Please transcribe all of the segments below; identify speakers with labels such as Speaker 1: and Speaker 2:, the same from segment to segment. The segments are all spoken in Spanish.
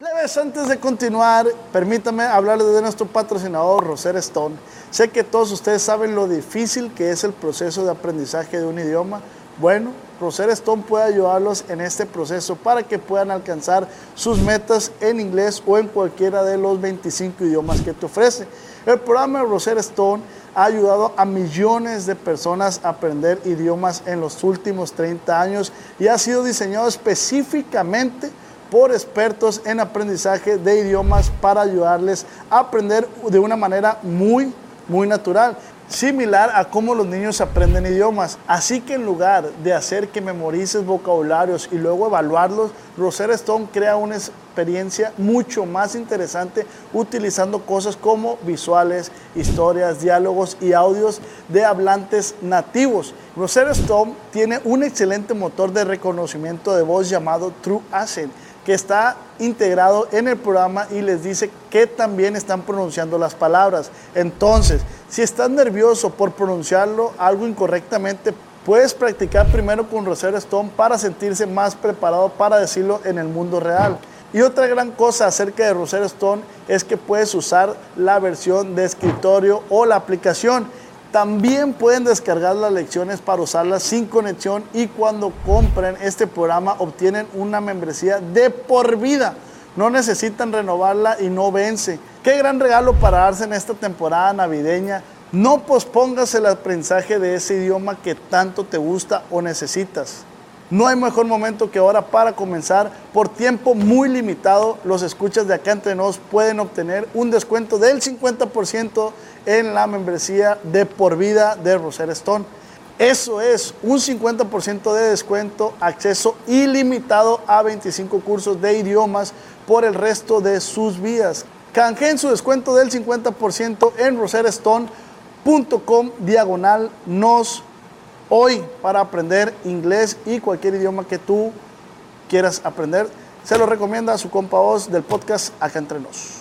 Speaker 1: Leves, antes de continuar, permítame hablarles de nuestro patrocinador, Roser Stone. Sé que todos ustedes saben lo difícil que es el proceso de aprendizaje de un idioma. Bueno, Roser Stone puede ayudarlos en este proceso para que puedan alcanzar sus metas en inglés o en cualquiera de los 25 idiomas que te ofrece. El programa de Roser Stone ha ayudado a millones de personas a aprender idiomas en los últimos 30 años y ha sido diseñado específicamente por expertos en aprendizaje de idiomas para ayudarles a aprender de una manera muy, muy natural, similar a cómo los niños aprenden idiomas. Así que en lugar de hacer que memorices vocabularios y luego evaluarlos, Rosetta Stone crea una experiencia mucho más interesante utilizando cosas como visuales, historias, diálogos y audios de hablantes nativos. Rosetta Stone tiene un excelente motor de reconocimiento de voz llamado True Accent que está integrado en el programa y les dice que también están pronunciando las palabras. Entonces, si estás nervioso por pronunciarlo algo incorrectamente, puedes practicar primero con Rosetta Stone para sentirse más preparado para decirlo en el mundo real. Y otra gran cosa acerca de Rosetta Stone es que puedes usar la versión de escritorio o la aplicación. También pueden descargar las lecciones para usarlas sin conexión y cuando compren este programa obtienen una membresía de por vida. No necesitan renovarla y no vence. Qué gran regalo para darse en esta temporada navideña. No pospongas el aprendizaje de ese idioma que tanto te gusta o necesitas. No hay mejor momento que ahora para comenzar. Por tiempo muy limitado, los escuchas de acá entre nos pueden obtener un descuento del 50% en la membresía de por vida de Roser Stone. Eso es un 50% de descuento, acceso ilimitado a 25 cursos de idiomas por el resto de sus vidas. Canjeen su descuento del 50% en roserstone.com diagonal nos hoy para aprender inglés y cualquier idioma que tú quieras aprender. Se lo recomienda a su compa Oz del podcast Acá Entre Nos.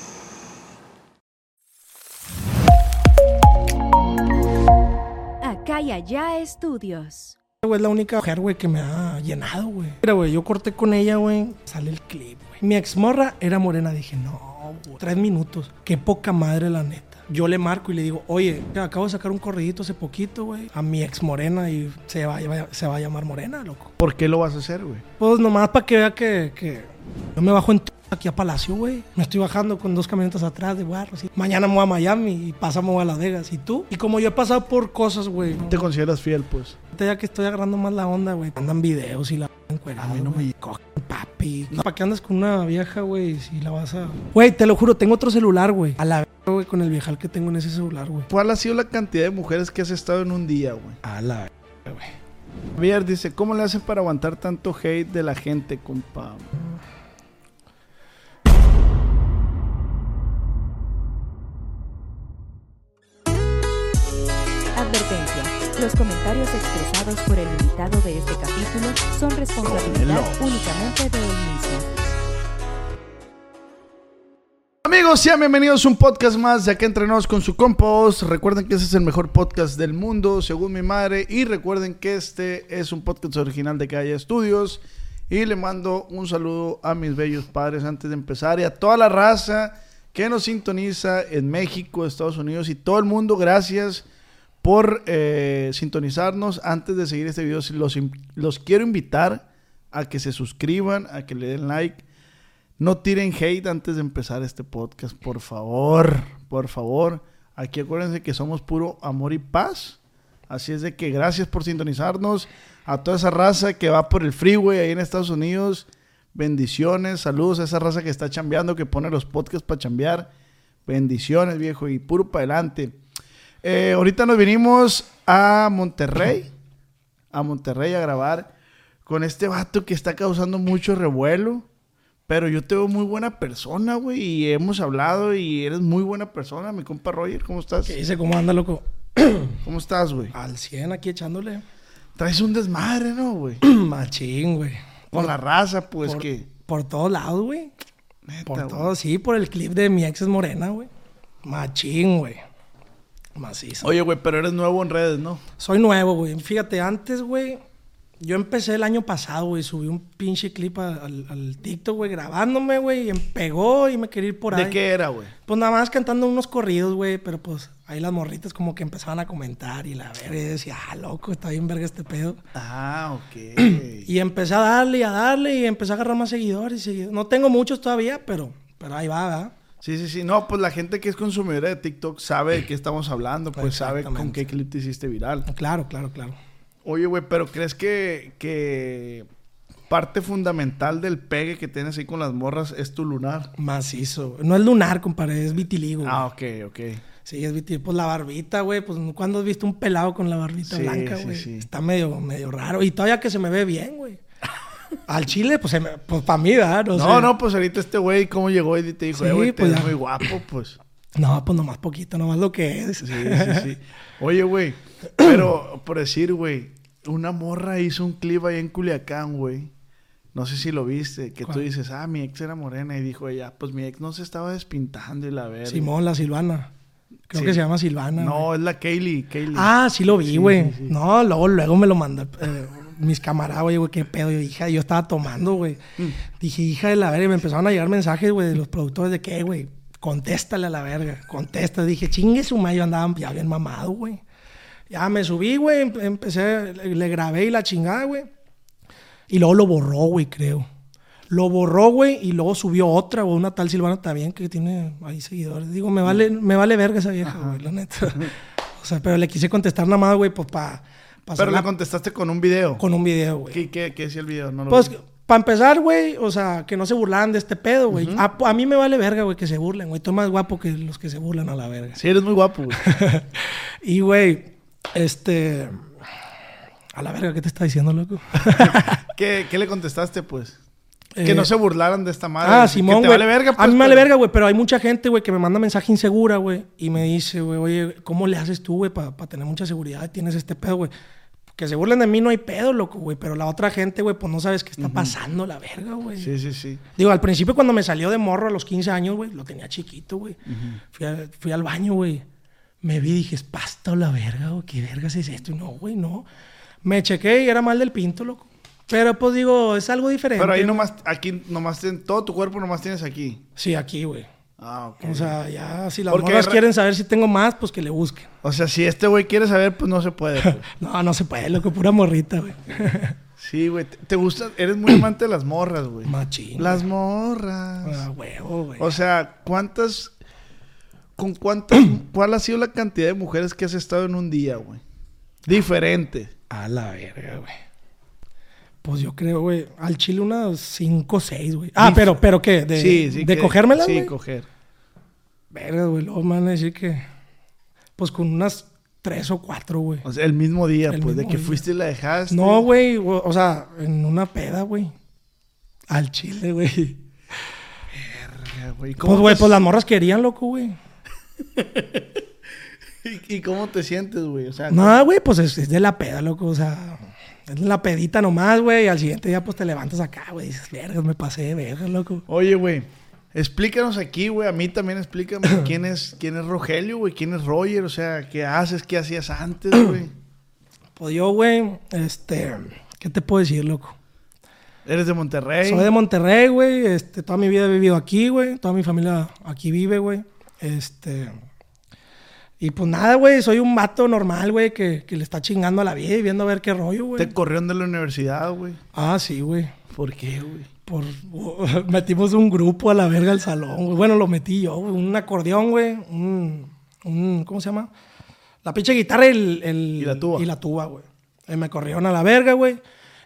Speaker 2: Acá y allá estudios.
Speaker 3: Güey, es la única mujer, güey, que me ha llenado, güey. Mira, güey, yo corté con ella, güey. Sale el clip, güey. Mi exmorra era morena. Dije, no, güey. Tres minutos. Qué poca madre, la neta. Yo le marco y le digo, oye, te acabo de sacar un corridito hace poquito, güey. A mi ex morena y se va, va- se va a llamar morena, loco.
Speaker 4: ¿Por qué lo vas a hacer, güey?
Speaker 3: Pues nomás para que vea que, que yo me bajo en t- aquí a Palacio, güey. Me estoy bajando con dos camionetas atrás de barro. así. Mañana me voy a Miami y pasamos a Las Vegas. ¿Y tú? Y como yo he pasado por cosas, güey. ¿no?
Speaker 4: Te consideras fiel, pues.
Speaker 3: Ahorita ya que estoy agarrando más la onda, güey. Andan videos y la encuerada. A mí no me cogen, papi. ¿Para qué andas con una vieja, güey? Si la vas a. Güey, te lo juro, tengo otro celular, güey. A la verga, güey, con el viejal que tengo en ese celular, güey.
Speaker 4: ¿Cuál ha sido la cantidad de mujeres que has estado en un día, güey?
Speaker 3: A la verga, güey.
Speaker 4: Javier dice, ¿cómo le hacen para aguantar tanto hate de la gente, compa?
Speaker 2: Advertencia. Los comentarios expresados por el invitado de este capítulo son responsabilidad únicamente de él mismo.
Speaker 4: Amigos, sean bienvenidos a un podcast más de Acá Entre Nos con su compa Oz. Recuerden que ese es el mejor podcast del mundo, según mi madre. Y recuerden que este es un podcast original de Calle Estudios. Y le mando un saludo a mis bellos padres antes de empezar y a toda la raza que nos sintoniza en México, Estados Unidos y todo el mundo. Gracias por eh, sintonizarnos. Antes de seguir este video, los, in- los quiero invitar a que se suscriban, a que le den like. No tiren hate antes de empezar este podcast, por favor, por favor. Aquí acuérdense que somos puro amor y paz. Así es de que gracias por sintonizarnos. A toda esa raza que va por el freeway ahí en Estados Unidos. Bendiciones, saludos a esa raza que está chambeando, que pone los podcasts para chambear. Bendiciones, viejo, y puro para adelante. Eh, ahorita nos vinimos a Monterrey, a Monterrey a grabar con este vato que está causando mucho revuelo
Speaker 1: Pero yo te veo muy buena persona, güey. Y hemos hablado y eres muy buena persona, mi compa Roger. ¿Cómo estás?
Speaker 3: ¿Qué dice? ¿Cómo anda, loco?
Speaker 1: ¿Cómo estás, güey?
Speaker 3: Al 100 aquí echándole.
Speaker 1: Traes un desmadre, ¿no, güey?
Speaker 3: Machín, güey.
Speaker 1: Con la raza, pues
Speaker 3: Por,
Speaker 1: que.
Speaker 3: por todos lados, güey.
Speaker 1: Neta,
Speaker 3: Por
Speaker 1: güey.
Speaker 3: todo, sí, por el clip de mi ex es morena, güey. Machín, güey. Macizo.
Speaker 1: Oye, güey, pero eres nuevo en redes, ¿no?
Speaker 3: Soy nuevo, güey. Fíjate, antes, güey, yo empecé el año pasado, güey. Subí un pinche clip a- al, al TikTok, güey, grabándome, güey. Y me pegó y me quería ir por ahí.
Speaker 1: ¿De qué era, güey?
Speaker 3: Pues nada más cantando unos corridos, güey. Pero pues ahí las morritas como que empezaban a comentar y la verga. Y yo decía, ah, loco, está bien verga este pedo.
Speaker 1: Ah, ok.
Speaker 3: Y empecé a darle y a darle y empecé a agarrar más seguidores. y seguidores. No tengo muchos todavía, pero, pero ahí va, ¿verdad?
Speaker 1: sí, sí, sí. No, pues la gente que es consumidora de TikTok sabe de qué estamos hablando, pues sabe con
Speaker 3: Exactamente.
Speaker 1: qué clip te hiciste viral.
Speaker 3: Claro, claro, claro.
Speaker 1: Oye, güey, pero ¿crees que, que parte fundamental del pegue que tienes ahí con las morras es tu lunar?
Speaker 3: Macizo. güey. No es lunar, compadre, es vitiligo. güey.
Speaker 1: Ah, ok, ok.
Speaker 3: Sí, es vitiligo. Pues la barbita, güey. Pues ¿cuándo has visto un pelado con la barbita
Speaker 1: Sí,
Speaker 3: blanca,
Speaker 1: sí,
Speaker 3: güey?
Speaker 1: sí.
Speaker 3: Está medio, medio raro. Y todavía que se me ve bien, güey. Al chile, pues, se me- pues para mí, ¿verdad?
Speaker 1: No,
Speaker 3: sé.
Speaker 1: no, pues ahorita este güey, ¿cómo llegó y te dijo,
Speaker 3: Sí,
Speaker 1: eh, güey, te
Speaker 3: pues
Speaker 1: ves
Speaker 3: ya.
Speaker 1: muy guapo, pues?
Speaker 3: No, pues nomás poquito, nomás lo que es.
Speaker 1: Sí, sí, sí. Oye, güey, pero por decir, güey, una morra hizo un clip ahí en Culiacán, güey. No sé si lo viste, que tú
Speaker 3: ¿Cuál?
Speaker 1: dices, ah, mi ex era morena. Y dijo ella, pues mi ex no se estaba despintando y la verga.
Speaker 3: Simón, la Silvana. Creo
Speaker 1: Sí.
Speaker 3: que se llama Silvana. güey.
Speaker 1: No, es la Kaylee, Kaylee.
Speaker 3: Ah, sí lo vi,
Speaker 1: Sí,
Speaker 3: güey.
Speaker 1: sí, sí.
Speaker 3: No, luego, luego me lo mandó eh, mis camaradas, güey, güey, qué pedo. Yo dije, yo estaba tomando, güey.
Speaker 1: Mm.
Speaker 3: Dije, hija de la verga, y me empezaron a llegar mensajes, güey, de los productores de qué, güey. Contéstale a la verga, contesta. Dije, chingue su madre, yo andaba ya bien mamado, güey. Ya me subí, güey, em- empecé, le le grabé y la chingada, güey. Y luego lo borró, güey, creo. Lo borró, güey, y luego subió otra, güey, una tal Silvana también que tiene ahí seguidores. Digo, me vale, me vale verga esa vieja, güey, la neta. o sea, pero le quise contestar nada más, güey, pues para
Speaker 1: Pero le
Speaker 3: pasarla
Speaker 1: contestaste con un video.
Speaker 3: con un video, güey.
Speaker 1: ¿Qué, qué, qué decía el video? No lo
Speaker 3: Pues,
Speaker 1: vi.
Speaker 3: para empezar, güey, o sea, que no se burlan de este pedo, güey. a, a mí me vale verga, güey, que se burlen, güey. Estoy más guapo que los que se burlan a la verga.
Speaker 1: Sí, eres muy guapo, güey.
Speaker 3: y, güey, este... A la verga, ¿qué te está diciendo, loco?
Speaker 1: ¿Qué, qué le contestaste, pues?
Speaker 3: Eh,
Speaker 1: que no se burlaran de esta madre.
Speaker 3: Ah,
Speaker 1: Que
Speaker 3: Simón,
Speaker 1: te
Speaker 3: güey.
Speaker 1: vale verga,
Speaker 3: a
Speaker 1: pues,
Speaker 3: mí me vale
Speaker 1: pero-
Speaker 3: verga, güey, pero hay mucha gente, güey, que me manda mensaje insegura, güey, y me dice, güey, oye, ¿cómo le haces tú, güey, para tener mucha seguridad? Tienes este pedo, güey. Que se burlen de mí no hay pedo, loco, güey, pero la otra gente, güey, pues no sabes qué está pasando, la verga, güey.
Speaker 1: Sí, sí, sí.
Speaker 3: Digo, al principio cuando me salió de morro a los 15 años, güey, lo tenía chiquito, güey. fui, a- fui al baño, güey. Me vi y dije, es pasta o la verga, güey, qué vergas es esto. Y no, güey, no. Me chequé y era mal del pinto, loco. Pero pues digo, es algo diferente.
Speaker 1: Pero ahí
Speaker 3: güey.
Speaker 1: nomás, aquí nomás, ten- todo tu cuerpo nomás tienes aquí.
Speaker 3: Sí, aquí, güey.
Speaker 1: Ah, ok.
Speaker 3: O sea, ya, si las
Speaker 1: Porque
Speaker 3: morras
Speaker 1: re-
Speaker 3: quieren saber si tengo más, pues que le busquen.
Speaker 1: O sea, si este güey quiere saber, pues no se puede. pues.
Speaker 3: No, no se puede, loco, pura morrita, güey.
Speaker 1: Sí, güey. Te, te gusta, eres muy amante de las morras, güey.
Speaker 3: Machín.
Speaker 1: Las morras.
Speaker 3: Ah, huevo, güey.
Speaker 1: O sea, ¿cuántas. ¿Con cuántas. ¿Cuál ha sido la cantidad de mujeres que has estado en un día, güey? Diferente.
Speaker 3: A la verga, güey. Pues yo creo, güey, al chile unas 5 o 6, güey. Ah,
Speaker 1: Dif-
Speaker 3: pero, pero ¿qué? ¿De,
Speaker 1: sí, sí.
Speaker 3: de
Speaker 1: que-
Speaker 3: cogérmelas,
Speaker 1: Sí,
Speaker 3: güey?
Speaker 1: coger.
Speaker 3: Verga, güey, luego me van a decir que... Pues con unas 3 o 4, güey.
Speaker 1: O sea, el mismo día,
Speaker 3: El
Speaker 1: pues, de
Speaker 3: mismo
Speaker 1: que
Speaker 3: día.
Speaker 1: fuiste y la dejaste.
Speaker 3: No, güey, o o sea, en una peda, güey. Al chile, güey.
Speaker 1: Ya, Ah, güey. ¿Cómo
Speaker 3: Pues, güey,
Speaker 1: te-
Speaker 3: pues las morras querían, loco, güey.
Speaker 1: ¿Y, y cómo te sientes, güey? O sea,
Speaker 3: No, güey, pues es, es de la peda, loco. O sea, es la pedita nomás, güey. Y al siguiente día, pues te levantas acá, güey. y Dices, verga, me pasé de verga, loco.
Speaker 1: Oye, güey. Explícanos aquí, güey. A mí también explícame quién es, quién es Rogelio, güey. ¿Quién es Roger? O sea, ¿qué haces? ¿Qué hacías antes, güey?
Speaker 3: Pues yo, güey, este, ¿qué te puedo decir, loco?
Speaker 1: ¿Eres de Monterrey?
Speaker 3: Soy de Monterrey, güey. Este, toda mi vida he vivido aquí, güey. Toda mi familia aquí vive, güey. Este. Y pues nada, güey. Soy un vato normal, güey, que, que le está chingando a la vida y viendo a ver qué rollo, güey.
Speaker 1: Te corrieron de la universidad, güey.
Speaker 3: Ah, sí, güey.
Speaker 1: ¿Por qué, güey?
Speaker 3: por metimos un grupo a la verga al salón, güey. Bueno, lo metí yo, güey. Un acordeón, güey. Un, un- ¿cómo se llama? La pinche guitarra y, el, el-
Speaker 1: Y la tuba.
Speaker 3: Y la tuba, güey. Y me corrieron a la verga, güey.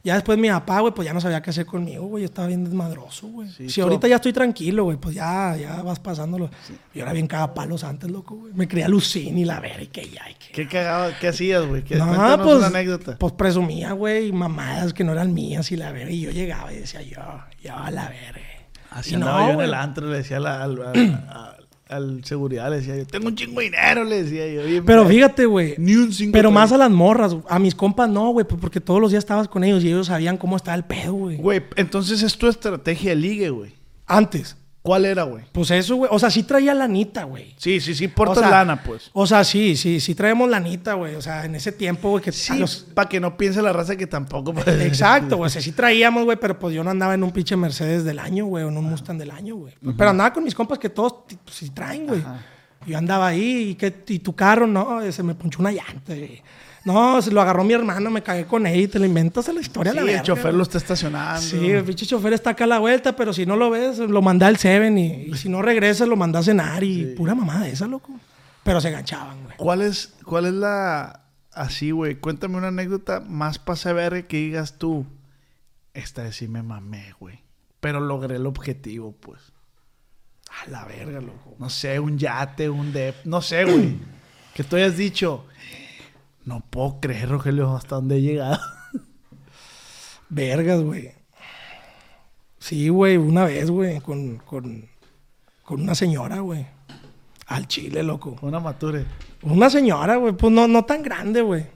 Speaker 3: Ya después mi papá, güey, pues ya no sabía qué hacer conmigo, güey. Yo estaba bien desmadroso, güey.
Speaker 1: Sí,
Speaker 3: si
Speaker 1: tú-
Speaker 3: ahorita ya estoy tranquilo, güey, pues ya, ya vas pasándolo. Yo era bien cagapalos antes, loco, güey. Me creía Lucín y la verga y que ya, y que...
Speaker 1: ¿Qué cagaba? ¿Qué hacías, güey? ¿Qué-
Speaker 3: No,
Speaker 1: cuéntanos
Speaker 3: pues,
Speaker 1: una anécdota.
Speaker 3: pues presumía, güey, mamadas que no eran mías y la verga. Y yo llegaba y decía, yo, yo a la verga.
Speaker 1: Así
Speaker 3: Y
Speaker 1: andaba
Speaker 3: no,
Speaker 1: yo en
Speaker 3: güey.
Speaker 1: el antro, le decía a la- al, al- al- al seguridad, le decía yo, tengo un chingo de dinero, le decía yo. "Oye,
Speaker 3: Pero
Speaker 1: mira,
Speaker 3: fíjate, güey.
Speaker 1: Ni un cinco.
Speaker 3: Pero más a
Speaker 1: traigo".
Speaker 3: las morras. A mis compas no, güey. pues Porque todos los días estabas con ellos y ellos sabían cómo estaba el pedo, güey.
Speaker 1: Güey, entonces es tu estrategia de ligue, güey.
Speaker 3: Antes.
Speaker 1: ¿Cuál era, güey?
Speaker 3: Pues eso, güey. O sea, sí traía lanita, güey.
Speaker 1: Sí, sí, sí, portas
Speaker 3: O sea,
Speaker 1: lana, pues.
Speaker 3: O sea, sí, sí, sí traemos lanita, güey. O sea, en ese tiempo, güey, que
Speaker 1: Sí,
Speaker 3: a los-
Speaker 1: para que Ah, no piense la raza que tampoco. pues.
Speaker 3: Exacto, güey. O sea, sí traíamos, güey, pero pues yo no andaba en un pinche Mercedes del año, güey, o en un Mustang del año, güey. Pero andaba con mis compas que todos ti- pues, sí traen, güey. Yo andaba ahí y, que, y tu carro, no, eh, se me punchó una llanta. güey. No, se lo agarró mi hermano, me cagué con él y te lo inventas a la historia,
Speaker 1: Sí,
Speaker 3: la verga,
Speaker 1: el chofer
Speaker 3: güey.
Speaker 1: lo está estacionando.
Speaker 3: Sí, el pinche chofer está acá a la vuelta, pero si no lo ves, lo manda al Seven y, y si no regresa, lo manda a cenar y pura mamada esa, loco. Pero se enganchaban, güey.
Speaker 1: ¿Cuál es, ¿Cuál es la. Así, güey? Cuéntame una anécdota más paseverre que digas tú. Esta de sí me mamé, güey. Pero logré el objetivo, pues. A la verga, loco. No sé, un yate, un dep. No sé, güey. que tú hayas dicho. No puedo creer, Rogelio, hasta dónde he llegado.
Speaker 3: Vergas, güey. Sí, güey, una vez, güey, con, con, con una señora, güey. Al chile, loco.
Speaker 1: una mature.
Speaker 3: Una señora, güey, pues no, no tan grande, güey.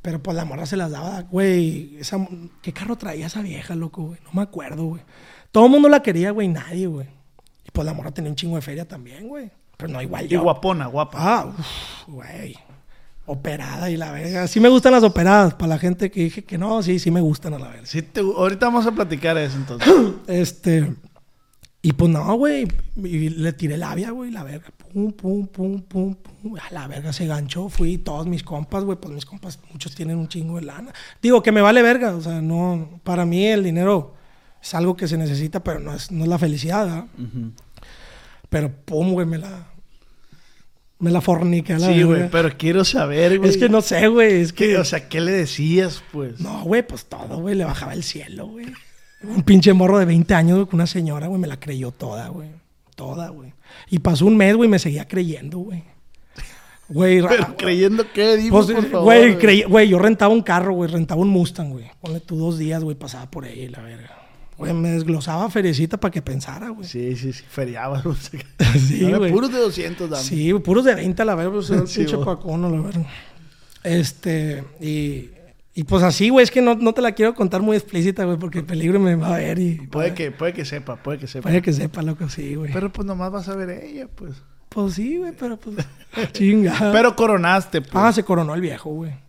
Speaker 3: Pero pues la morra se las daba, güey. esa- ¿Qué carro traía esa vieja, loco, güey? No me acuerdo, güey. Todo el mundo la quería, güey, nadie, güey. Y pues la morra tenía un chingo de feria también, güey. Pero no igual
Speaker 1: Y
Speaker 3: yo.
Speaker 1: guapona, guapa.
Speaker 3: Ah, uf, güey. Operada y la verga. Sí me gustan las operadas. Para la gente que dije que no, sí, sí me gustan a la verga.
Speaker 1: Sí te- ahorita vamos a platicar eso entonces.
Speaker 3: Este. Y pues no, güey. Y le tiré labia, güey, la verga. Pum, pum, pum, pum, pum. A la verga se ganchó. Fui todos mis compas, güey. Pues mis compas, muchos tienen un chingo de lana. Digo que me vale verga. O sea, no. Para mí el dinero es algo que se necesita, pero no es, no es la felicidad, ¿verdad? Pero pum, güey, me la. Me la forniqué a la
Speaker 1: sí, güey,
Speaker 3: verga.
Speaker 1: pero quiero saber, güey.
Speaker 3: Es que no sé, güey. Es que.
Speaker 1: ¿Qué? O sea, ¿qué le decías, pues?
Speaker 3: No, güey, pues todo, güey, le bajaba el cielo, güey. Un pinche morro de 20 años, güey, con una señora, güey, me la creyó toda, güey. Toda, güey. Y pasó un mes, güey, y me seguía creyendo, güey. Güey, ra-
Speaker 1: Pero creyendo que, dime,
Speaker 3: pues,
Speaker 1: por favor.
Speaker 3: güey, creí- güey, yo rentaba un carro, güey, rentaba un Mustang, güey. Ponle tú dos días, güey, pasaba por ahí, la verga. Güey, me desglosaba ferecita para que pensara, güey.
Speaker 1: Sí, sí, sí. Feriaba. no sé qué.
Speaker 3: Sí,
Speaker 1: Dame
Speaker 3: güey.
Speaker 1: Puros de 200, dame.
Speaker 3: Sí, güey, puros de 20 a la verga, pues era el
Speaker 1: Sí,
Speaker 3: pinche
Speaker 1: güey.
Speaker 3: pacono, la verga. Este, y, y pues así, güey, es que no, no te la quiero contar muy explícita, güey, porque el peligro me va a ver y.
Speaker 1: Puede que, puede que sepa, puede que sepa.
Speaker 3: Puede que sepa, loco, sí, güey.
Speaker 1: Pero pues nomás vas a ver ella, pues.
Speaker 3: Pues sí, güey, pero pues. Chinga.
Speaker 1: Pero coronaste, pues.
Speaker 3: Ah, se coronó el viejo, güey.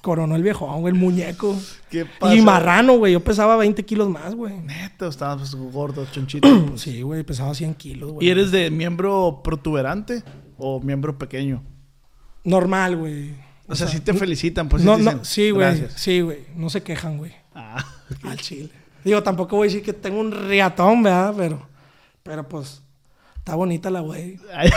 Speaker 3: Coronó el viejo, güey, el muñeco.
Speaker 1: ¿Qué pasa?
Speaker 3: Y marrano, güey. Yo pesaba 20 kilos más, güey.
Speaker 1: Neta, estabas gordo, chonchito. pues.
Speaker 3: Pues sí, güey, pesaba 100 kilos, güey.
Speaker 1: ¿Y eres de miembro protuberante o miembro pequeño?
Speaker 3: Normal, güey.
Speaker 1: O sea, sí te felicitan, pues. sí
Speaker 3: no,
Speaker 1: te
Speaker 3: no,
Speaker 1: dicen,
Speaker 3: sí, güey.
Speaker 1: "Gracias".
Speaker 3: Sí, güey. No se quejan, güey.
Speaker 1: Ah,
Speaker 3: Al chile. Digo, tampoco voy a decir que tengo un riatón, ¿verdad? Pero, pero pues, está bonita la güey.
Speaker 1: Ay,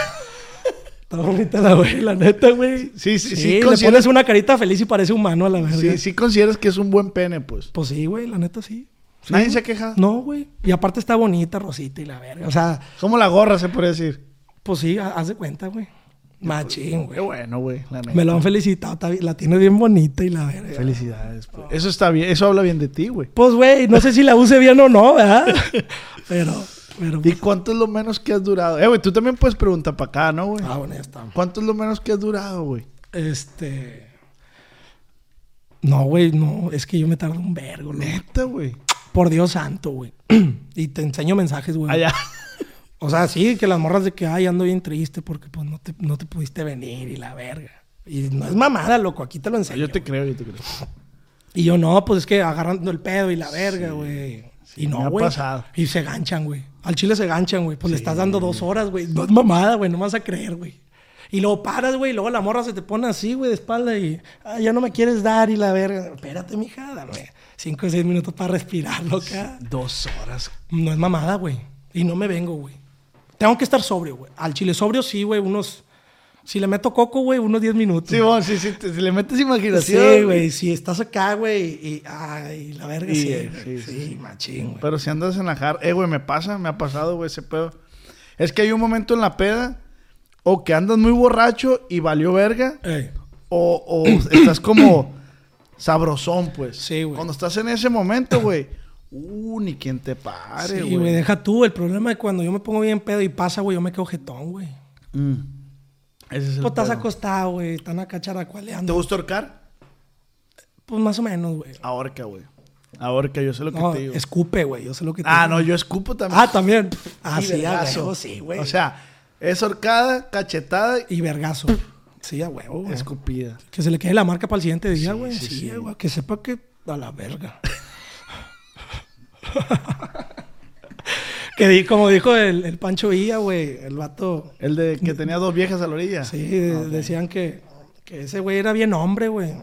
Speaker 3: Está bonita la güey, la neta, güey.
Speaker 1: Sí, sí, sí,
Speaker 3: le
Speaker 1: considera-
Speaker 3: pones una carita feliz y parece humano a la verga.
Speaker 1: sí, sí consideras que es un buen pene, pues.
Speaker 3: Pues sí, güey, la neta sí. Sí,
Speaker 1: Nadie
Speaker 3: güey.
Speaker 1: se queja.
Speaker 3: No, güey. Y aparte está bonita, Rosita y la verga. O sea,
Speaker 1: Como la gorra, se puede decir.
Speaker 3: pues sí, ha- haz de cuenta, güey. Machín,
Speaker 1: Qué
Speaker 3: güey.
Speaker 1: bueno, güey. la neta.
Speaker 3: Me lo han felicitado, está bien- la tiene bien bonita y la verga.
Speaker 1: Felicidades, pues. Eso está bien, eso habla bien de ti, güey.
Speaker 3: Pues, güey, no sé si la use bien o no, ¿verdad? pero, pero.
Speaker 1: ¿Y cuánto es lo menos que has durado? Eh, güey, tú también puedes preguntar para acá, ¿no, güey?
Speaker 3: Ah, bueno, ya está.
Speaker 1: ¿Cuánto es lo menos que has durado, güey?
Speaker 3: Este. No, güey, no. Es que yo me tardo un vergo, loco.
Speaker 1: Neta, güey.
Speaker 3: Por Dios santo, güey. y te enseño mensajes, güey.
Speaker 1: Allá.
Speaker 3: O sea, sí, que las morras de que, ay, ando bien triste porque pues no te, no te pudiste venir y la verga. Y no es mamada, loco, aquí te lo enseño.
Speaker 1: Ah, Yo te creo, yo te creo.
Speaker 3: Y yo, no, pues es que agarrando el pedo y la verga, güey. y
Speaker 1: me
Speaker 3: no,
Speaker 1: ha
Speaker 3: güey.
Speaker 1: pasado.
Speaker 3: Y se ganchan, güey. Al chile se ganchan, güey. Pues le estás dando dos horas, güey. No es mamada, güey. No me vas a creer, güey. Y luego paras, güey. Y luego la morra se te pone así, güey, de espalda. Y "Ah, ya no me quieres dar y la verga. Espérate, mija, dame cinco o seis minutos para respirar, loca.
Speaker 1: Dos horas.
Speaker 3: No es mamada, güey. Y no me vengo, güey. Tengo que estar sobrio, güey. Al chile sobrio sí, güey. Unos... Si le meto coco, güey, unos 10 minutos.
Speaker 1: Sí, bueno, sí, sí, te- si le metes imaginación.
Speaker 3: Sí, güey, si estás acá, güey, y ay, la verga,
Speaker 1: Sí,
Speaker 3: sí,
Speaker 1: eh,
Speaker 3: güey, sí,
Speaker 1: sí, sí,
Speaker 3: machín, güey.
Speaker 1: Pero si andas en la jar, eh, güey, me pasa, me ha pasado, güey, ese pedo. Es que hay un momento en la peda o que andas muy borracho y valió verga,
Speaker 3: Ey,
Speaker 1: o, o estás como sabrosón, pues.
Speaker 3: Sí, güey.
Speaker 1: Cuando estás en ese momento, güey, Uh, ni quien te pare,
Speaker 3: Sí,
Speaker 1: güey.
Speaker 3: güey, deja tú. El problema es cuando yo me pongo bien pedo y pasa, güey, yo me quedo jetón, güey.
Speaker 1: Mm. Ese es el
Speaker 3: Pues estás
Speaker 1: pedo.
Speaker 3: acostado, güey, están acá
Speaker 1: ¿Te
Speaker 3: characualeando.
Speaker 1: gusta ahorcar?
Speaker 3: Pues más o menos, güey.
Speaker 1: Ahorca, güey. Ahorca, yo sé lo que
Speaker 3: No,
Speaker 1: te digo.
Speaker 3: escupe, güey, yo sé lo que te
Speaker 1: Ah,
Speaker 3: digo.
Speaker 1: no, yo escupo también.
Speaker 3: Ah, también. Ah,
Speaker 1: Y
Speaker 3: sí, a
Speaker 1: vergazo.
Speaker 3: huevo, sí, güey. Ah.
Speaker 1: O sea, es horcada, cachetada y
Speaker 3: y vergazo. Sí, a huevo, güey.
Speaker 1: escupida.
Speaker 3: Que se le quede la marca para el siguiente día, güey.
Speaker 1: sí,
Speaker 3: Sí,
Speaker 1: sí.
Speaker 3: güey. Que sepa que a la verga. que di, como dijo el, el Pancho Villa, güey, el vato.
Speaker 1: El de que tenía dos viejas a la orilla.
Speaker 3: Sí, de- decían que, que ese güey era bien hombre, güey.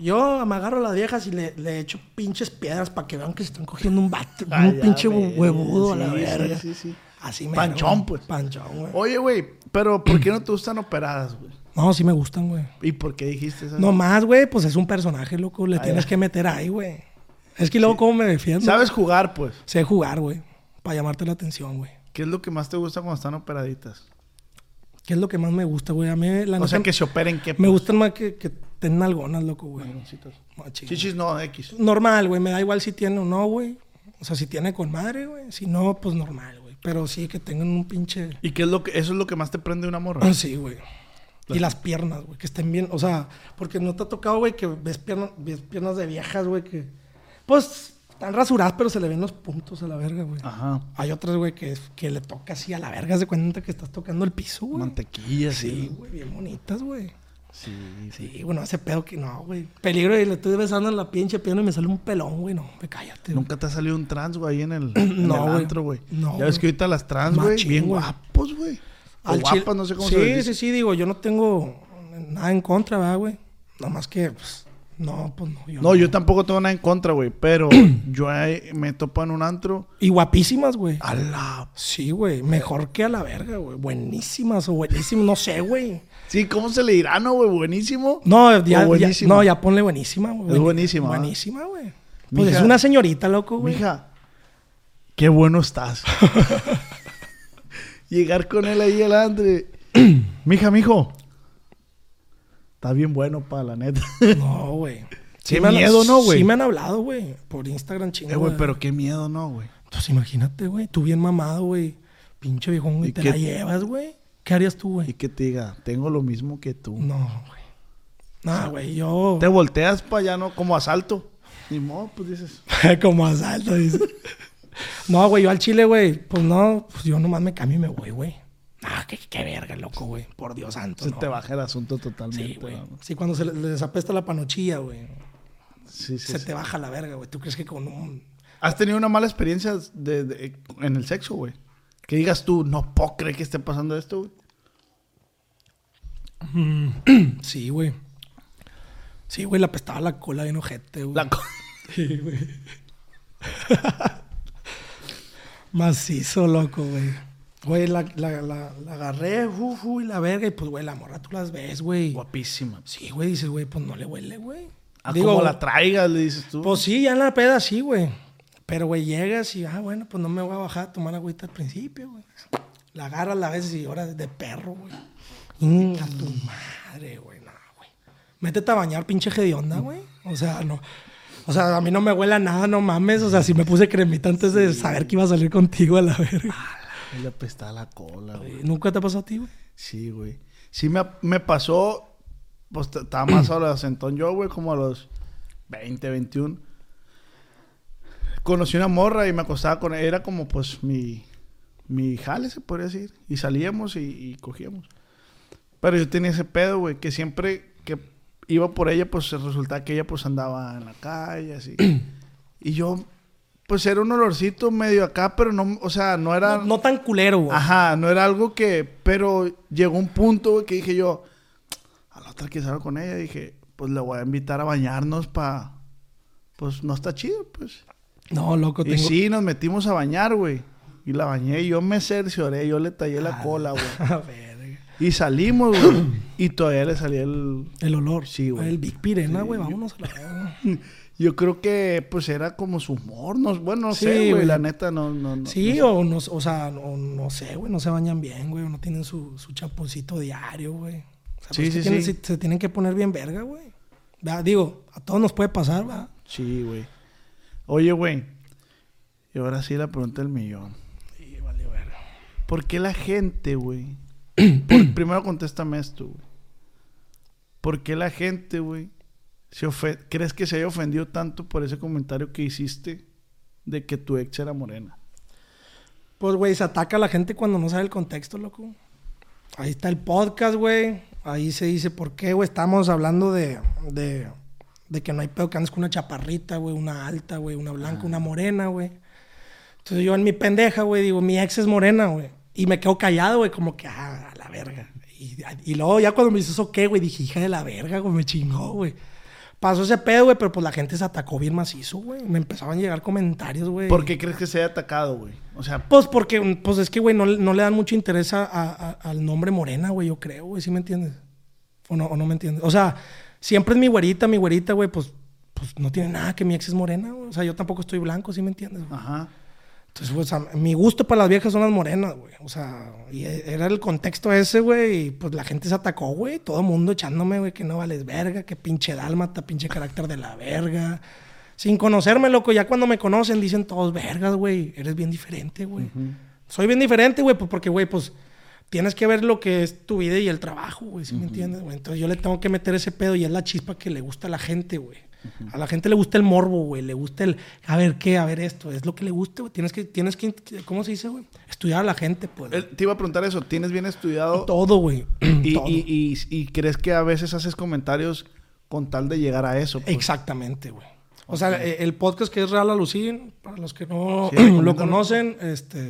Speaker 3: Yo me agarro a las viejas y le, le echo pinches piedras para que vean que se están cogiendo un vato,
Speaker 1: Ah,
Speaker 3: un
Speaker 1: ya,
Speaker 3: pinche
Speaker 1: güey.
Speaker 3: huevudo a la
Speaker 1: Sí, sí,
Speaker 3: verga.
Speaker 1: sí, sí.
Speaker 3: Así me
Speaker 1: Panchón, pues.
Speaker 3: Panchón, güey.
Speaker 1: Oye, güey, pero ¿por qué no te gustan operadas, güey?
Speaker 3: No, sí me gustan, güey.
Speaker 1: ¿Y por qué dijiste eso?
Speaker 3: No más, güey, pues es un personaje, loco. Le tienes que meter ahí, güey. Es que luego, ¿cómo me defiendo?
Speaker 1: Sabes jugar, pues.
Speaker 3: Sé jugar, güey. Para llamarte la atención, güey.
Speaker 1: ¿Qué es lo que más te gusta cuando están operaditas?
Speaker 3: ¿Qué es lo que más me gusta, güey? A mí, la
Speaker 1: O sea,
Speaker 3: neta,
Speaker 1: que se operen, ¿qué?
Speaker 3: me
Speaker 1: pues?
Speaker 3: gustan más que, que tengan algonas, loco, güey. Machín.
Speaker 1: Chichis no, X.
Speaker 3: Normal, güey. Me da igual si tiene o no, güey. O sea, si tiene con madre, güey. Si no, pues normal, güey. Pero sí, que tengan un pinche...
Speaker 1: ¿Y qué es lo que, eso es lo que más te prende una morra?
Speaker 3: Ah, Sí, güey. Y las piernas, güey, que estén bien. O sea, porque no te ha tocado, güey, que ves, pierna- ves piernas de viejas, güey, que. Pues están rasuradas, pero se le ven los puntos a la verga, güey.
Speaker 1: Ajá.
Speaker 3: Hay otras, güey, que, es- que le toca así a la verga. Se cuenta que estás tocando el piso, güey.
Speaker 1: Mantequilla,
Speaker 3: Sí,
Speaker 1: sí.
Speaker 3: güey, bien bonitas, güey.
Speaker 1: Sí, sí.
Speaker 3: Sí, bueno, ese pedo que no, güey. Peligro, y le estoy besando en la pinche pierna y me sale un pelón, güey. No, me cállate. güey.
Speaker 1: Nunca te ha salido un trans, güey, ahí en el, en
Speaker 3: No,
Speaker 1: el
Speaker 3: güey.
Speaker 1: antro, güey.
Speaker 3: No,
Speaker 1: Ya ves
Speaker 3: güey.
Speaker 1: que ahorita las trans, güey,
Speaker 3: Machín,
Speaker 1: bien
Speaker 3: güey.
Speaker 1: guapos, güey. O
Speaker 3: Al chile-
Speaker 1: guapas, no sé cómo
Speaker 3: sí,
Speaker 1: se les dice.
Speaker 3: Sí, sí, digo, yo no tengo nada en contra, ¿verdad, güey? Nada más que, pues, no, pues no. Yo
Speaker 1: No, yo tampoco tengo nada en contra, güey, pero yo ahí me topo en un antro.
Speaker 3: Y guapísimas, güey.
Speaker 1: A la...
Speaker 3: Sí, güey. Mejor que a la verga, güey. Buenísimas o buenísimas. No sé, güey.
Speaker 1: Sí, ¿cómo se le dirá, no, güey? Buenísimo.
Speaker 3: No, ya,
Speaker 1: O
Speaker 3: ya,
Speaker 1: buenísima.
Speaker 3: no, ya ponle buenísima, güey.
Speaker 1: Es buenísima, ¿ah?
Speaker 3: Buenísima, güey. Pues
Speaker 1: Mija.
Speaker 3: es una señorita, loco, güey.
Speaker 1: Mija, qué bueno estás. Llegar con él ahí al Andre. Mija, mijo. Está bien bueno para la neta. Eh,
Speaker 3: No, güey.
Speaker 1: Qué
Speaker 3: me han-
Speaker 1: miedo, ¿no, güey?
Speaker 3: Sí me han hablado, güey. Por Instagram chingón.
Speaker 1: Eh, güey, pero qué miedo, ¿no, güey?
Speaker 3: Entonces imagínate, güey. Tú bien mamado, güey. Pinche viejón,
Speaker 1: ¿Y
Speaker 3: güey. Te
Speaker 1: qué-
Speaker 3: la llevas, güey. ¿Qué harías tú,
Speaker 1: Y
Speaker 3: güey?
Speaker 1: que te diga, tengo lo mismo que tú.
Speaker 3: No, güey. Nah, güey. Yo...
Speaker 1: Te volteas para allá, ¿no? Como asalto. Ni modo, pues dices.
Speaker 3: Como asalto, dice. No, güey, yo al chile, güey. Pues no, pues yo nomás me cambio y me voy, güey. Ah, qué, qué verga, loco, güey. Por Dios santo.
Speaker 1: Se
Speaker 3: no.
Speaker 1: te baja el asunto
Speaker 3: Sí,
Speaker 1: totalmente.
Speaker 3: güey.
Speaker 1: ¿no?
Speaker 3: Sí, cuando se le- les apesta la panochilla, güey.
Speaker 1: Sí, sí,
Speaker 3: se
Speaker 1: sí.
Speaker 3: te baja la verga, güey. ¿Tú crees que con un.
Speaker 1: ¿Has tenido una mala experiencia de- de- en el sexo, güey? Que digas tú, no puedo creer que esté pasando esto, güey.
Speaker 3: Sí, güey. Sí, güey, le apestaba la cola bien ojete, güey.
Speaker 1: La co-
Speaker 3: Sí, güey. Macizo, loco, güey. Güey, la, la, la, la agarré, fu, fu, y la verga. Y pues, güey, la morra tú las ves, güey.
Speaker 1: Guapísima.
Speaker 3: Sí, güey, dices, güey, pues no le huele, güey.
Speaker 1: A
Speaker 3: Digo,
Speaker 1: como Ah, la traigas, le dices tú.
Speaker 3: Pues sí, ya en la peda sí, güey. Pero, güey, llegas y, ah, bueno, pues no me voy a bajar a tomar agüita al principio, güey. La agarras la vez y ahora de perro, güey. Inga tu madre, güey, no, güey. Métete a bañar, pinche hedionda, güey. O sea, no. O sea, a mí no me huela nada, no mames. O sea, sí me puse cremita antes de saber que iba a salir contigo a la verga.
Speaker 1: Y le apestaba la cola, Ah, güey.
Speaker 3: ¿Nunca te ha pasado a ti, güey?
Speaker 1: Sí, güey. Sí me, me pasó, pues t- estaba más adolescentón yo, güey, como a los 20, 21. Conocí una morra y me acostaba con ella. Era como, pues, mi, mi jale, se podría decir. Y salíamos y, y cogíamos. Pero yo tenía ese pedo, güey, que siempre que iba por ella, pues resultaba que ella, pues, andaba en la calle, así. y yo, pues, era un olorcito medio acá, pero no, o sea, no era...
Speaker 3: No, no tan culero, güey.
Speaker 1: Ajá, no era algo que. Pero llegó un punto, güey, que dije yo. A la otra que salgo con ella, dije, pues la voy a invitar a bañarnos para. Pues no está chido, pues.
Speaker 3: No, loco, tengo.
Speaker 1: Y sí, nos metimos a bañar, güey. Y la bañé, y yo me cercioré, yo le tallé la
Speaker 3: Ah.
Speaker 1: cola, güey.
Speaker 3: A verga.
Speaker 1: Y salimos, güey. y todavía le salía el.
Speaker 3: El olor.
Speaker 1: Sí, güey.
Speaker 3: El Big Pirena, güey. Vámonos a la verga.
Speaker 1: Yo creo que, pues era como su humor. No, bueno, no
Speaker 3: Sí,
Speaker 1: sé, güey.
Speaker 3: güey.
Speaker 1: La neta, no. no, no
Speaker 3: Sí,
Speaker 1: no sé.
Speaker 3: o, no, o sea, o no sé, güey, no se bañan bien, güey, o no tienen su, su champoncito diario, güey. O sea,
Speaker 1: Sí,
Speaker 3: pues,
Speaker 1: sí,
Speaker 3: que tienen-
Speaker 1: sí.
Speaker 3: se- Se tienen que poner bien verga, güey. ¿Verdad? Digo, a todos nos puede pasar, ¿verdad?
Speaker 1: Sí, güey. Oye, güey. Y ahora sí la pregunta del millón. ¿Por qué la gente, güey? Por- primero contéstame esto, güey. ¿Por qué la gente, güey? Se ofe- ¿Crees que se haya ofendido tanto por ese comentario que hiciste de que tu ex era morena?
Speaker 3: Pues, güey, se ataca a la gente cuando no sabe el contexto, loco. Ahí está el podcast, güey. Ahí se dice por qué, güey. Estamos hablando de, de, de que no hay pedo que andes con una chaparrita, güey, una alta, güey, una blanca,
Speaker 1: Ah.
Speaker 3: una morena, güey. Entonces yo en mi pendeja, güey, digo, mi ex es morena, güey. Y me quedo callado, güey, como que, ah, a la verga. Y, y luego ya cuando me dices, ok, güey, dije, hija de la verga, güey, me chingó, güey. Pasó ese pedo, güey, pero pues la gente se atacó bien macizo, güey. Me empezaban a llegar comentarios, güey.
Speaker 1: ¿Por qué crees que se haya atacado, güey? O sea,
Speaker 3: Pues porque, pues es que, güey, no, le- no le dan mucho interés a- a- a- al nombre Morena, güey, yo creo, güey, ¿sí me entiendes? O no, o no me entiendes. O sea, siempre es mi güerita, mi güerita, güey, pues, pues no tiene nada que mi ex es morena, güey. O sea, yo tampoco estoy blanco, ¿sí me entiendes? güey?
Speaker 1: ajá.
Speaker 3: Entonces, pues, a- mi gusto para las viejas son las morenas, güey. O sea, y e- era el contexto ese, güey, y pues la gente se atacó, güey. Todo el mundo echándome, güey, que no vales verga, que pinche dálmata, pinche carácter de la verga. Sin conocerme, loco, ya cuando me conocen dicen todos, vergas, güey, eres bien diferente, güey. Soy bien diferente, güey, pues porque, güey, pues tienes que ver lo que es tu vida y el trabajo, güey, ¿sí me entiendes? güey? Entonces yo le tengo que meter ese pedo y es la chispa que le gusta a la gente, güey. A la gente le gusta el morbo, güey, le gusta el, a ver qué, a ver esto, es lo que le gusta, güey. Tienes que, tienes que, ¿cómo se dice, güey? Estudiar a la gente, pues.
Speaker 1: Eh, Te iba a preguntar eso. ¿Tienes bien estudiado?
Speaker 3: todo, güey.
Speaker 1: Y,
Speaker 3: Todo.
Speaker 1: y- y- y crees que a veces haces comentarios con tal de llegar a eso. pues?
Speaker 3: Exactamente, güey. O sea, eh, el podcast que es Real Alucín, para los que no
Speaker 1: Sí,
Speaker 3: lo
Speaker 1: recomiéndalo.
Speaker 3: conocen, este,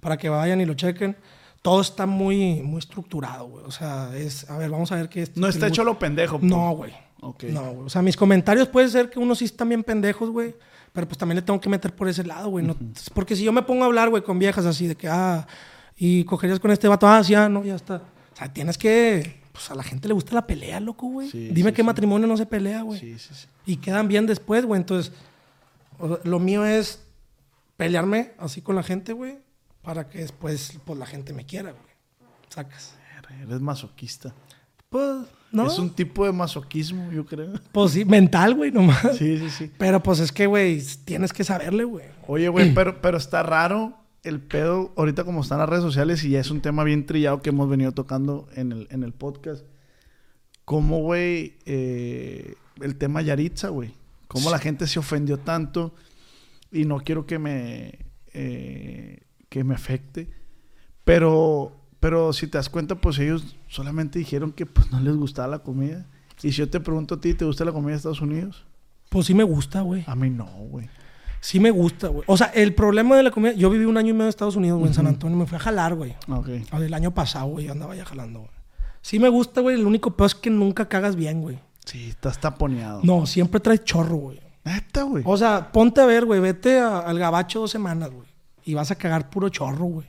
Speaker 3: para que vayan y lo chequen, todo está muy, muy estructurado, güey. O sea, es, a ver, vamos a ver qué es.
Speaker 1: No está hecho lo pendejo. pues.
Speaker 3: No, güey.
Speaker 1: Ok.
Speaker 3: No, güey. O sea, mis comentarios puede ser que unos sí están bien pendejos, güey. Pero pues también le tengo que meter por ese lado, güey. No- Porque si yo me pongo a hablar, güey, con viejas así de que, ah, y cogerías con este vato, ah, sí, ah, no, ya está. O sea, tienes que. Pues a la gente le gusta la pelea, loco, güey.
Speaker 1: Sí,
Speaker 3: Dime
Speaker 1: sí,
Speaker 3: qué
Speaker 1: sí.
Speaker 3: matrimonio no se pelea, güey.
Speaker 1: Sí, sí, sí.
Speaker 3: Y quedan bien después, güey. Entonces, o sea, lo mío es pelearme así con la gente, güey, para que después, pues la gente me quiera, güey. Sacas.
Speaker 1: Eres masoquista.
Speaker 3: Pues, ¿no?
Speaker 1: Es un tipo de masoquismo, yo creo.
Speaker 3: Pues sí, mental, güey, nomás.
Speaker 1: Sí, sí, sí.
Speaker 3: Pero pues es que, güey, tienes que saberle, güey.
Speaker 1: Oye, güey, pero, pero está raro el pedo ahorita como están las redes sociales y ya es un tema bien trillado que hemos venido tocando en el, en el podcast. ¿Cómo, güey, eh, el tema Yaritza, güey? ¿Cómo la gente se ofendió tanto? Y no quiero que me, eh, que me afecte. Pero, pero si te das cuenta, pues ellos solamente dijeron que pues, no les gustaba la comida. Y si yo te pregunto a ti, ¿te gusta la comida de Estados Unidos?
Speaker 3: Pues sí me gusta, güey.
Speaker 1: A mí no, güey.
Speaker 3: Sí me gusta, güey. O sea, el problema de la comida... Yo viví un año y medio en Estados Unidos, güey, en San Antonio. Me fui a jalar, güey.
Speaker 1: Ok.
Speaker 3: A ver, El año pasado, güey, yo andaba ya jalando, güey. Sí me gusta, güey. El único peor es que nunca cagas bien, güey.
Speaker 1: Sí, estás taponeado.
Speaker 3: No, siempre traes chorro, güey.
Speaker 1: Neta, güey.
Speaker 3: O sea, ponte a ver, güey. Vete a- al gabacho dos semanas, güey. Y vas a cagar puro chorro, güey.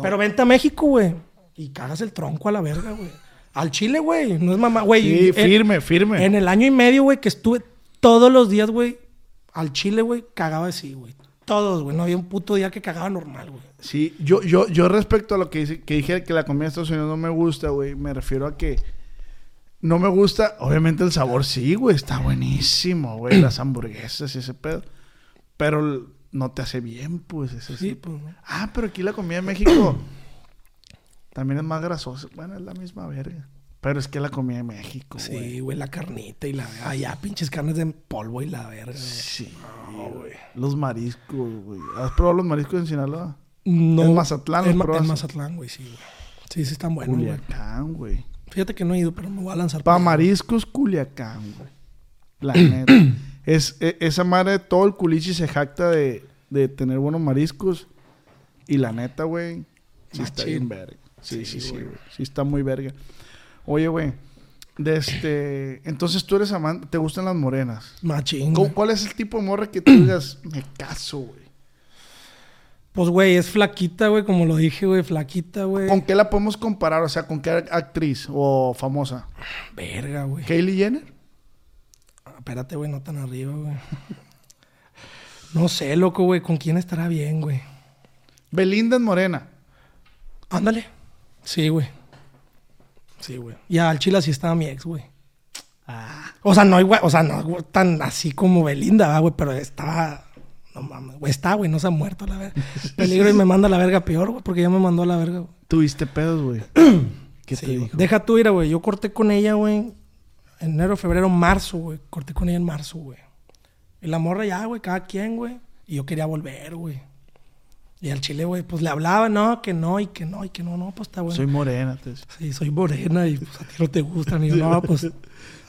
Speaker 3: Pero vente a México, güey. Y cagas el tronco a la verga, güey. Al Chile, güey. No es mamá, güey.
Speaker 1: Sí,
Speaker 3: En-
Speaker 1: firme, firme.
Speaker 3: En el año y medio, güey, que estuve todos los días, güey, al Chile, güey, cagaba así, güey. Todos, güey. No había un puto día que cagaba normal, güey.
Speaker 1: Sí, yo, yo, yo respecto a lo que, dice, que dije que la comida de Estados Unidos no me gusta, güey, me refiero a que no me gusta, obviamente el sabor sí, güey, está buenísimo, güey, las hamburguesas y ese pedo, pero l- no te hace bien, pues, eso
Speaker 3: Sí,
Speaker 1: sí.
Speaker 3: pues, ¿no?
Speaker 1: Ah, pero aquí la comida de México también es más grasosa, bueno, es la misma verga, pero es que la comida de México, güey.
Speaker 3: Sí, güey, la carnita y la... Allá, pinches carnes de polvo y la verga, güey.
Speaker 1: Sí, güey. Los mariscos, güey. ¿Has probado los mariscos en Sinaloa?
Speaker 3: No,
Speaker 1: En Mazatlán,
Speaker 3: En,
Speaker 1: ¿lo
Speaker 3: Ma- en
Speaker 1: probaste?
Speaker 3: Mazatlán, güey, sí, güey. Sí, sí, están buenos, güey.
Speaker 1: Culiacán, güey.
Speaker 3: Fíjate que no he ido, pero me voy a lanzar.
Speaker 1: Pa' mariscos, Culiacán, güey. La neta. Es, e- esa madre de todo el culichi se jacta de, de tener buenos mariscos. Y la neta, güey, Ah, sí está
Speaker 3: Machín.
Speaker 1: bien verga. Sí, sí,
Speaker 3: Sí,
Speaker 1: sí,
Speaker 3: güey.
Speaker 1: güey. Sí está muy verga. Oye, güey, de este... Entonces tú eres amante, te gustan las morenas.
Speaker 3: Machín,
Speaker 1: ¿Cu-
Speaker 3: güey.
Speaker 1: ¿Cuál es el tipo de morra que tú digas, me caso, güey?
Speaker 3: Pues, güey, es flaquita, güey, como lo dije, güey, flaquita, güey.
Speaker 1: ¿Con qué la podemos comparar? O sea, ¿con qué actriz o famosa?
Speaker 3: Verga, güey.
Speaker 1: ¿Kylie Jenner?
Speaker 3: Ah, Espérate, güey, no tan arriba, güey. No sé, loco, güey, con quién estará bien, güey.
Speaker 1: ¿Belinda en morena?
Speaker 3: Ándale. Sí, güey. Sí, güey. Ah. Y al chile así estaba mi ex, güey. O sea, no igual, o sea, no güey, tan así como Belinda, va, güey, pero estaba no mames, güey, está, güey, no se ha muerto la verga. Peligro y me manda a la verga peor, güey, porque ya me mandó a la verga, güey.
Speaker 1: Tuviste pedos, güey. ¿Qué te
Speaker 3: Sí,
Speaker 1: dijo?
Speaker 3: Deja tú ir, güey. Yo corté con ella, güey. Enero, febrero, marzo, güey. Corté con ella en marzo, güey. Y la morra ya, güey, cada quien, güey. Y yo quería volver, güey. Y al chile, güey, pues le hablaba, no, que no, y que no, y que no, no, pues está bueno.
Speaker 1: Soy morena. te decía.
Speaker 3: Sí, soy morena y pues a ti no te gustan. Y yo, no, pues.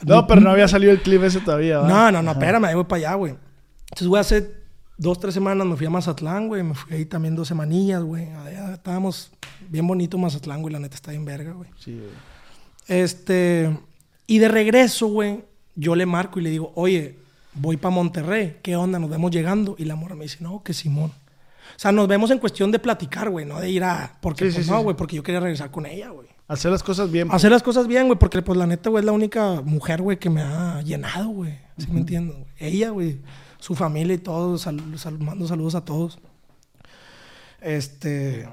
Speaker 1: No, pero no había salido el clip ese todavía, ¿va?
Speaker 3: No, no, no, espérame, ahí voy para allá, güey. Entonces, güey, hace dos, tres semanas me fui a Mazatlán, güey. Me fui ahí también dos semanillas, güey. Allá estábamos bien bonito Mazatlán, güey. La neta está bien verga, güey.
Speaker 1: Sí, güey.
Speaker 3: Este, y de regreso, güey, yo le marco y le digo, oye, voy para Monterrey, ¿qué onda? Nos vemos llegando. Y la morra me dice, no, que Simón. O sea, nos vemos en cuestión de platicar, güey, no de ir a. Porque,
Speaker 1: Sí,
Speaker 3: pues,
Speaker 1: sí,
Speaker 3: no,
Speaker 1: sí,
Speaker 3: güey,
Speaker 1: sí.
Speaker 3: porque yo quería regresar con ella, güey.
Speaker 1: Hacer las cosas bien.
Speaker 3: Hacer las cosas bien, güey, porque, pues, la neta, güey, es la única mujer, güey, que me ha llenado, güey. ¿Sí me entiendes? güey? Ella, güey, su familia y todo, sal- sal- mando saludos a todos. Este.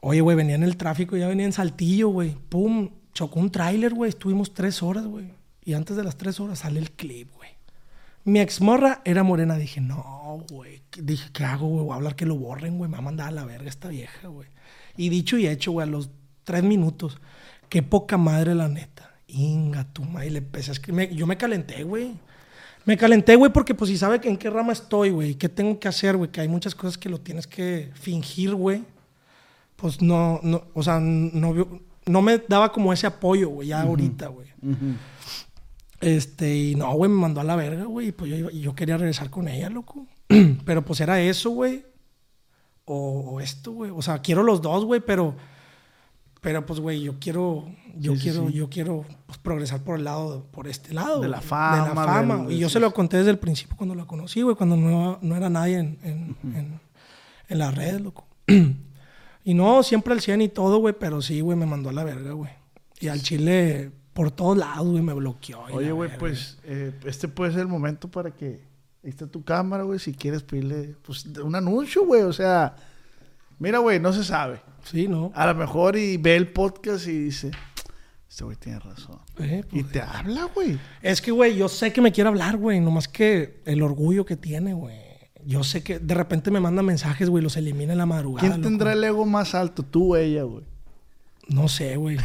Speaker 3: Oye, güey, venía en el tráfico, ya venía en Saltillo, güey. Pum, chocó un tráiler, güey. Estuvimos tres horas, güey. Y antes de las tres horas sale el clip, güey. Mi exmorra era morena. Dije, no, güey. ¿Qué- Dije, ¿qué hago, güey? Voy a hablar que lo borren, güey. Me va a mandar a la verga esta vieja, güey. Y dicho y hecho, güey, a los tres minutos. Qué poca madre, la neta. Inga, tu madre. Y le empecé a escribir. Me- Yo me calenté, güey. Me calenté, güey, porque pues si sabe que en qué rama estoy, güey. ¿Qué tengo que hacer, güey? Que hay muchas cosas que lo tienes que fingir, güey pues no, no o sea, no, vio- no me daba como ese apoyo, güey, ya ahorita, güey. Este, y no, güey, me mandó a la verga, güey, y pues yo, iba- y yo quería regresar con ella, loco. pero pues era eso, güey, o, o esto, güey. O sea, quiero los dos, güey, pero, pero pues, güey, yo quiero, yo
Speaker 1: Sí, sí,
Speaker 3: quiero,
Speaker 1: sí.
Speaker 3: yo quiero pues, progresar por el lado, por este lado.
Speaker 1: De la
Speaker 3: güey, De
Speaker 1: fama,
Speaker 3: la fama.
Speaker 1: del-
Speaker 3: y yo
Speaker 1: sí,
Speaker 3: se lo
Speaker 1: sí.
Speaker 3: conté desde el principio cuando la conocí, güey, cuando no, no era nadie en, en, en- en las redes, loco. Y no, siempre al 100 y todo, güey, pero sí, güey, me mandó a la verga, güey. Y al chile, por todos lados, güey, me bloqueó. y
Speaker 1: Oye,
Speaker 3: la
Speaker 1: güey,
Speaker 3: verga.
Speaker 1: pues eh, este puede ser el momento para que. Ahí está tu cámara, güey, si quieres pedirle pues, un anuncio, güey. O sea, mira, güey, no se sabe.
Speaker 3: Sí, ¿no?
Speaker 1: A lo mejor y ve el podcast y dice, este güey tiene razón.
Speaker 3: Eh,
Speaker 1: Y
Speaker 3: pues,
Speaker 1: te habla, güey.
Speaker 3: Es que, güey, yo sé que me quiere hablar, güey, nomás que el orgullo que tiene, güey. Yo sé que de repente me manda mensajes, güey, los elimina en la madrugada.
Speaker 1: ¿Quién
Speaker 3: loco.
Speaker 1: tendrá el ego más alto? Tú o ella, güey.
Speaker 3: No sé, güey.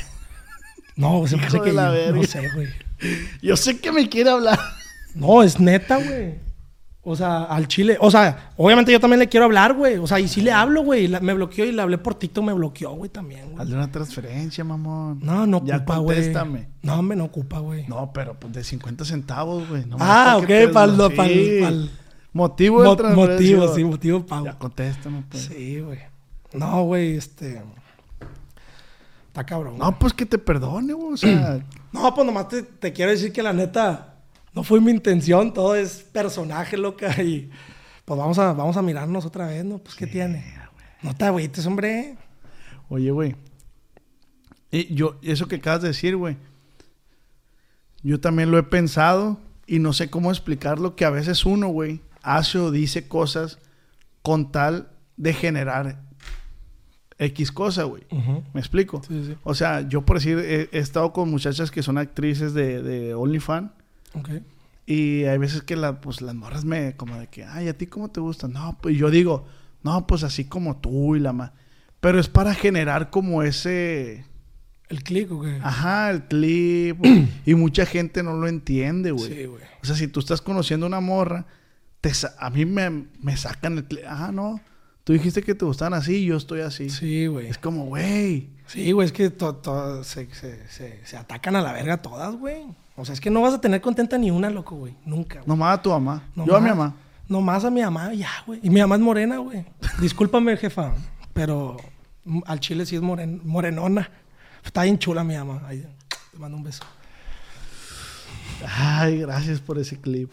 Speaker 3: No, se me
Speaker 1: Hijo
Speaker 3: hace
Speaker 1: de
Speaker 3: que
Speaker 1: la
Speaker 3: yo-
Speaker 1: verga.
Speaker 3: No sé, güey.
Speaker 1: Yo sé que me quiere hablar.
Speaker 3: No, es neta, güey. O sea, al chile. O sea, obviamente yo también le quiero hablar, güey. O sea, y sí le hablo, güey. La- Me bloqueó y le hablé por TikTok, me bloqueó, güey, también, güey.
Speaker 1: Hazle una transferencia, mamón.
Speaker 3: No, no
Speaker 1: Ya
Speaker 3: ocupa, güey.
Speaker 1: contéstame.
Speaker 3: No, hombre, no ocupa, güey.
Speaker 1: No, pero pues de 50 centavos, güey. nomás
Speaker 3: Ah,
Speaker 1: para que
Speaker 3: ok,
Speaker 1: te-
Speaker 3: pa'l-
Speaker 1: sí.
Speaker 3: pa'l- pa'l-
Speaker 1: Motivo de
Speaker 3: Mo-
Speaker 1: transferencia.
Speaker 3: motivo, sí, motivo pago.
Speaker 1: Ya contéstame, pues.
Speaker 3: Sí, güey. No, güey, este. Está cabrón. güey.
Speaker 1: No, pues que te perdone, güey. O sea,
Speaker 3: No, pues nomás te, te quiero decir que la neta no fue mi intención, todo es personaje, loca. Y pues vamos a, vamos a mirarnos otra vez, ¿no? Pues, ¿qué tiene? No te agüites, hombre.
Speaker 1: oye, güey. Y yo, eso que acabas de decir, güey. Yo también lo he pensado y no sé cómo explicarlo que a veces uno, güey, hace o dice cosas con tal de generar X cosa, güey. ¿Me explico?
Speaker 3: Sí, sí.
Speaker 1: O sea, yo por decir, he, he estado con muchachas que son actrices de, de OnlyFans
Speaker 3: Ok.
Speaker 1: y hay veces que la, pues, las morras me, como de que, ay, ¿a ti cómo te gusta? No, pues yo digo, no, pues así como tú y la más. Pero es para generar como ese,
Speaker 3: El clic, ¿o qué?
Speaker 1: ajá, el clip. y mucha gente no lo entiende, güey.
Speaker 3: Sí, güey.
Speaker 1: O sea, si tú estás conociendo a una morra, te sa- a mí me, me sacan el clip. Ah, no, tú dijiste que te gustan así, yo estoy así.
Speaker 3: Sí, güey.
Speaker 1: Es como, güey.
Speaker 3: Sí, güey, es que to- to- se, se- se- se atacan a la verga todas, güey. O sea, es que no vas a tener contenta ni una, loco, güey. Nunca, güey.
Speaker 1: Nomás a tu mamá.
Speaker 3: No
Speaker 1: Yo a
Speaker 3: más.
Speaker 1: mi mamá.
Speaker 3: Nomás a mi mamá, ya, güey. Y mi mamá es morena, güey. Discúlpame, jefa, pero m- al chile sí es moren- morenona. Está bien chula mi mamá. Ahí, te mando un beso.
Speaker 1: Ay, gracias por ese clip.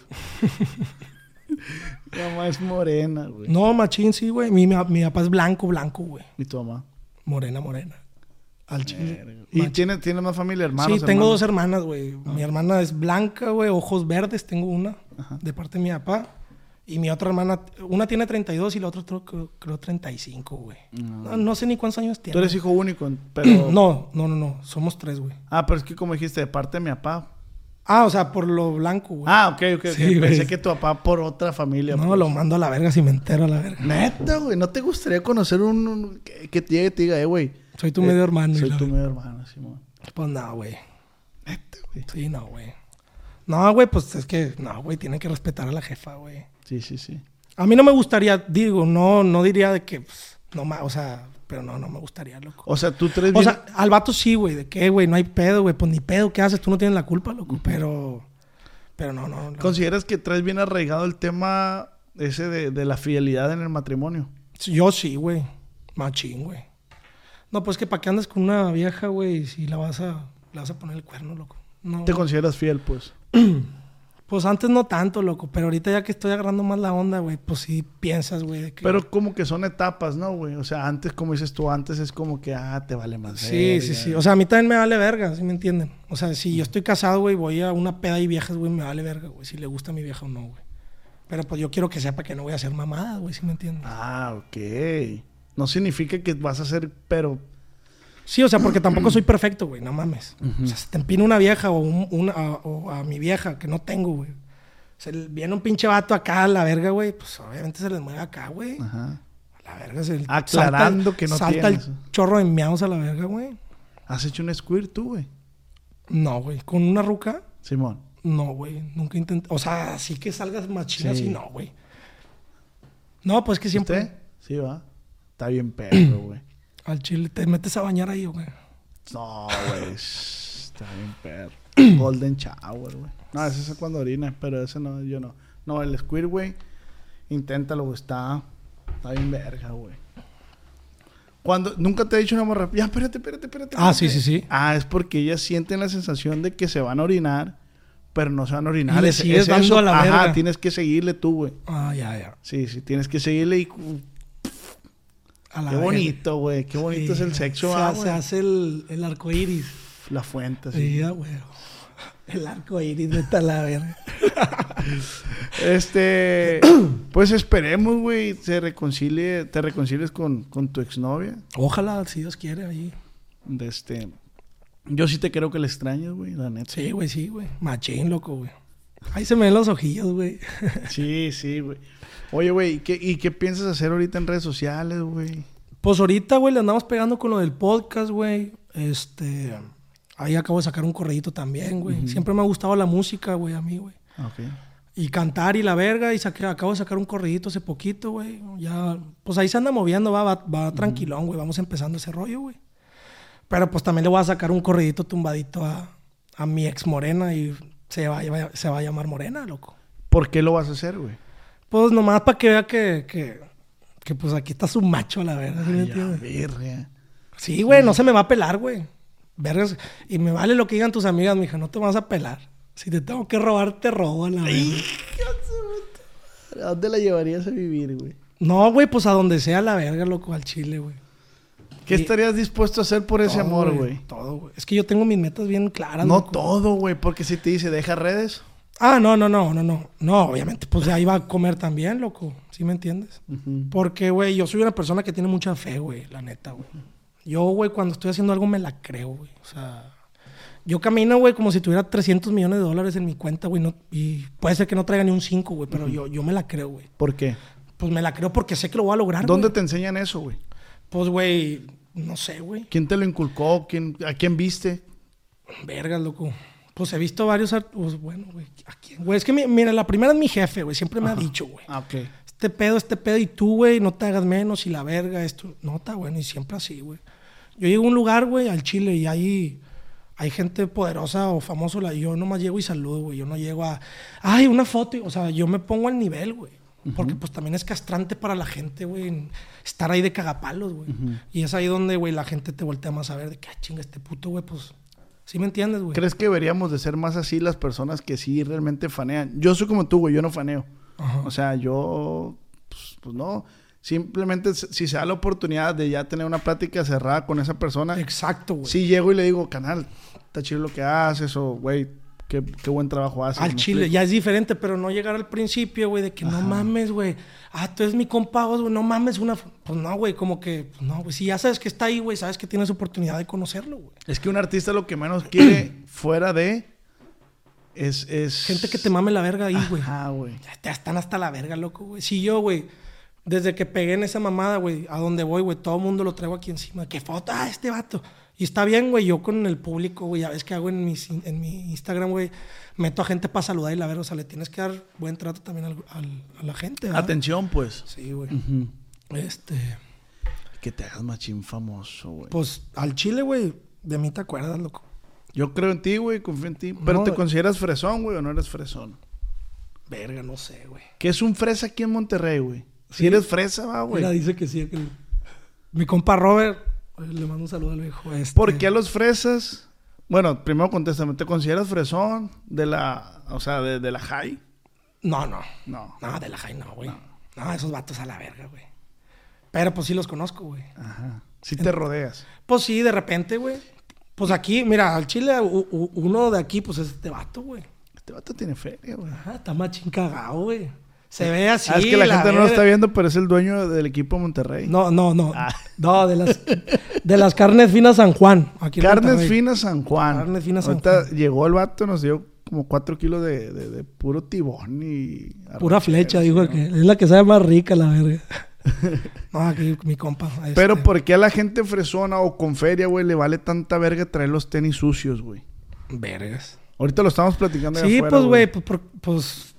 Speaker 1: mi mamá es morena, güey.
Speaker 3: No, machín, sí, güey. Mi, mi, mi papá es blanco, blanco, güey.
Speaker 1: Y tu mamá.
Speaker 3: Morena, morena. Al chile.
Speaker 1: ¿Y
Speaker 3: Mach-
Speaker 1: tiene, tiene más familia, hermanos? Ah.
Speaker 3: sí, tengo dos
Speaker 1: hermanas?
Speaker 3: hermanas, güey. Mi hermana es blanca, güey, ojos verdes, tengo una, de parte de mi papá. Y mi otra hermana, una tiene 32 y la otra creo, creo- creo 35, güey. No, no sé ni cuántos años tiene.
Speaker 1: Tú eres hijo único, pero...
Speaker 3: No, no, no, no. Somos tres, güey.
Speaker 1: Ah, pero es que como dijiste, de parte de mi papá.
Speaker 3: Ah, o sea, por lo blanco, güey.
Speaker 1: Ah, ok, ok. ok.
Speaker 3: Sí, güey.
Speaker 1: Pensé que tu papá por otra familia.
Speaker 3: no,
Speaker 1: pues.
Speaker 3: lo mando a la verga si me entero a la verga.
Speaker 1: Neta, güey. ¿No te gustaría conocer un... un- que, que te llegue y te diga, eh, güey?
Speaker 3: Soy tu medio hermano. y
Speaker 1: Soy
Speaker 3: la
Speaker 1: tu
Speaker 3: verga.
Speaker 1: medio hermano, Simón.
Speaker 3: Pues no, güey.
Speaker 1: Neta, güey.
Speaker 3: Sí, no, güey. No, güey, pues es que, no, güey, tienen que respetar a la jefa, güey.
Speaker 1: Sí, sí, sí.
Speaker 3: A mí no me gustaría, digo, no, no diría de que, pues, no más, o sea, pero no, no me gustaría, loco.
Speaker 1: O sea, tú tres...
Speaker 3: O
Speaker 1: bien-
Speaker 3: sea, al vato sí, güey, de que, güey, no hay pedo, güey, pues ni pedo, ¿qué haces? Tú no tienes la culpa, loco, pero, pero no, no, no.
Speaker 1: ¿Consideras que traes bien arraigado el tema ese de, de la fidelidad en el matrimonio?
Speaker 3: Yo sí, güey, machín, güey. No, pues que para qué andas con una vieja, güey, si la vas a, la vas a poner el cuerno, loco. No,
Speaker 1: ¿Te consideras fiel, pues?
Speaker 3: pues antes no tanto, loco, pero ahorita ya que estoy agarrando más la onda, güey, pues sí piensas, güey, de que...
Speaker 1: Pero como que son etapas, ¿no, güey? O sea, antes, como dices tú, antes es como que, ah, te vale más.
Speaker 3: Sí, sí,
Speaker 1: verga.
Speaker 3: sí. O sea, a mí también me vale verga, ¿sí me entienden? O sea, si yo estoy casado, güey, voy a una peda y viejas, güey, me vale verga, güey, si le gusta a mi vieja o no, güey. Pero pues yo quiero que sepa que no voy a hacer mamadas, güey, ¿sí me entienden?
Speaker 1: Ah, ok. No significa que vas a ser, pero...
Speaker 3: Sí, o sea, porque tampoco soy perfecto, güey, no mames. O sea, si te empino una vieja o, un- una- a- o a mi vieja que no tengo, güey. O sea, el- viene un pinche vato acá a la verga, güey, pues obviamente se les mueve acá, güey.
Speaker 1: Ajá.
Speaker 3: A la verga se
Speaker 1: Ah. Aclarando
Speaker 3: salta el-
Speaker 1: que no
Speaker 3: Salta
Speaker 1: tienes.
Speaker 3: el chorro de miados a la verga, güey.
Speaker 1: ¿Has hecho un squirt tú, güey?
Speaker 3: No, güey, con una ruca...
Speaker 1: Simón.
Speaker 3: No, güey, nunca intenté. O sea, así que salgas machina,
Speaker 1: Sí.
Speaker 3: así no, güey. No, pues que siempre.
Speaker 1: ¿Usted? Sí, va. Está bien perro, güey.
Speaker 3: Al chile, te metes a bañar ahí, güey.
Speaker 1: No, güey. shh, Está bien perro. Golden Shower, güey. No, ese es cuando orinas, pero ese no, yo no. No, el Squirt, güey. Inténtalo, güey. Está, está bien verga, güey. Cuando, nunca te he dicho una morra. Ya, espérate, espérate, espérate.
Speaker 3: Ah,
Speaker 1: espérate".
Speaker 3: sí, sí, sí.
Speaker 1: Ah, es porque ellas sienten la sensación de que se van a orinar, pero no se van a
Speaker 3: Y
Speaker 1: orinar.
Speaker 3: le
Speaker 1: Es-
Speaker 3: sigues
Speaker 1: es
Speaker 3: dando
Speaker 1: eso.
Speaker 3: a la
Speaker 1: Ajá,
Speaker 3: verga.
Speaker 1: tienes que seguirle tú, güey.
Speaker 3: Ah, ya, ya.
Speaker 1: Sí, sí, tienes que seguirle y. uh,
Speaker 3: A la
Speaker 1: Qué
Speaker 3: verga.
Speaker 1: bonito, güey. Qué bonito
Speaker 3: Sí,
Speaker 1: es el sexo,
Speaker 3: Se,
Speaker 1: ah,
Speaker 3: ha- se
Speaker 1: güey.
Speaker 3: hace el, el arco iris.
Speaker 1: La fuente, sí.
Speaker 3: Sí, ah, güey. El arco iris de Talavera.
Speaker 1: Este, pues esperemos, güey, se reconcilie, te reconcilies con, con tu exnovia.
Speaker 3: Ojalá, si Dios quiere, ahí.
Speaker 1: De este, yo sí te creo que le extrañas, güey, la neta.
Speaker 3: Sí, güey, sí, güey. Machín, loco, güey. Ahí se me ven los ojillos, güey.
Speaker 1: Sí, sí, güey. Oye, güey, ¿y qué, ¿y qué piensas hacer ahorita en redes sociales, güey?
Speaker 3: Pues ahorita, güey, le andamos pegando con lo del podcast, güey. Este. Ahí acabo de sacar un correíto también, güey. Siempre me ha gustado la música, güey, a mí, güey.
Speaker 1: Ah, Ok.
Speaker 3: Y cantar y la verga. Y saqué- acabo de sacar un correíto hace poquito, güey. Ya. Pues ahí se anda moviendo, va, va, va tranquilón, güey. Vamos empezando ese rollo, güey. Pero pues también le voy a sacar un correíto tumbadito a, a mi ex morena y se va, a llama- se va a llamar Morena, loco.
Speaker 1: ¿Por qué lo vas a hacer, güey?
Speaker 3: Pues nomás para que vea que, que, que, pues aquí está su macho, la verga. ¿sí me
Speaker 1: Ya,
Speaker 3: entiendes?
Speaker 1: verga.
Speaker 3: Sí, güey, no se me va a pelar, güey. Vergas. Y me vale lo que digan tus amigas, mija, no te vas a pelar. Si te tengo que robar, te robo a la verga.
Speaker 1: ¿A dónde la llevarías a vivir, güey?
Speaker 3: No, güey, pues a donde sea la verga, loco, al chile, güey.
Speaker 1: ¿Qué estarías dispuesto a hacer por ese
Speaker 3: Todo,
Speaker 1: amor, güey?
Speaker 3: Todo, güey. Es que yo tengo mis metas bien claras,
Speaker 1: No
Speaker 3: loco.
Speaker 1: todo, güey, porque si te dice deja redes,
Speaker 3: Ah, no, no, no, no, no. No, obviamente, pues ahí va a comer también, loco. ¿Sí me entiendes? Porque, güey, yo soy una persona que tiene mucha fe, güey, la neta, güey. Yo, güey, cuando estoy haciendo algo me la creo, güey. O sea, yo camino, güey, como si tuviera 300 millones de dólares en mi cuenta, güey. no- y puede ser que no traiga ni un 5, güey, pero yo, yo me la creo, güey.
Speaker 1: ¿por qué?
Speaker 3: Pues me la creo porque sé que lo voy a lograr,
Speaker 1: ¿Dónde
Speaker 3: güey.
Speaker 1: te enseñan eso, güey?
Speaker 3: Pues, güey, no sé, güey.
Speaker 1: ¿Quién te lo inculcó? ¿Quién, ¿A quién viste?
Speaker 3: Vergas, loco. Pues he visto varios... art- Pues, bueno, güey, ¿a quién? Güey, es que, mi- mira, la primera es mi jefe, güey. Siempre me ha dicho, güey.
Speaker 1: Ah, ok.
Speaker 3: este pedo, este pedo, y tú, güey, no te hagas menos, y la verga, esto. No, está bueno, y siempre así, güey. Yo llego a un lugar, güey, al Chile, y ahí hay gente poderosa o famosa, la- yo nomás llego y saludo, güey. Yo no llego a, ay, una foto, y- o sea, yo me pongo al nivel, güey. Porque pues también es castrante para la gente, güey, en- estar ahí de cagapalos, güey. Y es ahí donde, güey, la gente te voltea más a ver de que, ah, chinga, este puto, güey, pues, ¿sí me entiendes, güey?
Speaker 1: ¿Crees que deberíamos de ser más así las personas que sí realmente fanean? Yo soy como tú, güey, yo no faneo. O sea, yo, pues, pues no. Simplemente s- si se da la oportunidad de ya tener una plática cerrada con esa persona,
Speaker 3: Exacto, güey.
Speaker 1: sí llego y le digo, canal, está chido lo que haces o, güey, qué, qué buen trabajo haces.
Speaker 3: Al
Speaker 1: ¿me
Speaker 3: chile,
Speaker 1: explico?
Speaker 3: ya es diferente, pero no llegar al principio, güey, de que no mames, güey. Ah, tú eres mi compa, vos, güey, no mames, una. f- Pues no, güey, como que, pues no, güey. Si ya sabes que está ahí, güey, sabes que tienes oportunidad de conocerlo, güey.
Speaker 1: Es que un artista lo que menos quiere fuera de Es, es...
Speaker 3: Gente que te mame la verga ahí, güey.
Speaker 1: Ajá, güey.
Speaker 3: Ya te- Están hasta la verga, loco, güey. Si yo, güey, desde que pegué en esa mamada, güey, a donde voy, güey, todo el mundo lo traigo aquí encima. ¿Qué foto? Ah, este vato. Y está bien, güey, yo con el público, güey, ya ves que hago en, mis in- en mi Instagram, güey, meto a gente para saludar y la verga. O sea, le tienes que dar buen trato también al- al- a la gente, ¿verdad?
Speaker 1: Atención, pues.
Speaker 3: Sí, güey. Este,
Speaker 1: Que te hagas machín famoso, güey.
Speaker 3: pues, al chile, güey, de mí te acuerdas, loco.
Speaker 1: Yo creo en ti, güey, confío en ti. Pero
Speaker 3: No, eh.
Speaker 1: ¿te
Speaker 3: güey.
Speaker 1: consideras fresón, güey, o no eres fresón?
Speaker 3: Verga, no sé, güey.
Speaker 1: Que es un fresa aquí en Monterrey, güey. Si eres fresa, va, güey.
Speaker 3: Mira, dice que sí. que el- Mi compa Robert, oye, le mando un saludo al viejo. Este,
Speaker 1: ¿Por qué a los fresas? Bueno, primero contéstame, ¿te consideras fresón de la, o sea, de, de la high?
Speaker 3: No, no.
Speaker 1: No.
Speaker 3: No, de la Jai no, güey. No. esos vatos a la verga, güey. Pero pues sí los conozco, güey.
Speaker 1: Ajá. Si te rodeas.
Speaker 3: Pues sí, de repente, güey. Pues aquí, mira, al chile, u- u- uno de aquí, pues es este vato, güey.
Speaker 1: Este vato tiene feria, güey.
Speaker 3: Ajá, está más chingagado, güey. Se ve así.
Speaker 1: Ah, es que la, gente no lo
Speaker 3: verga.
Speaker 1: está viendo, pero es el dueño del equipo Monterrey.
Speaker 3: No, no, no. No, de las, de las carnes finas San Juan. Aquí en
Speaker 1: Carnes
Speaker 3: Monterrey.
Speaker 1: finas San Juan.
Speaker 3: Carnes finas San
Speaker 1: Ahorita
Speaker 3: Juan.
Speaker 1: llegó el vato, nos dio como cuatro kilos de, de- de puro tibón y...
Speaker 3: Pura
Speaker 1: arrachera,
Speaker 3: flecha,
Speaker 1: sí,
Speaker 3: dijo el
Speaker 1: ¿no?
Speaker 3: que es la que sabe más rica, la verga. no, aquí mi compa. este,
Speaker 1: Pero ¿por qué a la gente fresona o con feria, güey, le vale tanta verga traer los tenis sucios, güey?
Speaker 3: Vergas.
Speaker 1: Ahorita lo estamos platicando. allá
Speaker 3: Sí,
Speaker 1: afuera,
Speaker 3: pues, güey, pues, por- pues.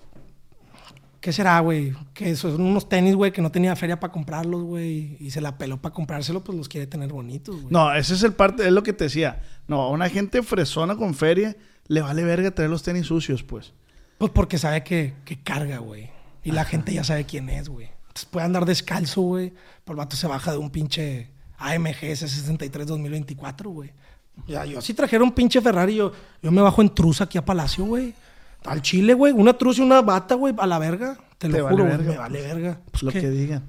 Speaker 3: ¿Qué será, güey? Que esos son unos tenis, güey, que no tenía feria para comprarlos, güey. Y se la peló para comprárselo, pues los quiere tener bonitos, güey.
Speaker 1: No, ese es el parte, es lo que te decía. No, a una gente fresona con feria le vale verga traer los tenis sucios, pues.
Speaker 3: Pues porque sabe que, que carga, güey. Y la gente ya sabe quién es, güey. Entonces puede andar descalzo, güey. Pero el vato se baja de un pinche AMG S63 2024, güey. Ya, yo si trajera un pinche Ferrari, yo, yo me bajo en truza aquí a Palacio, güey. Al Chile, güey. Una truza y una bata, güey, a la verga. Te lo
Speaker 1: Te vale
Speaker 3: juro, güey.
Speaker 1: verga,
Speaker 3: Me vale verga. Pues,
Speaker 1: lo
Speaker 3: ¿qué?
Speaker 1: que digan.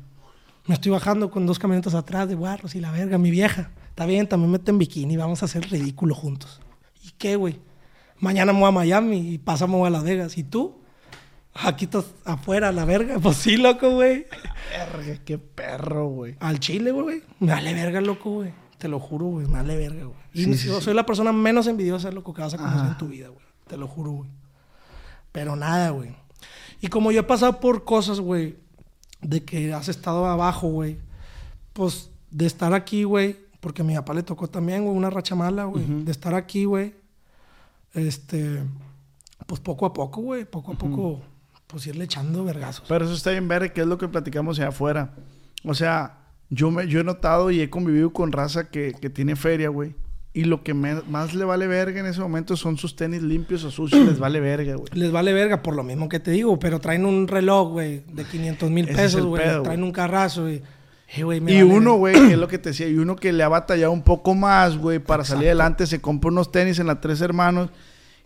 Speaker 3: Me estoy bajando con dos camionetas atrás de guarros y la verga, mi vieja. Está bien, también mete en bikini, vamos a hacer ridículo juntos. ¿Y qué, güey? Mañana me voy a Miami y pasamos a Las Vegas. ¿Y tú? Aquí estás afuera, a la verga. Pues sí, loco, güey.
Speaker 1: Verga, qué perro, güey.
Speaker 3: Al Chile, güey. Me vale verga, loco, güey. Te lo juro, güey. Me vale verga, güey. Y
Speaker 1: Sí, sí,
Speaker 3: yo
Speaker 1: sí.
Speaker 3: soy la persona menos envidiosa, loco, que vas a conocer en tu vida, güey. Te lo juro, güey. Pero nada, güey. Y como yo he pasado por cosas, güey, de que has estado abajo, güey, pues de estar aquí, güey, porque a mi papá le tocó también, güey, una racha mala, güey, de estar aquí, güey, este, pues poco a poco, güey, poco a poco, pues irle echando vergazos.
Speaker 1: Pero eso está bien verga, que es lo que platicamos allá afuera. O sea, yo, me, yo he notado y he convivido con raza que, que tiene feria, güey. Y lo que me- más le vale verga en ese momento son sus tenis limpios o sucios, les vale verga, güey.
Speaker 3: Les vale verga por lo mismo que te digo, pero traen un reloj, güey, de 500 mil
Speaker 1: Ese es el
Speaker 3: pesos, güey.
Speaker 1: pedo,
Speaker 3: Traen
Speaker 1: güey.
Speaker 3: un carrazo, güey. Eh, güey, me
Speaker 1: Y
Speaker 3: vale
Speaker 1: uno,
Speaker 3: verga.
Speaker 1: güey, que es lo que te decía, y uno que le ha batallado un poco más, güey, para salir adelante, se compra unos tenis en las tres hermanos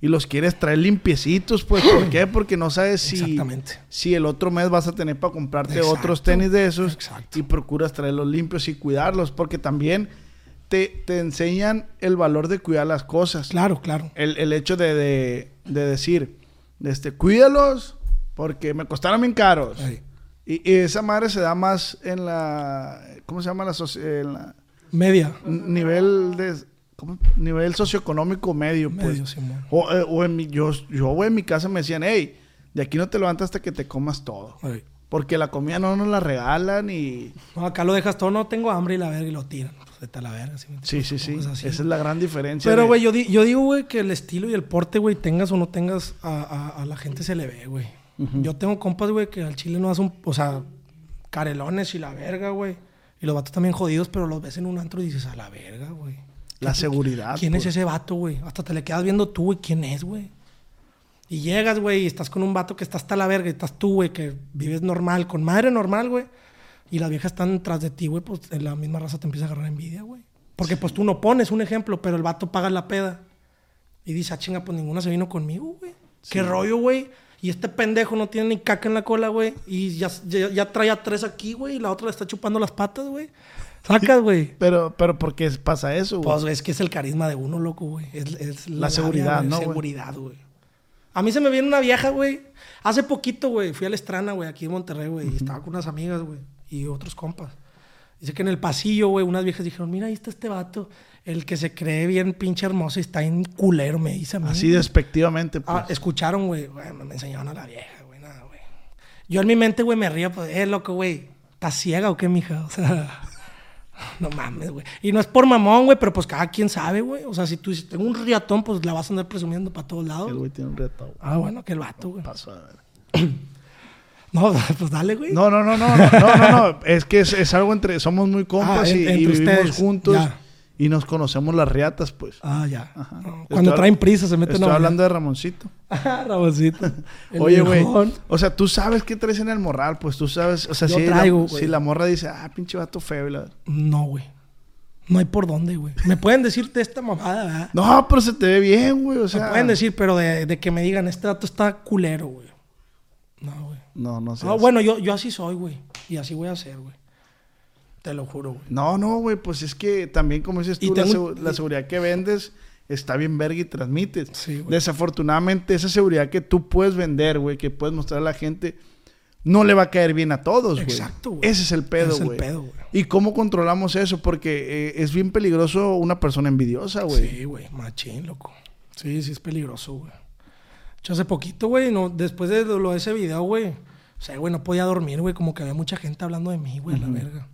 Speaker 1: y los quieres traer limpiecitos, pues, ¿por qué? Porque no sabes si,
Speaker 3: Exactamente.
Speaker 1: si el otro mes vas a tener para comprarte
Speaker 3: Exacto,
Speaker 1: otros tenis de esos
Speaker 3: exacto.
Speaker 1: y procuras traerlos limpios y cuidarlos, porque también te, te enseñan el valor de cuidar las cosas.
Speaker 3: Claro, claro.
Speaker 1: El, el hecho de, de- de decir, este, cuídalos porque me costaron bien caros.
Speaker 3: Ey.
Speaker 1: Y, y esa madre se da más en la. ¿Cómo se llama? La soci- en la-
Speaker 3: Media.
Speaker 1: n- nivel de. ¿cómo? Nivel socioeconómico medio, pues.
Speaker 3: Medio, Simón.
Speaker 1: o, eh, o en mi, yo, yo, güey, en mi casa me decían, hey, de aquí no te levantas hasta que te comas todo.
Speaker 3: Ey.
Speaker 1: Porque la comida no nos la regalan y.
Speaker 3: No, acá lo dejas todo, no tengo hambre y la verga y lo tiran. Pues vete a la verga. ¿sí me entiendes?
Speaker 1: Sí, sí, sí.
Speaker 3: Cosas así.
Speaker 1: Esa es la gran diferencia.
Speaker 3: Pero,
Speaker 1: de-
Speaker 3: güey, yo, di- yo digo, güey, que el estilo y el porte, güey, tengas o no tengas, a, a- a la gente se le ve, güey. Yo tengo compas, güey, que al chile no hacen, o sea, carelones y la verga, güey. Y los vatos también jodidos, pero los ves en un antro y dices, a la verga, güey.
Speaker 1: La seguridad.
Speaker 3: ¿Quién
Speaker 1: pues.
Speaker 3: es ese vato, güey? Hasta te le quedas viendo tú, güey, ¿quién es, güey? Y llegas, güey, y estás con un vato que está hasta la verga, y estás tú, güey, que vives normal, con madre normal, güey. Y las viejas están tras de ti, güey, pues en la misma raza te empieza a agarrar envidia, güey. Porque pues tú no pones un ejemplo, pero el vato paga la peda. Y dice, ah, chinga, pues ninguna se vino conmigo, güey. Qué rollo, güey. Y este pendejo no tiene ni caca en la cola, güey. Y ya, ya, ya trae a tres aquí, güey, y la otra le está chupando las patas, güey. Sacas, güey.
Speaker 1: Pero, pero, ¿por qué pasa eso, güey?
Speaker 3: Pues güey, es que es el carisma de uno, loco, güey. Es, es
Speaker 1: La seguridad,
Speaker 3: güey,
Speaker 1: ¿no, güey?
Speaker 3: seguridad, güey. A mí se me viene una vieja, güey. Hace poquito, güey, fui a la Estrana, güey, aquí en Monterrey, güey. Y estaba con unas amigas, güey. Y otros compas. Dice que en el pasillo, güey, unas viejas dijeron, mira, ahí está este vato. el que se cree bien pinche hermoso y está en culero, me dice a mí.
Speaker 1: Así despectivamente, pues.
Speaker 3: Ah, escucharon, güey. Güey, Me enseñaron a la vieja, güey. Nada, güey. Yo en mi mente, güey, me río, pues, eh, loco, güey. ¿Estás ciega o qué, mija? O sea, no mames, güey. Y no es por mamón, güey, pero pues cada quien sabe, güey. O sea, si tú dices, tengo un riatón, pues la vas a andar presumiendo para todos lados.
Speaker 1: El güey tiene un reto, güey.
Speaker 3: Ah, bueno, que el vato, güey.
Speaker 1: Paso, a ver.
Speaker 3: No, pues dale, güey.
Speaker 1: No, no, no, no, no, no, no, no. Es que es, es algo entre. Somos muy compas
Speaker 3: Ah, en-
Speaker 1: y, y
Speaker 3: entre
Speaker 1: vivimos
Speaker 3: ustedes,
Speaker 1: juntos
Speaker 3: ya.
Speaker 1: y nos conocemos las riatas, pues.
Speaker 3: Ah, ya. No,
Speaker 1: Estoy
Speaker 3: Cuando
Speaker 1: hab-
Speaker 3: traen prisa se meten
Speaker 1: Estoy
Speaker 3: a
Speaker 1: hablando de Ramoncito.
Speaker 3: Ah, Ramoncito. El
Speaker 1: Oye, güey.
Speaker 3: viejón.
Speaker 1: O sea, tú sabes qué traes en el morral, pues tú sabes. O sea,
Speaker 3: Yo
Speaker 1: si,
Speaker 3: traigo,
Speaker 1: la,
Speaker 3: güey.
Speaker 1: si la morra dice, ah, pinche vato feo. y la-
Speaker 3: No, güey. No hay por dónde, güey. Me pueden decir de esta mamada, ¿verdad?
Speaker 1: No, pero se te ve bien, güey. O sea,
Speaker 3: Me pueden decir, pero de, de que me digan, este dato está culero, güey. No, güey.
Speaker 1: No, no sé.
Speaker 3: No, Ah, bueno, yo, yo así soy, güey. Y así voy a ser, güey. Te lo juro, güey.
Speaker 1: No, no, güey, pues es que también, como dices
Speaker 3: Y
Speaker 1: tú, la,
Speaker 3: tengo-
Speaker 1: segu- la seguridad que vendes está bien verga y transmites.
Speaker 3: Sí, güey.
Speaker 1: Desafortunadamente, esa seguridad que tú puedes vender, güey, que puedes mostrar a la gente, no le va a caer bien a todos, güey.
Speaker 3: Exacto, güey.
Speaker 1: Ese es el pedo,
Speaker 3: Es el
Speaker 1: güey.
Speaker 3: pedo, güey.
Speaker 1: ¿Y cómo controlamos eso? Porque eh, es bien peligroso una persona envidiosa, güey.
Speaker 3: Sí, güey. Machín, loco. Sí, sí, es peligroso, güey. Yo hace poquito, güey, no, después de lo de ese video, güey. O sea, güey, no podía dormir, güey. Como que había mucha gente hablando de mí, güey, a la verga.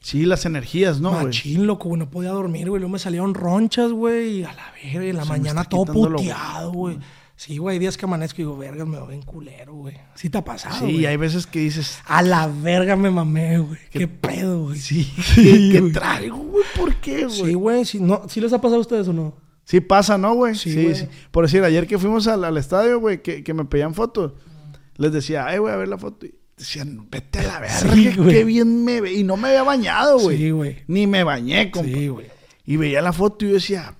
Speaker 1: Sí, las energías, ¿no, güey?
Speaker 3: Machín, loco, güey, no podía dormir, güey. Luego me salieron ronchas, güey, y a la verga, y en la
Speaker 1: Se me
Speaker 3: mañana
Speaker 1: está
Speaker 3: todo
Speaker 1: quitando lo
Speaker 3: puteado, güey. Sí, güey, hay días que amanezco y digo, verga, me veo en culero, güey. Sí te ha pasado,
Speaker 1: Sí,
Speaker 3: güey.
Speaker 1: hay veces que dices,
Speaker 3: A la verga me mamé, güey. ¿Qué, pedo, güey? Sí,
Speaker 1: ¿qué, qué
Speaker 3: güey.
Speaker 1: traigo, güey? ¿Por qué, güey?
Speaker 3: Sí, güey, sí, no, ¿sí les ha pasado a ustedes o no?
Speaker 1: Sí pasa, ¿no, güey? Sí,
Speaker 3: güey.
Speaker 1: sí. Por decir, ayer que fuimos al, al estadio, güey, que, que me pedían fotos, les decía, ay, güey, a ver la foto. Y decían, vete a la verga,
Speaker 3: Sí, güey.
Speaker 1: qué bien me ve. Y no me había bañado, güey.
Speaker 3: Sí, güey.
Speaker 1: Ni me bañé, compa.
Speaker 3: Sí, güey.
Speaker 1: Y veía la foto y yo decía,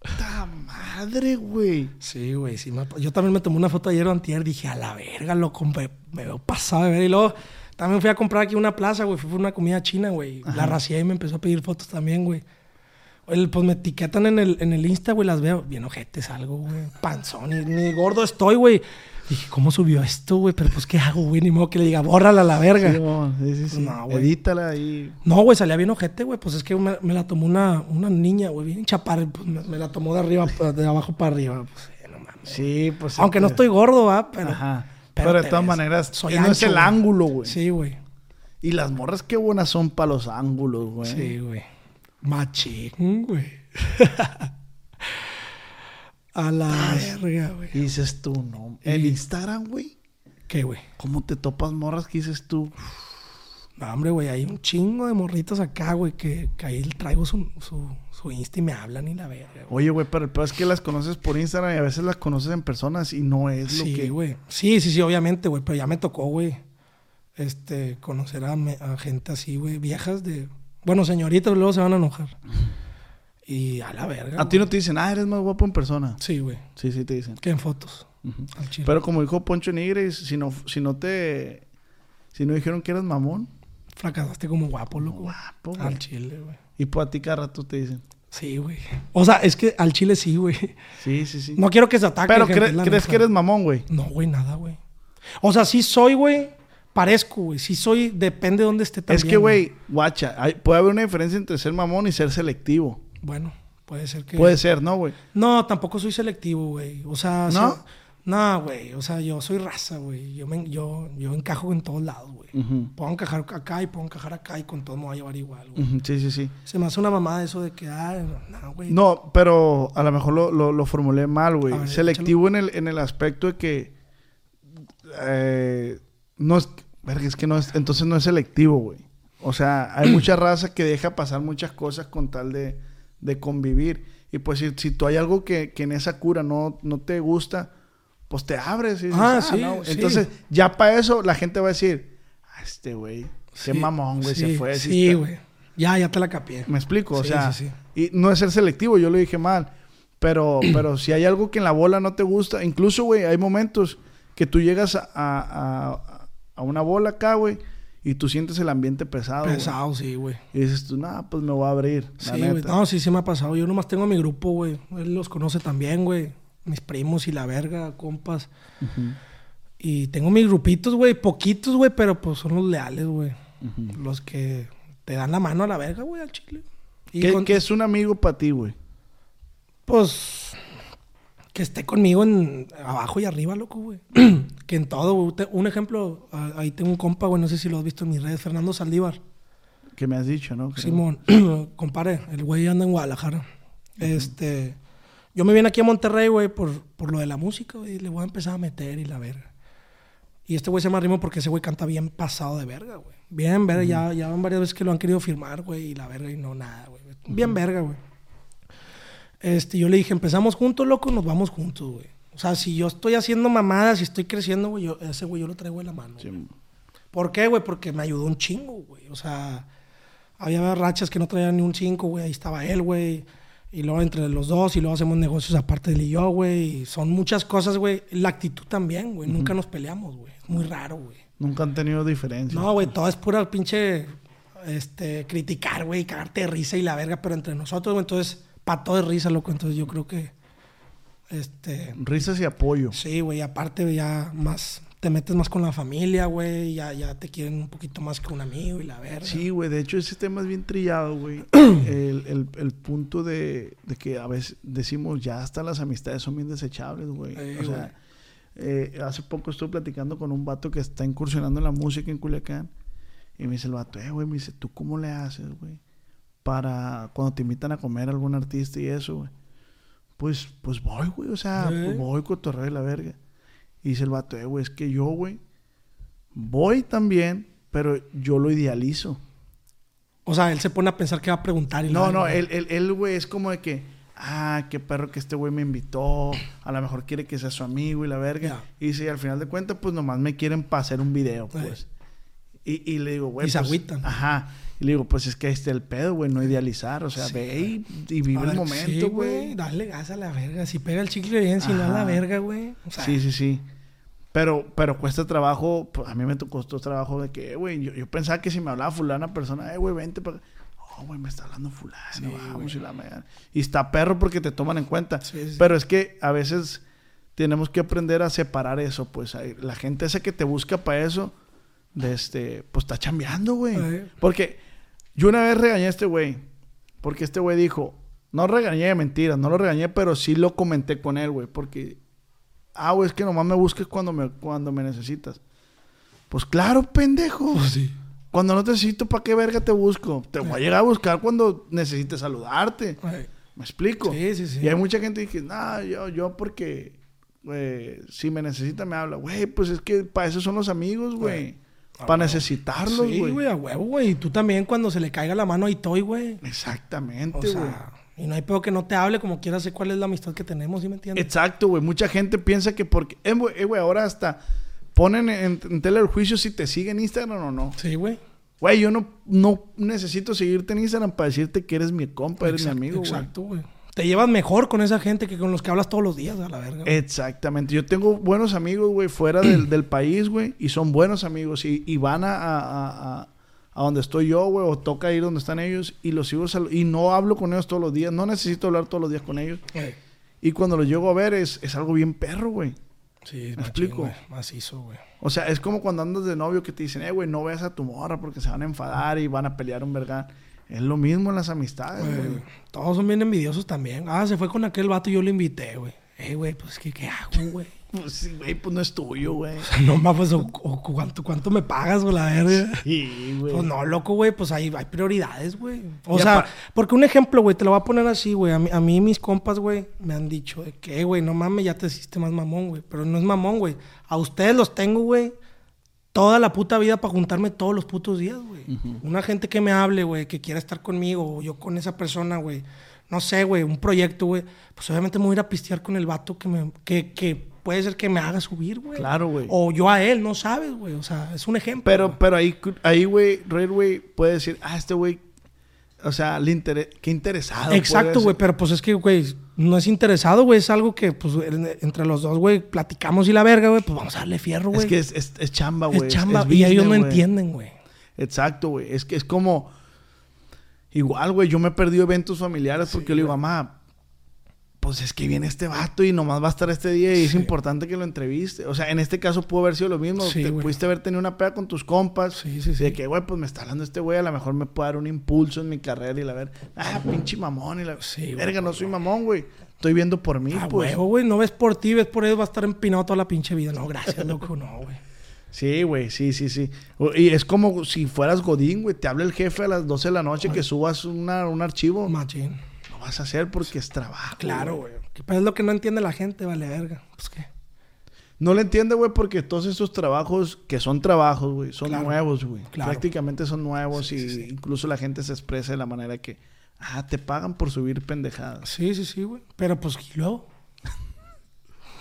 Speaker 1: puta madre, güey.
Speaker 3: Sí, güey, sí. me ha pa- Yo también me tomé una foto ayer o antier. Dije, a la verga, loco, me, me veo pasado de ver. Y luego también fui a comprar aquí una plaza, güey. Fui por una comida china, güey. La racié y me empezó a pedir fotos también, güey. El- pues me etiquetan en el, en el Insta, güey. Las veo bien ojetes, algo, güey. Panzón, ni, ni gordo estoy, güey. Dije, ¿cómo subió esto, güey? Pero pues, ¿qué hago, güey? Ni modo que le diga, bórrala a la verga.
Speaker 1: Sí, mo, sí, sí, sí.
Speaker 3: No, güey.
Speaker 1: Edítala ahí.
Speaker 3: No, güey, salía bien ojete, güey. Pues es que me, me la tomó una, una niña, güey, bien chaparra. Pues me, me la tomó de arriba, pa- de abajo para arriba. Pues, eh, no mames.
Speaker 1: Sí, pues.
Speaker 3: Aunque no
Speaker 1: este,
Speaker 3: estoy gordo, ¿va? Pero,
Speaker 1: Ajá. Pero, de
Speaker 3: te
Speaker 1: todas
Speaker 3: ves-
Speaker 1: maneras,
Speaker 3: soy
Speaker 1: no es
Speaker 3: ancho,
Speaker 1: el
Speaker 3: güey.
Speaker 1: ángulo, güey.
Speaker 3: Sí, güey.
Speaker 1: Y las morras, qué buenas son para los ángulos, güey.
Speaker 3: Sí, güey. Machín, güey. A la verga, güey.
Speaker 1: Y dices tú, no. El Instagram, güey.
Speaker 3: ¿Qué, güey?
Speaker 1: ¿Cómo te topas morras que dices tú?
Speaker 3: No, hombre, güey, hay un chingo de morritos acá, güey, que, que ahí traigo su, su, su Insta y me hablan y la verga, güey.
Speaker 1: Oye, güey, pero el peor es que las conoces por Instagram y a veces las conoces en personas y no es lo
Speaker 3: Sí,
Speaker 1: que...
Speaker 3: güey. Sí, sí, sí, obviamente, güey. Pero ya me tocó, güey. Este, conocer a, me- a gente así, güey. Viejas de. Bueno, señoritas, luego se van a enojar. Y a la verga.
Speaker 1: A ti
Speaker 3: güey.
Speaker 1: no te dicen, ah, eres más guapo en persona.
Speaker 3: Sí, güey.
Speaker 1: Sí, sí te dicen.
Speaker 3: Que en fotos. Al chile.
Speaker 1: Pero como dijo Poncho Nigres, si no, si no te... Si no dijeron que eras mamón,
Speaker 3: Fracasaste como guapo, loco.
Speaker 1: guapo, güey.
Speaker 3: Al chile, güey.
Speaker 1: y pues a ti cada rato te dicen.
Speaker 3: Sí, güey. O sea, es que al chile sí, güey.
Speaker 1: Sí, sí, sí.
Speaker 3: No quiero que se ataque.
Speaker 1: pero
Speaker 3: gente,
Speaker 1: cre-
Speaker 3: la
Speaker 1: crees
Speaker 3: neta.
Speaker 1: que eres mamón, güey.
Speaker 3: No, güey, nada, güey. O sea, sí soy, güey. Parezco, güey. Sí soy, depende de dónde esté también.
Speaker 1: Es que, güey, guacha, hay- puede haber una diferencia entre ser mamón y ser selectivo.
Speaker 3: Bueno, puede ser que.
Speaker 1: Puede ser, ¿no, güey?
Speaker 3: No, tampoco soy selectivo, güey. O sea,
Speaker 1: ¿No?
Speaker 3: sí- no, güey. O sea, yo soy raza, güey. Yo, me- yo, yo encajo en todos lados, güey. Puedo encajar acá y puedo encajar acá y con todo me va a llevar igual, güey.
Speaker 1: Ujú, Sí, sí, sí.
Speaker 3: Se me hace una mamada eso de que, ah, no, güey.
Speaker 1: No, pero a lo mejor lo, lo- lo formulé mal,
Speaker 3: A
Speaker 1: güey.
Speaker 3: ver,
Speaker 1: Selectivo en el, en el aspecto de que. eh, no es. Verga, es que no es. Entonces no es selectivo, güey. O sea, hay mucha raza que deja pasar muchas cosas con tal de, de convivir. Y pues si, si tú hay algo que, que en esa cura no, no te gusta, pues te abres. Y dices,
Speaker 3: Ah, sí,
Speaker 1: güey".
Speaker 3: sí.
Speaker 1: Entonces, ya para eso la gente va a decir: "Ah, Este güey,
Speaker 3: Sí,
Speaker 1: qué mamón, güey,
Speaker 3: sí,
Speaker 1: se fue. sí
Speaker 3: Sí,
Speaker 1: está-
Speaker 3: güey. Ya, ya te la capié.
Speaker 1: me explico, o
Speaker 3: Sí,
Speaker 1: sea,
Speaker 3: sí,
Speaker 1: y no es ser selectivo, yo lo dije mal, pero, pero si hay algo que en la bola no te gusta, incluso, güey, hay momentos que tú llegas a, a- a- a una bola acá, güey, y tú sientes el ambiente pesado, güey.
Speaker 3: Pesado, sí, güey.
Speaker 1: y dices tú, nah, pues me voy a abrir, la
Speaker 3: Sí,
Speaker 1: neta".
Speaker 3: güey. No, sí, sí me ha pasado. Yo nomás tengo a mi grupo, güey. Él los conoce también, güey. Mis primos y la verga, compas. Y tengo mis grupitos, güey. Poquitos, güey, pero pues son los leales, güey. Los que te dan la mano a la verga, güey, al chile. Y
Speaker 1: ¿Qué,
Speaker 3: con-
Speaker 1: qué es un amigo para ti, güey?
Speaker 3: Pues que esté conmigo en abajo y arriba, loco, güey. que en todo, güey. Te- Un ejemplo, a- ahí tengo un compa, güey, no sé si lo has visto en mis redes, Fernando Saldívar.
Speaker 1: Que me has dicho, ¿no? Creo.
Speaker 3: Simón, compare, el güey anda en Guadalajara. Este, yo me vine aquí a Monterrey, güey, por, por lo de la música, güey, y le voy a empezar a meter y la verga. Y este güey se llama Rimo porque ese güey canta bien pasado de verga, güey. Bien verga, ya, ya van varias veces que lo han querido firmar, güey, y la verga, y no nada, güey. Bien verga, güey. Este, yo le dije, empezamos juntos, loco, nos vamos juntos, güey. O sea, si yo estoy haciendo mamadas, si estoy creciendo, güey, yo- ese güey yo lo traigo de la mano. güey. ¿Por qué, güey? Porque me ayudó un chingo, güey. O sea, había rachas que no traían ni un 5, güey. Ahí estaba él, güey. Y luego entre los dos, y luego hacemos negocios aparte de él y yo, güey. Y son muchas cosas, güey. La actitud también, güey. Nunca nos peleamos, güey. Es muy raro, güey.
Speaker 1: Nunca han tenido diferencia.
Speaker 3: No, güey, todo es pura pinche este, criticar, güey, cagarte de risa y la verga, pero entre nosotros, güey, entonces, pato de risa, loco. Entonces yo creo que, este,
Speaker 1: Risas y apoyo.
Speaker 3: sí, güey, aparte güey, ya más, te metes más con la familia, güey, ya, ya te quieren un poquito más que un amigo y la verga.
Speaker 1: Sí, güey. De hecho, ese tema es bien trillado, güey. el, el- el punto de, de que a veces decimos, ya hasta las amistades son bien desechables, güey.
Speaker 3: Sí,
Speaker 1: o
Speaker 3: güey.
Speaker 1: sea, eh, hace poco estuve platicando con un vato que está incursionando en la música en Culiacán. Y me dice el vato, eh, güey, me dice, ¿tú cómo le haces, güey? Para cuando te invitan a comer a algún artista y eso, güey. Pues, pues voy, güey. O sea,
Speaker 3: Eh.
Speaker 1: pues voy cotorreo y la verga. Y dice el vato, eh, güey, es que yo, güey, voy también, pero yo lo idealizo.
Speaker 3: O sea, él se pone a pensar que va a preguntar y la
Speaker 1: No,
Speaker 3: verga,
Speaker 1: no,
Speaker 3: güey.
Speaker 1: él, él, él, güey, es como de que, ah, qué perro que este güey me invitó, a lo mejor quiere que sea su amigo y la verga. Y dice, y al final de cuentas, pues nomás me quieren para hacer un video, pues. Y, y le digo, güey.
Speaker 3: Y se
Speaker 1: pues,
Speaker 3: agüitan.
Speaker 1: Ajá. Y le digo, pues es que ahí está el pedo, güey, no idealizar, o sea, ve y, y
Speaker 3: A
Speaker 1: vive el
Speaker 3: ver, sí,
Speaker 1: momento, güey.
Speaker 3: Dale gas a la verga. Si pega el chicle bien, si no a la
Speaker 1: Ajá.
Speaker 3: verga, güey. O sea,
Speaker 1: sí, sí, sí. Pero, pero cuesta trabajo, pues, a mí me to- costó trabajo de que, eh, güey, yo, yo pensaba que si me hablaba fulana persona, eh, güey, vente para... Oh, güey, me está hablando fulano, vamos y la mea". Y está perro porque te toman en cuenta.
Speaker 3: Sí, sí.
Speaker 1: Pero es que a veces tenemos que aprender a separar eso, pues. ahí, La gente esa que te busca para eso, de este, pues está chambeando, güey.
Speaker 3: Sí.
Speaker 1: Porque yo una vez regañé a este güey, porque este güey dijo, no regañé de mentiras, no lo regañé, pero sí lo comenté con él, güey, porque Ah, güey, es que nomás me busques cuando me, cuando me necesitas. Pues claro, pendejo.
Speaker 3: Pues
Speaker 1: Cuando no te necesito, ¿para qué verga te busco? Te voy a llegar a buscar cuando necesite saludarte.
Speaker 3: güey.
Speaker 1: ¿Me explico?
Speaker 3: Sí, sí, sí.
Speaker 1: Y hay mucha gente que dice, no, yo, yo porque eh, si me necesita me habla. Güey, pues es que para eso son los amigos, güey. Para necesitarlos,
Speaker 3: Sí,
Speaker 1: güey.
Speaker 3: güey, a huevo, güey. Y tú también cuando se le caiga la mano a Itoy, güey.
Speaker 1: Exactamente,
Speaker 3: O
Speaker 1: güey.
Speaker 3: sea, y no hay pedo que no te hable como quiera sé cuál es la amistad que tenemos, ¿sí me entiendes?
Speaker 1: Exacto, güey. Mucha gente piensa que porque... Eh, güey, eh, güey, ahora hasta ponen en, en tela el juicio si te sigue en Instagram o no.
Speaker 3: Sí, güey.
Speaker 1: Güey, yo no, no necesito seguirte en Instagram para decirte que eres mi compa, eres
Speaker 3: Exacto,
Speaker 1: mi amigo, güey.
Speaker 3: Exacto, güey. Te llevas mejor con esa gente que con los que hablas todos los días, a la verga. güey.
Speaker 1: Exactamente. Yo tengo buenos amigos, güey, fuera del, del país, güey, y son buenos amigos y, y van a, a, a- a- a donde estoy yo, güey, o toca ir donde están ellos y los sigo sal- y no hablo con ellos todos los días, no necesito hablar todos los días con ellos.
Speaker 3: Eh,
Speaker 1: Y cuando los llego a ver es, es algo bien perro, güey.
Speaker 3: Sí, Eh,
Speaker 1: ¿Me explico?
Speaker 3: machín, güey. Ah, Macizo, güey.
Speaker 1: O sea, es como cuando andas de novio que te dicen, eh, güey, no veas a tu morra porque se van a enfadar y van a pelear un vergán. Es lo mismo en las amistades,
Speaker 3: Güey,
Speaker 1: güey.
Speaker 3: Todos son bien envidiosos también. Ah, se fue con aquel vato y yo lo invité, güey. Eh, güey, pues, ¿qué, qué hago, güey?
Speaker 1: Pues sí, güey, pues no es tuyo, güey.
Speaker 3: No mames, pues, o, o cuánto, cuánto me pagas, güey, la verga.
Speaker 1: Sí, güey.
Speaker 3: Pues no, loco, güey, pues hay, hay prioridades, güey. O
Speaker 1: Y
Speaker 3: sea,
Speaker 1: apar-
Speaker 3: porque un ejemplo, güey, te lo voy a poner así, güey. A mí, a mí mis compas, güey, me han dicho de que, güey, no mames, ya te hiciste más mamón, güey. Pero no es mamón, güey. A ustedes los tengo, güey, toda la puta vida para juntarme todos los putos días, güey. Una gente que me hable, güey, que quiera estar conmigo, o yo con esa persona, güey. No sé, güey, un proyecto, güey. Pues obviamente me voy a ir a pistear con el vato que me. que, que puede ser que me haga subir, güey.
Speaker 1: Claro, güey.
Speaker 3: O yo a él, no sabes, güey. O sea, es un ejemplo. güey.
Speaker 1: Pero, pero ahí, cu- ahí, güey, Red, güey, puede decir, ah, este güey, o sea, le intere- qué interesado.
Speaker 3: Exacto,
Speaker 1: Ah, puede
Speaker 3: güey,
Speaker 1: ser.
Speaker 3: pero pues es que, güey, no es interesado, güey, es algo que, pues, en- entre los dos, güey, platicamos y la verga, güey, pues vamos a darle fierro, güey.
Speaker 1: Es que es, es- es chamba,
Speaker 3: Es
Speaker 1: güey.
Speaker 3: chamba,
Speaker 1: es
Speaker 3: y ellos no
Speaker 1: business, güey.
Speaker 3: entienden, güey.
Speaker 1: Exacto, güey. Es que es como, igual, güey, yo me he perdido eventos familiares porque yo le digo, mamá, pues es que viene este vato y nomás va a estar este día y es
Speaker 3: Sí.
Speaker 1: importante que lo entreviste. O sea, en este caso pudo haber sido lo mismo.
Speaker 3: Sí,
Speaker 1: Te
Speaker 3: güey.
Speaker 1: pudiste haber tenido una pega con tus compas.
Speaker 3: Sí, sí,
Speaker 1: De
Speaker 3: sí.
Speaker 1: que, güey, pues me está hablando este güey, a lo mejor me puede dar un impulso en mi carrera y la ver. Ah, pinche mamón. Y la
Speaker 3: Sí, güey.
Speaker 1: verga, no soy mamón, güey. Estoy viendo por mí,
Speaker 3: Ah,
Speaker 1: pues.
Speaker 3: huevo, güey. No ves por ti, ves por él, va a estar empinado toda la pinche vida. No, gracias, loco, no, güey.
Speaker 1: Sí, güey, sí, sí, sí. O- Y es como si fueras Godín, güey. Te habla el jefe a las 12 de la noche que subas una, un archivo.
Speaker 3: Machín.
Speaker 1: Lo vas a hacer porque es trabajo.
Speaker 3: Claro, güey. Que pues, es lo que no entiende la gente, vale, verga. Pues qué.
Speaker 1: No le entiende, güey, porque todos estos trabajos que son trabajos, güey, son
Speaker 3: Claro.
Speaker 1: nuevos, güey.
Speaker 3: Claro.
Speaker 1: Prácticamente son nuevos y
Speaker 3: sí, sí.
Speaker 1: incluso la gente se expresa de la manera que, ah, te pagan por subir pendejadas.
Speaker 3: Sí, sí, sí, güey. Pero pues, ¿y luego?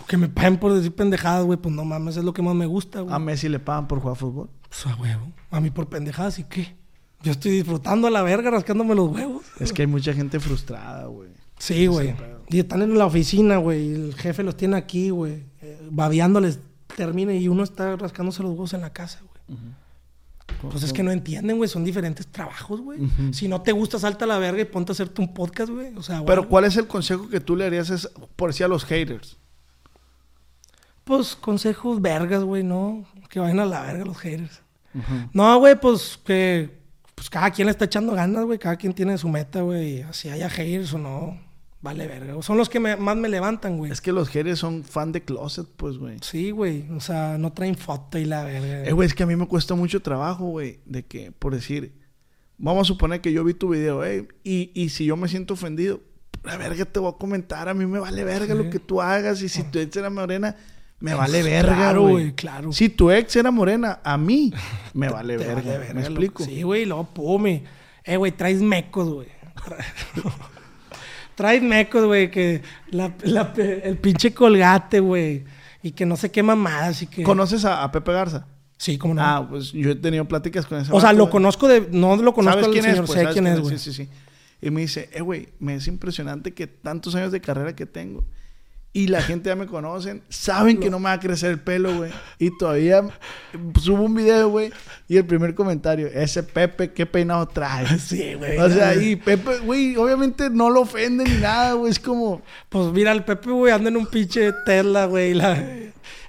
Speaker 3: Que me paguen por decir pendejadas, güey. Pues no mames, es lo que más me gusta, güey.
Speaker 1: A Messi le pagan por jugar fútbol.
Speaker 3: Pues a huevo. A mí por pendejadas, ¿y qué? Yo estoy disfrutando a la verga, rascándome los huevos.
Speaker 1: Es que hay mucha gente frustrada, güey.
Speaker 3: Sí, güey. Y están en la oficina, güey. y El jefe los tiene aquí, güey. eh, Babeándoles, termina y uno está rascándose los huevos en la casa, güey. Pues es que no entienden, güey. Son diferentes trabajos, güey. Si no te gusta, salta a la verga y ponte a hacerte un podcast, güey. O sea,
Speaker 1: Pero
Speaker 3: güey,
Speaker 1: ¿cuál es el consejo que tú le harías es, por si a los haters?
Speaker 3: Pues consejos vergas, güey, no. Que vayan a la verga los haters. No, güey, pues que. Pues cada quien le está echando ganas, güey. Cada quien tiene su meta, güey. y Así haya haters o no. Vale verga. güey. Son los que me- más me levantan, güey.
Speaker 1: Es que los haters son fan de closet, pues, güey.
Speaker 3: Sí, güey. O sea, no traen foto y la verga.
Speaker 1: Eh, güey, es que a mí me cuesta mucho trabajo, güey, de que, por decir, vamos a suponer que yo vi tu video, eh, y, y si yo me siento ofendido, la verga te voy a comentar, a mí me vale verga lo que tú hagas, y si tu ex era morena, me vale verga,
Speaker 3: pues, claro,
Speaker 1: güey.
Speaker 3: güey, claro.
Speaker 1: Si tu ex era morena, a mí me vale
Speaker 3: Te
Speaker 1: verga,
Speaker 3: vale
Speaker 1: ¿me
Speaker 3: loco.
Speaker 1: explico?
Speaker 3: Sí, güey, luego pome. Eh, güey, traes mecos, güey. Tra- traes mecos, güey, que la- la- el pinche colgate, güey. Y que no se quema más y que...
Speaker 1: ¿Conoces a, a Pepe Garza?
Speaker 3: Sí, como no.
Speaker 1: Ah, pues yo he tenido pláticas con ese
Speaker 3: o sea,
Speaker 1: vato,
Speaker 3: lo
Speaker 1: güey.
Speaker 3: conozco de... No lo conozco al
Speaker 1: ¿Sabes quién
Speaker 3: señor,
Speaker 1: es? Pues,
Speaker 3: sé
Speaker 1: ¿sabes
Speaker 3: quién es, güey.
Speaker 1: Sí, sí, sí. Y me dice, eh, güey, me es impresionante que tantos años de carrera que tengo y la gente ya me conocen, saben que no me va a crecer el pelo, güey. Y todavía subo un video, güey, y el primer comentario, ese Pepe, qué peinado trae.
Speaker 3: Sí, güey.
Speaker 1: O sea, y Pepe, güey, obviamente no lo ofende ni nada, güey, es como...
Speaker 3: Pues mira, el Pepe, güey, anda en un pinche Tesla, güey. y la-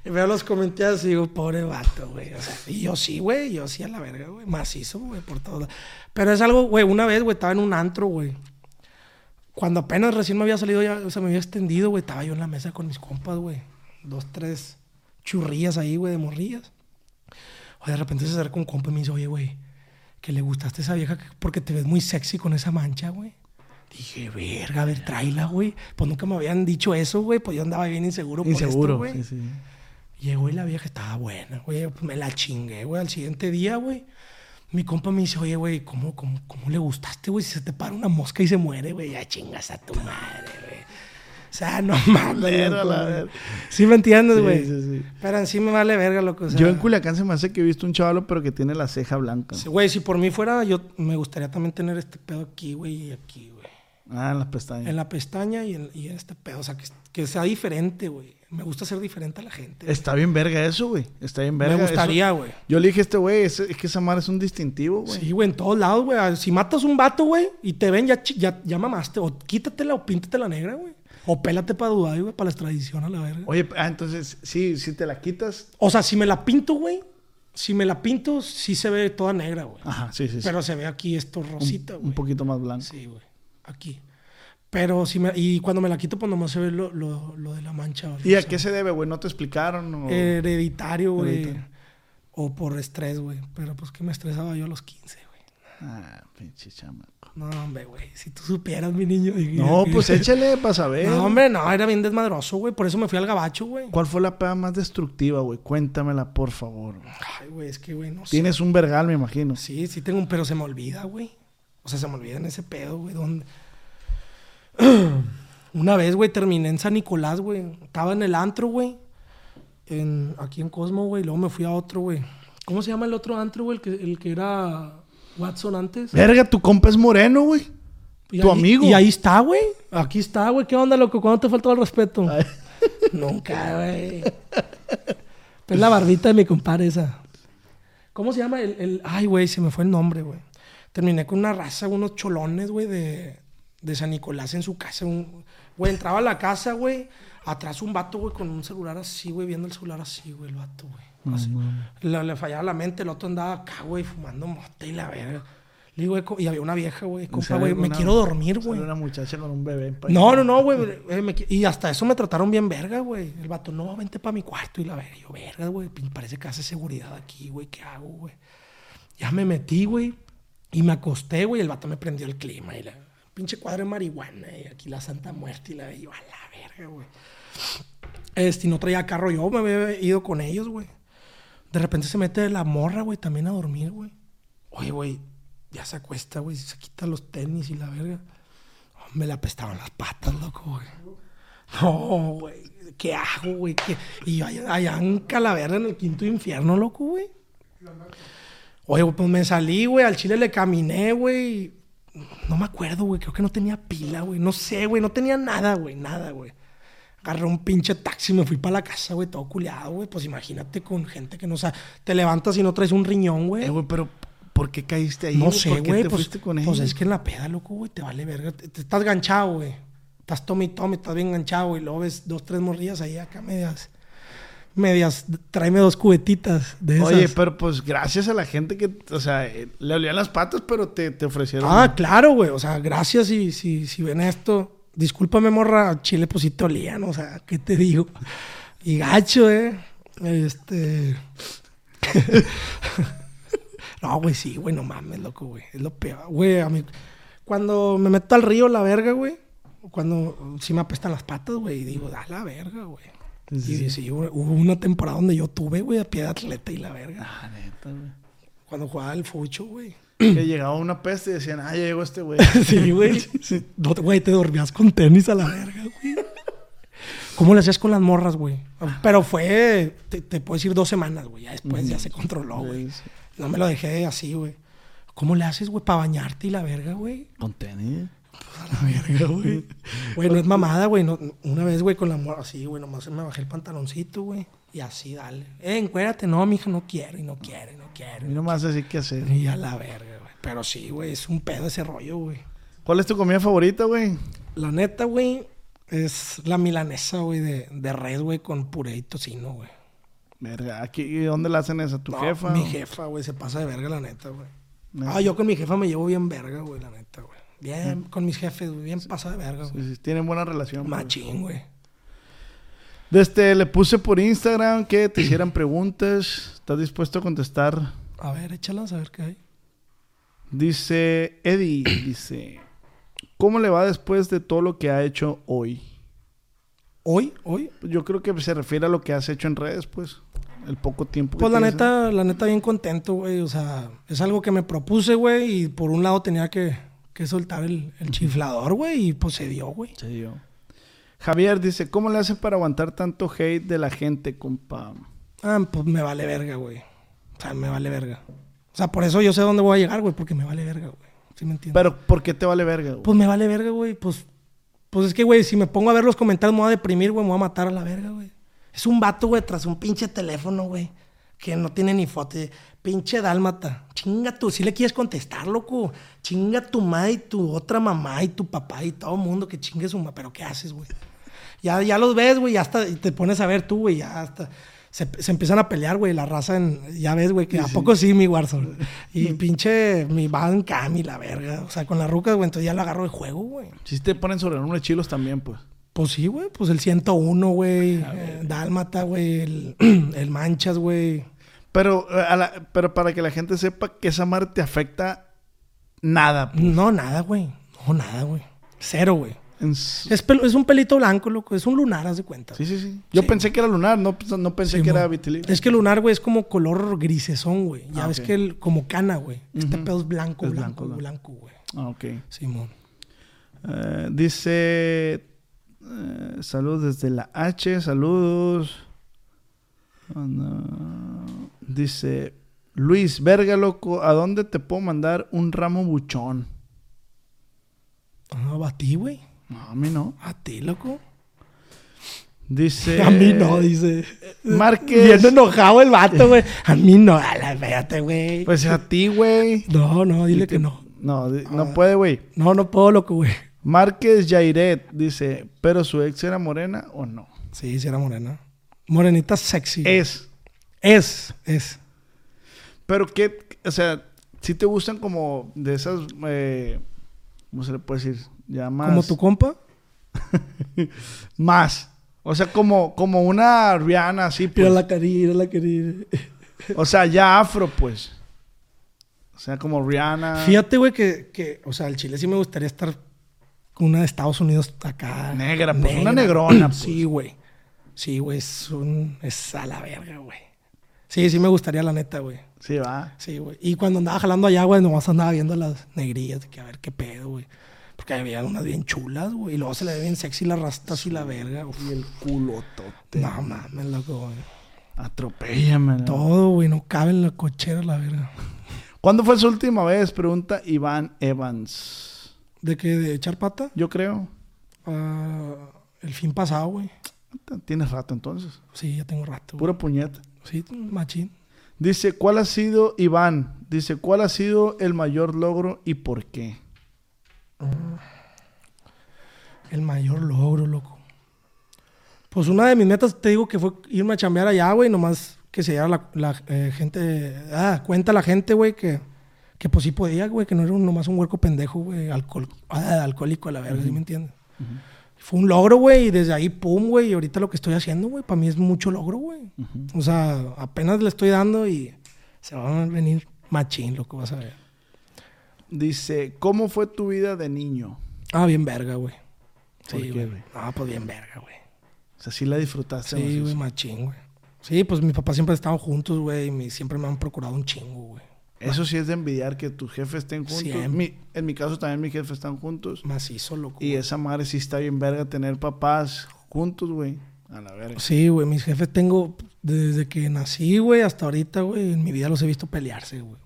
Speaker 3: y veo los comentarios y digo, pobre vato, güey. O sea, y yo sí, güey, yo sí a la verga, güey. Macizo, güey, por todo. lado. Pero es algo, güey, una vez, güey, estaba en un antro, güey. Cuando apenas recién me había salido, ya, o sea, me había extendido, güey. Estaba yo en la mesa con mis compas, güey. Dos, tres churrillas ahí, güey, de morrillas. O de repente se acerca un compa y me dice, oye, güey, que le gustaste a esa vieja que- porque te ves muy sexy con esa mancha, güey. Dije, verga, a ver, tráela, güey. Pues nunca me habían dicho eso, güey. Pues yo andaba bien inseguro. por esto,
Speaker 1: Inseguro,
Speaker 3: güey.
Speaker 1: sí, sí.
Speaker 3: Llegó y la vieja estaba buena, güey. Pues me la chingué, güey. Al siguiente día, güey. Mi compa me dice, oye, güey, ¿cómo, cómo, cómo le gustaste, güey? Si se te para una mosca y se muere, güey, ya chingas a tu madre, güey. O sea, no mames,
Speaker 1: Culero,
Speaker 3: loco,
Speaker 1: la
Speaker 3: güey.
Speaker 1: verga.
Speaker 3: Sí me entiendes,
Speaker 1: Sí,
Speaker 3: güey.
Speaker 1: sí, sí.
Speaker 3: Pero en sí me vale verga, loco. o sea,
Speaker 1: Yo en Culiacán se me hace que he visto un chavalo, pero que tiene la ceja blanca.
Speaker 3: sí, Güey, si por mí fuera, yo me gustaría también tener este pedo aquí, güey, y aquí, güey.
Speaker 1: Ah, en las pestañas.
Speaker 3: En la pestaña y en, y en este pedo. O sea, que, que sea diferente, güey. Me gusta ser diferente a la gente. güey.
Speaker 1: Está bien verga eso, güey. Está bien verga
Speaker 3: me
Speaker 1: eso.
Speaker 3: gustaría, güey.
Speaker 1: Yo le dije a este güey, es, es que esa madre es un distintivo, güey.
Speaker 3: Sí, güey, en todos lados, güey. Ah, Si matas un vato, güey, y te ven, ya, chi- ya, ya mamaste. O quítatela o píntatela negra, güey. O pélate para Dudai, güey, para la extradición a la verga.
Speaker 1: Oye, ah, entonces, sí, si te la quitas.
Speaker 3: O sea, si me la pinto, güey, si me la pinto, sí se ve toda negra, güey.
Speaker 1: Ajá, Ah, sí, sí. sí.
Speaker 3: Pero se ve aquí esto rosita,
Speaker 1: un
Speaker 3: güey.
Speaker 1: poquito más blanco.
Speaker 3: Sí, güey. Aquí. Pero si me... Y cuando me la quito, pues nomás se ve lo, lo, lo de la mancha. güey.
Speaker 1: ¿Y
Speaker 3: O
Speaker 1: a
Speaker 3: sea,
Speaker 1: qué se debe, güey? ¿No te explicaron? o-
Speaker 3: Eh, Hereditario, güey.
Speaker 1: Hereditario.
Speaker 3: O por estrés, güey. Pero pues que me estresaba yo a los 15, güey.
Speaker 1: Ah, pinche chamaco.
Speaker 3: No, hombre, güey. Si tú supieras, mi niño.
Speaker 1: No, pues échale para saber.
Speaker 3: No, hombre, no, era bien desmadroso, güey. Por eso me fui al gabacho, güey.
Speaker 1: ¿Cuál fue la pega más destructiva, güey? Cuéntamela, por favor.
Speaker 3: Ay, güey, es que, güey, no sé.
Speaker 1: Tienes un vergal, me imagino.
Speaker 3: Sí, sí tengo un, pero se me olvida, güey. O sea, se me olvida en ese pedo, güey. Donde... Una vez, güey, terminé en San Nicolás, güey. Estaba en el antro, güey. En, aquí en Cosmo, güey. Luego me fui a otro, güey. ¿Cómo se llama el otro antro, güey? El que, el que era Watson antes.
Speaker 1: Verga, tu compa es moreno, güey.
Speaker 3: Y
Speaker 1: tu
Speaker 3: ahí-
Speaker 1: amigo.
Speaker 3: Y ahí está, güey. Aquí está, güey. ¿Qué onda, loco? ¿Cuándo te faltó el respeto?
Speaker 1: Ay.
Speaker 3: Nunca, güey. Es la barbita de mi compadre esa. ¿Cómo se llama? El, el- Ay, güey, se me fue el nombre, güey. Terminé con una raza, unos cholones, güey, de, de San Nicolás en su casa. un- güey, entraba a la casa, güey. Atrás un vato, güey, con un celular así, güey, viendo el celular así, güey, el vato, güey. Así. La- le fallaba la mente, el otro andaba acá, güey, fumando mota y la verga. Le digo, güey, co- y había una vieja, güey, compa,
Speaker 1: Sale
Speaker 3: güey, me
Speaker 1: una-
Speaker 3: quiero dormir,
Speaker 1: sale
Speaker 3: güey.
Speaker 1: una muchacha con un bebé. pa-
Speaker 3: No, no, no, güey. eh, me qui- y hasta eso me trataron bien verga, güey. El vato, no, vente para mi cuarto y la verga. Yo, verga, güey. pin- Parece que hace seguridad aquí, güey. ¿Qué hago, güey? Ya me metí, güey. Y me acosté, güey. y El vato me prendió el clima. Y la pinche cuadro de marihuana. Y aquí la Santa Muerte. Y la y yo, a la verga, güey. Este, y no traía carro yo. Me había ido con ellos, güey. De repente se mete la morra, güey, también a dormir, güey. Oye, güey, ya se acuesta, güey, se quita los tenis y la verga. Me la apestaban las patas, loco, güey. No, güey, ¿qué hago, güey? ¿Qué? Y yo allá, allá en Calavera, en el quinto infierno, loco, güey. Oye, güey, pues me salí, güey, al chile le caminé, güey. No me acuerdo, güey, creo que no tenía pila, güey. No sé, güey, no tenía nada, güey, nada, güey. Agarré un pinche taxi, me fui para la casa, güey, todo culeado, güey. Pues imagínate con gente que no sabe. Te levantas y no traes un riñón, güey.
Speaker 1: Eh, güey, pero ¿por qué caíste ahí?
Speaker 3: No
Speaker 1: güey?
Speaker 3: sé,
Speaker 1: ¿Por qué
Speaker 3: güey.
Speaker 1: te
Speaker 3: Pues,
Speaker 1: fuiste con
Speaker 3: pues
Speaker 1: ella?
Speaker 3: es que en la peda, loco, güey, te vale verga. Te, te estás ganchado, güey. Estás tome y tome, estás bien ganchado, y luego ves dos, tres morrillas ahí acá medias. Medias, tráeme dos cubetitas de esas.
Speaker 1: Oye, pero pues gracias a la gente que, o sea, eh, le olían las patas, pero te, te ofrecieron.
Speaker 3: Ah, claro, güey. O sea, gracias si, si, si ven esto. Discúlpame, morra, Chile, pues sí te olían, o sea, ¿qué te digo? Y gacho, eh. Este. no, güey, sí, güey, no mames, loco, güey. Es lo peor. Güey, a mí. Cuando me meto al río, la verga, güey. Cuando sí me apestan las patas, güey. Y digo, da la verga, güey. Y sí, hubo hubo una temporada donde yo tuve, güey, a pie de atleta y la verga.
Speaker 1: Ah, neta, güey.
Speaker 3: Cuando jugaba el fucho, güey.
Speaker 1: que llegaba una peste y decían, ah, ya llegó este güey.
Speaker 3: Sí, güey. No, güey, te dormías con tenis a la verga, güey. ¿Cómo lo hacías con las morras, güey? Pero fue, te, te puedo decir, dos semanas, güey. Ya después ya se controló, güey. No me lo dejé así, güey. ¿Cómo le haces, güey, para bañarte y la verga, güey?
Speaker 1: Con tenis.
Speaker 3: La verga, güey. Güey, no es mamada, güey. no- no- una vez, güey, con la morra así, güey, nomás me bajé el pantaloncito, güey. Y así, dale. Eh, encuérdate. No, mija, no quiero y no quiero y no quiero.
Speaker 1: Y nomás así que hacer.
Speaker 3: Y a la verga, güey. Pero sí, güey, es un pedo ese rollo, güey.
Speaker 1: ¿Cuál es tu comida favorita, güey?
Speaker 3: La neta, güey, es la milanesa, güey, de, de res, güey, con puré y tocino, güey.
Speaker 1: Verga, aquí, ¿y ¿dónde la hacen esa? ¿Tu
Speaker 3: No,
Speaker 1: jefa?
Speaker 3: Mi
Speaker 1: o-
Speaker 3: jefa, güey, se pasa de verga, la neta, güey.
Speaker 1: Neta.
Speaker 3: Ah, yo con mi jefa me llevo bien verga, güey, la neta, güey. Bien, con mis jefes, güey, bien pasa de verga, güey.
Speaker 1: Sí, pues. sí, Tienen buena relación. güey.
Speaker 3: Machín, güey.
Speaker 1: Desde le puse por Instagram que te hicieran preguntas. ¿Estás dispuesto a contestar?
Speaker 3: A ver, échalas a ver qué hay.
Speaker 1: Dice Eddie, dice, ¿cómo le va después de todo lo que ha hecho hoy?
Speaker 3: ¿Hoy? ¿Hoy?
Speaker 1: Yo creo que se refiere a lo que has hecho en redes, pues, el poco tiempo. que
Speaker 3: Pues la
Speaker 1: tienes, ¿no?
Speaker 3: neta, la neta bien contento, güey. O sea, es algo que me propuse, güey. Y por un lado tenía que, que soltar el, el chiflador, güey. Y pues se dio, güey.
Speaker 1: Se dio. Javier dice, ¿cómo le hace para aguantar tanto hate de la gente, compa?
Speaker 3: Ah, pues me vale verga, güey. O sea, me vale verga. O sea, por eso yo sé dónde voy a llegar, güey, porque me vale verga, güey. ¿Sí me entiendes?
Speaker 1: Pero, ¿por qué te vale verga? güey?
Speaker 3: Pues me vale verga, güey. Pues, pues es que, güey, si me pongo a ver los comentarios me voy a deprimir, güey, me voy a matar a la verga, güey. Es un vato, güey, tras un pinche teléfono, güey. Que no tiene ni foto. Pinche dálmata. Chinga tú, si le quieres contestar, loco. Chinga tu madre y tu otra mamá y tu papá y todo el mundo que chingue su mamá. Pero ¿qué haces, güey? Ya, ya los ves, güey, ya hasta y te pones a ver tú, güey, ya hasta. Se, se empiezan a pelear, güey, la raza en. Ya ves, güey, que a poco sí, mi Warzone. Y pinche mi Van Cam y la verga. O sea, con las rucas, güey, entonces ya la agarro de juego, güey.
Speaker 1: Si te ponen sobre unos chilos también, pues.
Speaker 3: Pues sí, güey, pues el 101, güey. eh, Dálmata, güey. El, el Manchas, güey.
Speaker 1: Pero, eh, a la- pero para que la gente sepa que esa madre te afecta nada. pues.
Speaker 3: No, nada, güey. No, nada, güey. Cero, güey.
Speaker 1: En s-
Speaker 3: Es, pel- es un pelito blanco, loco. Es un lunar, haz de cuenta.
Speaker 1: Sí, sí, sí. Yo pensé que era lunar, no, pues, no pensé
Speaker 3: Sí,
Speaker 1: que era
Speaker 3: mo.
Speaker 1: vitiligo.
Speaker 3: Es que lunar, güey, es como color grisesón, güey. Ya
Speaker 1: Ah,
Speaker 3: ves
Speaker 1: ok.
Speaker 3: que el, como cana, güey. Este pedo es blanco,
Speaker 1: Es
Speaker 3: blanco,
Speaker 1: blanco,
Speaker 3: blanco, güey.
Speaker 1: Ah, ok.
Speaker 3: Simón.
Speaker 1: Eh, dice. eh, saludos desde la H, saludos. Ah, no. Dice. Luis, verga loco, ¿a dónde te puedo mandar un ramo buchón?
Speaker 3: Ah, a ti, güey.
Speaker 1: No, a mí no.
Speaker 3: A ti, loco.
Speaker 1: Dice.
Speaker 3: A mí no, dice.
Speaker 1: Eh, Márquez.
Speaker 3: Bien enojado el vato, güey. A mí no, a la espérate, güey.
Speaker 1: Pues a ti, güey.
Speaker 3: no, no, dile que no.
Speaker 1: No, di- no puede, güey.
Speaker 3: No, no puedo, loco, güey.
Speaker 1: Márquez Jairet dice, ¿pero su ex era morena o no?
Speaker 3: Sí, sí era morena. Morenita sexy. güey.
Speaker 1: Es.
Speaker 3: Es, es.
Speaker 1: Pero qué, o sea, si te gustan como de esas, eh, ¿cómo se le puede decir? Ya más. Pues.
Speaker 3: Como tu compa.
Speaker 1: Más. O sea, como, como una Rihanna así, pues.
Speaker 3: Mira la carita, la carita.
Speaker 1: O sea, ya afro, pues. O sea, como Rihanna.
Speaker 3: Fíjate, güey, que, que, o sea, al Chile sí me gustaría estar con una de Estados Unidos acá.
Speaker 1: Negra, pues, una negrona, pues.
Speaker 3: Sí, güey. Sí, güey, es un. Es a la verga, güey. Sí, sí me gustaría, la neta, güey.
Speaker 1: Sí, va.
Speaker 3: Sí, güey. Y cuando andaba jalando allá, güey, nomás andaba viendo las negrillas, de que a ver qué pedo, güey. Porque había unas bien chulas, güey. Y luego se le ve bien sexy las rastas y la verga. Uf.
Speaker 1: Y el culotote.
Speaker 3: No mames, loco, güey.
Speaker 1: Atropéllame. ¿no?
Speaker 3: Todo, güey, no cabe en la cochera, la verga.
Speaker 1: ¿Cuándo fue su última vez? Pregunta Iván Evans.
Speaker 3: ¿De qué? ¿De echar pata?
Speaker 1: Yo creo.
Speaker 3: Ah, el fin pasado, güey.
Speaker 1: Tienes rato entonces.
Speaker 3: Sí, ya tengo rato. güey.
Speaker 1: Pura puñeta.
Speaker 3: Sí, machín.
Speaker 1: Dice, ¿cuál ha sido, Iván? Dice, ¿cuál ha sido el mayor logro y por qué?
Speaker 3: El mayor logro, loco. Pues una de mis metas, te digo que fue irme a chambear allá, güey, nomás que se diera la, la, eh, gente, ah, cuenta la gente, güey, que, que pues sí podía, güey, que no era un- nomás un huerco pendejo, güey, alcohol, ah, alcohólico a la verga, ¿sí me entiendes? Fue un logro, güey, y desde ahí, pum, güey, y ahorita lo que estoy haciendo, güey, para mí es mucho logro, güey. O sea, apenas le estoy dando y se van a venir machín, loco, vas a ver.
Speaker 1: Dice, ¿cómo fue tu vida de niño?
Speaker 3: Ah, bien verga, güey.
Speaker 1: ¿Por
Speaker 3: Sí,
Speaker 1: qué,
Speaker 3: güey.
Speaker 1: güey?
Speaker 3: Ah, pues bien verga, güey.
Speaker 1: O sea, sí la disfrutaste.
Speaker 3: Sí,
Speaker 1: macizo.
Speaker 3: güey, machín, güey. Sí, pues mis papás siempre han estado juntos, güey, y me- siempre me han procurado un chingo, güey.
Speaker 1: Eso sí es de envidiar que tus jefes estén juntos.
Speaker 3: Siempre.
Speaker 1: Mi- en mi caso también mis jefes están juntos.
Speaker 3: Macizo, loco.
Speaker 1: Y esa madre sí está bien verga tener papás juntos, güey. A la verga.
Speaker 3: Sí, güey, mis jefes tengo desde que nací, güey, hasta ahorita, güey, en mi vida los he visto pelearse, güey.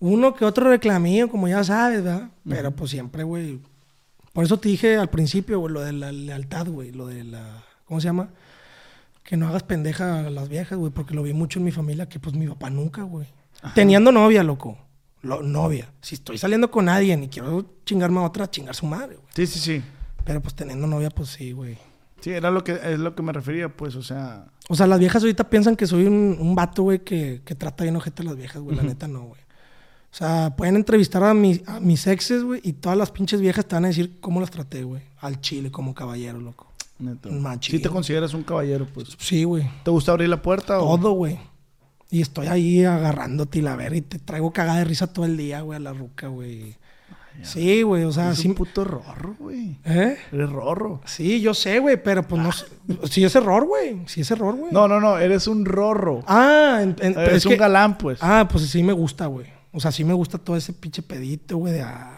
Speaker 3: Uno que otro reclamillo, como ya sabes, ¿verdad? Pero pues siempre, güey. Por eso te dije al principio, güey, lo de la lealtad, güey, lo de la. ¿Cómo se llama? Que no hagas pendeja a las viejas, güey, porque lo vi mucho en mi familia, que pues mi papá nunca, güey. Teniendo novia, loco. Lo- novia. Si estoy saliendo con alguien y quiero chingarme a otra, chingar su madre, güey.
Speaker 1: Sí, sí, sí.
Speaker 3: Pero pues teniendo novia, pues sí, güey.
Speaker 1: Sí, era lo que, es lo que me refería, pues, o sea...
Speaker 3: O sea, las viejas ahorita piensan que soy un, un vato, güey, que, que trata bien ojete a las viejas, güey. La neta no, güey. O sea, pueden entrevistar a, mi- a mis exes, güey, y todas las pinches viejas te van a decir cómo las traté, güey. Al chile, como caballero, loco.
Speaker 1: Neto.
Speaker 3: Machín.
Speaker 1: Sí te consideras un caballero, pues.
Speaker 3: Sí, güey.
Speaker 1: ¿Te gusta abrir la puerta o...?
Speaker 3: Todo, güey. Y estoy ahí agarrándote y la verga y te traigo cagada de risa todo el día, güey, a la ruca, güey. Sí, güey, o sea,
Speaker 1: Es un
Speaker 3: ah, sí.
Speaker 1: puto rorro, güey.
Speaker 3: ¿Eh?
Speaker 1: Eres rorro.
Speaker 3: Sí, yo sé, güey, pero pues no sé. Sí es error, güey. Sí es error, güey.
Speaker 1: Ah. No, no, no. Eres un rorro.
Speaker 3: Ah, en- en- pero
Speaker 1: eres un
Speaker 3: que-
Speaker 1: galán, pues.
Speaker 3: Ah, pues sí me gusta, güey. O sea, sí me gusta todo ese pinche pedito, güey. de, ah.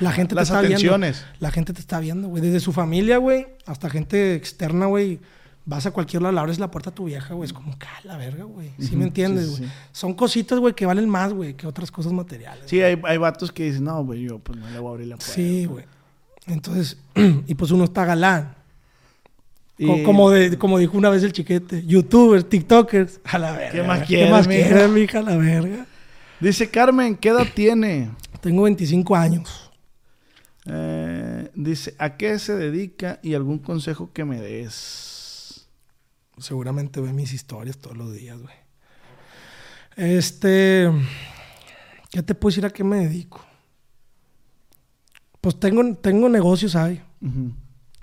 Speaker 3: La gente te
Speaker 1: las
Speaker 3: está
Speaker 1: atenciones.
Speaker 3: viendo. La gente te está viendo, güey. Desde su familia, güey, hasta gente externa, güey. Vas a cualquier lado, le abres la puerta a tu vieja, güey. Es como, "Ca la verga, güey. ¿Sí me entiendes,
Speaker 1: sí,
Speaker 3: güey?
Speaker 1: sí.
Speaker 3: Son cositas, güey, que valen más, güey, que otras cosas materiales.
Speaker 1: Sí, hay, hay vatos que dicen, no, güey, yo pues no le voy a abrir la puerta.
Speaker 3: Sí, güey. Entonces, y pues uno está galán.
Speaker 1: Y-
Speaker 3: Co- Como, de- como dijo una vez el chiquete, youtubers, tiktokers, a la verga.
Speaker 1: más
Speaker 3: ¿Qué
Speaker 1: quieres,
Speaker 3: más
Speaker 1: mija?
Speaker 3: quieres, mija? A la verga.
Speaker 1: Dice Carmen, ¿qué edad tiene?
Speaker 3: Tengo 25 años.
Speaker 1: Eh, dice, ¿a qué se dedica y algún consejo que me des?
Speaker 3: Seguramente ve mis historias todos los días, güey. Este. ¿Qué te puedo decir a qué me dedico? Pues tengo, tengo negocios ahí,
Speaker 1: Ujú.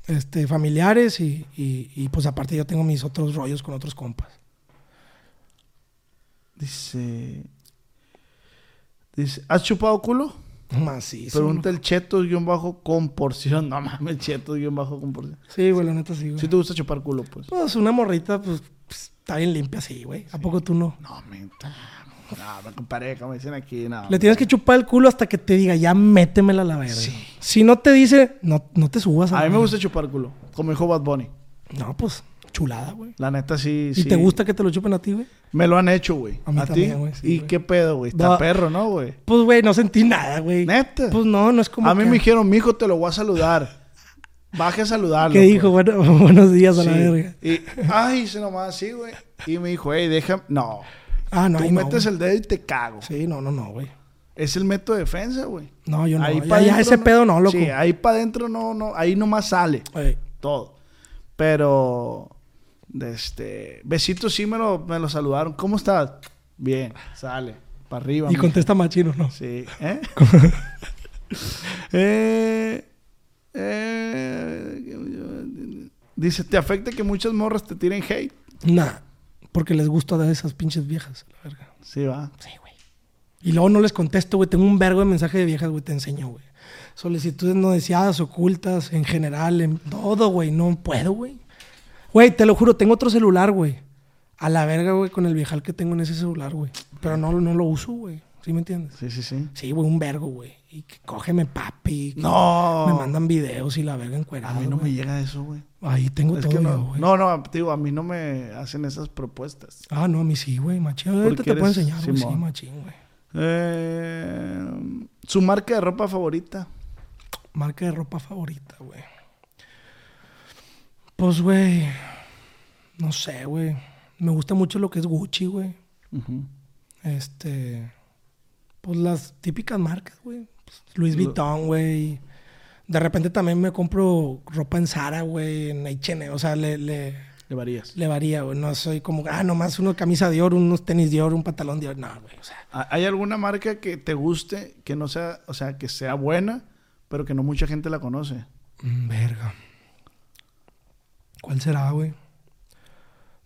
Speaker 3: este, familiares y, y- y, pues aparte yo tengo mis otros rollos con otros compas.
Speaker 1: Dice, dice, ¿has chupado culo?
Speaker 3: Macizo.
Speaker 1: Pregunta el chetos guión bajo con porción. No mames, chetos guión bajo con porción.
Speaker 3: ¿no? Sí, güey, la neta sí, güey.
Speaker 1: Si te gusta chupar culo, pues.
Speaker 3: Pues una morrita, pues, pues, está bien limpia así, güey. ¿A poco tú no?
Speaker 1: No, menta. No, me comparé, como dicen aquí, no.
Speaker 3: Le tienes que chupar el culo hasta que te diga, ya métemela a la verga. Si no te dice, no, no te subas
Speaker 1: A mí
Speaker 3: la
Speaker 1: me
Speaker 3: verga.
Speaker 1: gusta chupar culo, como dijo Bad Bunny.
Speaker 3: No, pues, chulada, güey.
Speaker 1: La neta, sí,
Speaker 3: ¿Y
Speaker 1: sí.
Speaker 3: te gusta que te lo chupen a ti, güey?
Speaker 1: Me lo han hecho, güey.
Speaker 3: A mí
Speaker 1: ¿A ti?
Speaker 3: también, güey, sí,
Speaker 1: ¿Y
Speaker 3: güey.
Speaker 1: qué pedo, güey? Está
Speaker 3: No.
Speaker 1: perro, ¿no, güey?
Speaker 3: Pues, güey, no sentí nada, güey.
Speaker 1: ¿Neta?
Speaker 3: Pues no, no es como.
Speaker 1: A mí
Speaker 3: que-
Speaker 1: me dijeron, mijo, te lo voy a saludar. Baje a saludarlo.
Speaker 3: ¿Qué dijo?
Speaker 1: güey?
Speaker 3: Bueno, buenos días a la verga.
Speaker 1: Y, ay, se nomás así, güey. Y me dijo, hey, déjame. No.
Speaker 3: Ah, no,
Speaker 1: Tú
Speaker 3: ahí no,
Speaker 1: metes
Speaker 3: güey.
Speaker 1: el dedo y te cago.
Speaker 3: Sí, no, no, no, güey.
Speaker 1: Es el método de defensa, güey.
Speaker 3: No, yo no.
Speaker 1: Ahí
Speaker 3: Ya-
Speaker 1: pa'
Speaker 3: ya
Speaker 1: dentro
Speaker 3: ese pedo no, loco.
Speaker 1: Sí, ahí para adentro no, no, ahí nomás sale
Speaker 3: Ey.
Speaker 1: todo. Pero, de este, besito sí me lo, me lo saludaron. ¿Cómo estás? Bien, sale, para arriba.
Speaker 3: Y
Speaker 1: mija.
Speaker 3: contesta machino, ¿no?
Speaker 1: Sí, ¿eh? Eh, eh, dice, ¿te afecta que muchas morras te tiren hate?
Speaker 3: Nah. Porque les gusta de esas pinches viejas, la verga.
Speaker 1: Sí, va.
Speaker 3: Sí, güey. Y luego no les contesto, güey. Tengo un vergo de mensajes de viejas, güey. Te enseño, güey. Solicitudes no deseadas, ocultas, en general, en todo, güey. No puedo, güey. Güey, te lo juro, tengo otro celular, güey. A la verga, güey, con el viejal que tengo en ese celular, güey. Pero no, no lo uso, güey. ¿Sí me entiendes?
Speaker 1: Sí, sí, sí.
Speaker 3: Sí, güey, un vergo, güey. Y que cógeme papi. que
Speaker 1: No.
Speaker 3: Me mandan videos y la verga encuerada.
Speaker 1: A mí no me
Speaker 3: güey.
Speaker 1: llega eso, güey.
Speaker 3: Ahí tengo
Speaker 1: Es
Speaker 3: todo,
Speaker 1: que
Speaker 3: yo,
Speaker 1: no,
Speaker 3: güey.
Speaker 1: no, no, te digo, a mí no me hacen esas propuestas.
Speaker 3: Ah, no, a mí sí, güey, machín. Ahorita
Speaker 1: Porque
Speaker 3: te puedo
Speaker 1: eres
Speaker 3: enseñar, güey. Sí,
Speaker 1: Simón.
Speaker 3: machín, güey.
Speaker 1: Eh, Su marca de ropa favorita.
Speaker 3: Marca de ropa favorita, güey. Pues, güey. No sé, güey. Me gusta mucho lo que es Gucci, güey. Este. Pues las típicas marcas, güey. Pues, Louis Vuitton, güey. De repente también me compro ropa en Zara, güey. En H&M. O sea, le- le,
Speaker 1: De varías.
Speaker 3: Le varía, güey. No soy como, ah, nomás una camisa de oro, unos tenis de oro, un pantalón de oro. No, güey. O sea,
Speaker 1: ¿Ha- ¿Hay alguna marca que te guste, que no sea, o sea, que sea buena, pero que no mucha gente la conoce?
Speaker 3: mm, verga. ¿Cuál será, güey?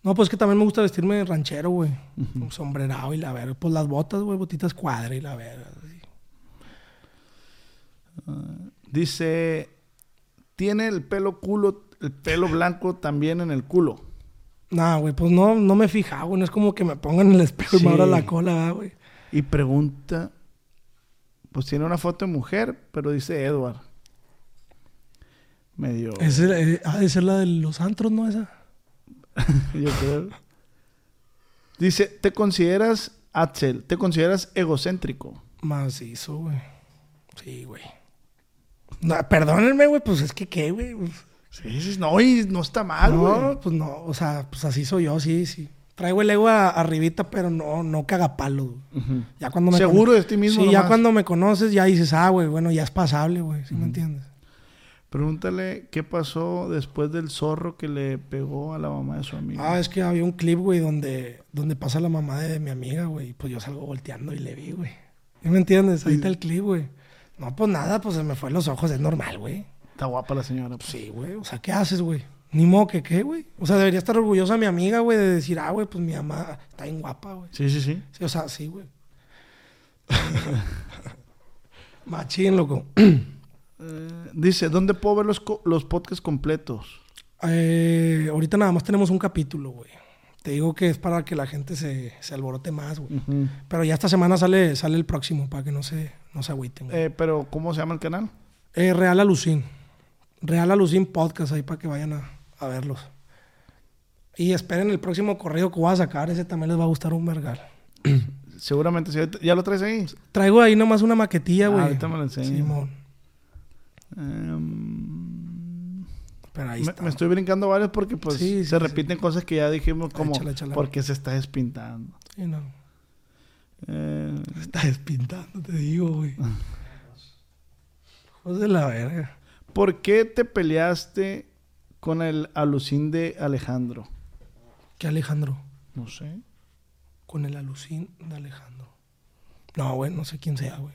Speaker 3: No, pues que también me gusta vestirme de ranchero, güey. Un sombrerado y la verga. Pues las botas, güey, botitas cuadra y la verga. güey.
Speaker 1: Dice, tiene el pelo culo, el pelo blanco también en el culo.
Speaker 3: Nah, güey, pues no, no me fijaba, güey. No es como que me pongan el espejo y me
Speaker 1: Sí.
Speaker 3: abra la cola, ¿verdad, güey.
Speaker 1: Y pregunta, pues tiene una foto de mujer, pero dice Edward. Medio,
Speaker 3: Esa, eh, ha de ser la de los antros, ¿no? Esa.
Speaker 1: yo creo. Dice, ¿te consideras, Axel, te consideras egocéntrico?
Speaker 3: Macizo, güey. Sí, güey. No, perdónenme, güey, pues es que qué, güey. Pues,
Speaker 1: Sí, sí, no, y no está mal, güey.
Speaker 3: no, pues no, o sea, pues así soy yo, sí, sí. Traigo el ego a- arribita, pero no, no cagapalo. güey. Ya cuando me
Speaker 1: Seguro
Speaker 3: cono-
Speaker 1: de ti mismo
Speaker 3: Sí,
Speaker 1: nomás.
Speaker 3: ya cuando me conoces, ya dices, ah, güey, bueno, ya es pasable, güey. ¿Sí me entiendes?
Speaker 1: Pregúntale qué pasó después del zorro que le pegó a la mamá de su amigo.
Speaker 3: Ah, es que había un clip, güey, donde, donde pasa la mamá de mi amiga, güey. y Pues yo salgo volteando y le vi, güey. ¿Sí me entiendes? Ahí está el clip, güey. No, pues nada, pues se me fue los ojos, es normal, güey.
Speaker 1: Está guapa la señora. pues.
Speaker 3: Sí, güey. O sea, ¿qué haces, güey? Ni modo que qué, güey. O sea, debería estar orgullosa mi amiga, güey, de decir, ah, güey, pues mi mamá está bien guapa, güey.
Speaker 1: Sí, sí, sí.
Speaker 3: Sí, o sea, sí, güey. Machín, loco.
Speaker 1: Eh, Dice, ¿dónde puedo ver los, co- los podcasts completos?
Speaker 3: Eh, ahorita nada más tenemos un capítulo, güey. Te digo que es para que la gente se, se alborote más, güey. Pero ya esta semana sale, sale el próximo, para que no se, no se agüiten. güey.
Speaker 1: Eh, pero, ¿cómo se llama el canal?
Speaker 3: Eh, Real Alucín. Real Alucín Podcast, ahí para que vayan a, a verlos. Y esperen el próximo correo que voy a sacar, ese también les va a gustar un vergal.
Speaker 1: Seguramente, sí. ¿ya lo traes ahí?
Speaker 3: Traigo ahí nomás una maquetilla,
Speaker 1: Ah,
Speaker 3: güey.
Speaker 1: ahorita me la enseñas.
Speaker 3: Simón.
Speaker 1: Em,
Speaker 3: Pero ahí
Speaker 1: me,
Speaker 3: está.
Speaker 1: me estoy brincando varios porque pues
Speaker 3: Sí, sí,
Speaker 1: se
Speaker 3: sí.
Speaker 1: repiten cosas que ya dijimos como,
Speaker 3: échala, échala.
Speaker 1: porque se está despintando?
Speaker 3: Sí, no.
Speaker 1: Eh,
Speaker 3: Está despintando, te digo, güey. Hijos de la verga.
Speaker 1: ¿Por qué te peleaste con el alucín de Alejandro?
Speaker 3: ¿Qué Alejandro?
Speaker 1: No sé.
Speaker 3: Con el alucín de Alejandro. No, güey, no sé quién sea, güey.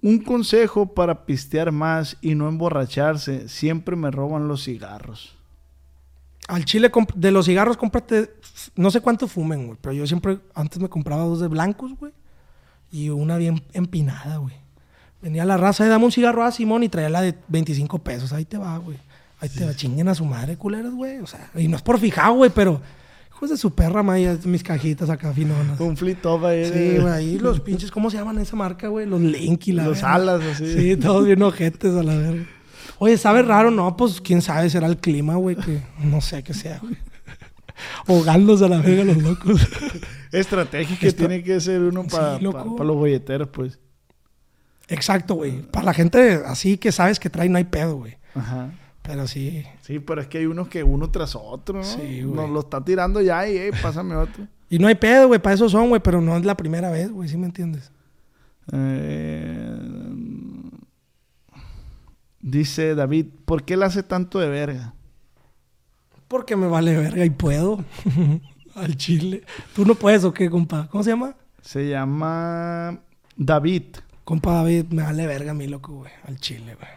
Speaker 1: Un consejo para pistear más y no emborracharse. Siempre me roban los cigarros.
Speaker 3: Al chile, comp- de los cigarros, cómprate. No sé cuánto fumen, güey. Pero yo siempre, antes me compraba dos de blancos, güey. Y una bien empinada, güey. Venía la raza y dame un cigarro a Simón y traía la de 25 pesos. Ahí te va, güey. Ahí te va, chinguen a su madre, culeros, güey. O sea, y no es por fijado, güey, pero. Hijos de su perra, maya, mis cajitas acá finonas.
Speaker 1: Un flip top ahí.
Speaker 3: Sí,
Speaker 1: de-
Speaker 3: güey, ahí los pinches, ¿cómo se llaman esa marca, güey? Los Linky, la
Speaker 1: Los
Speaker 3: verga.
Speaker 1: alas, así.
Speaker 3: Sí, todos bien ojetes a la verga. Oye, ¿sabe raro? No, pues quién sabe, será el clima, güey, que no sé qué sea, güey. Ahogándose a la verga los locos.
Speaker 1: Estrategia que
Speaker 3: Esto-
Speaker 1: tiene que ser uno
Speaker 3: Sí,
Speaker 1: para
Speaker 3: loco.
Speaker 1: los bolleteros, pues.
Speaker 3: Exacto, güey. Para la gente así que sabes que trae, no hay pedo, güey.
Speaker 1: Ajá.
Speaker 3: Pero sí.
Speaker 1: Sí, pero es que hay unos que uno tras otro, ¿no?
Speaker 3: Sí, güey.
Speaker 1: Nos lo está tirando ya y, "Ey, pásame otro.
Speaker 3: Y no hay pedo, güey, para eso son, güey, pero no es la primera vez, güey, ¿sí me entiendes?
Speaker 1: Eh, dice David, ¿por qué la hace tanto de verga?
Speaker 3: Porque me vale verga y puedo. Al chile. Tú no puedes o qué, compa. ¿Cómo se llama?
Speaker 1: Se llama David.
Speaker 3: Compa David, me vale verga a mí, loco, güey. Al chile, güey.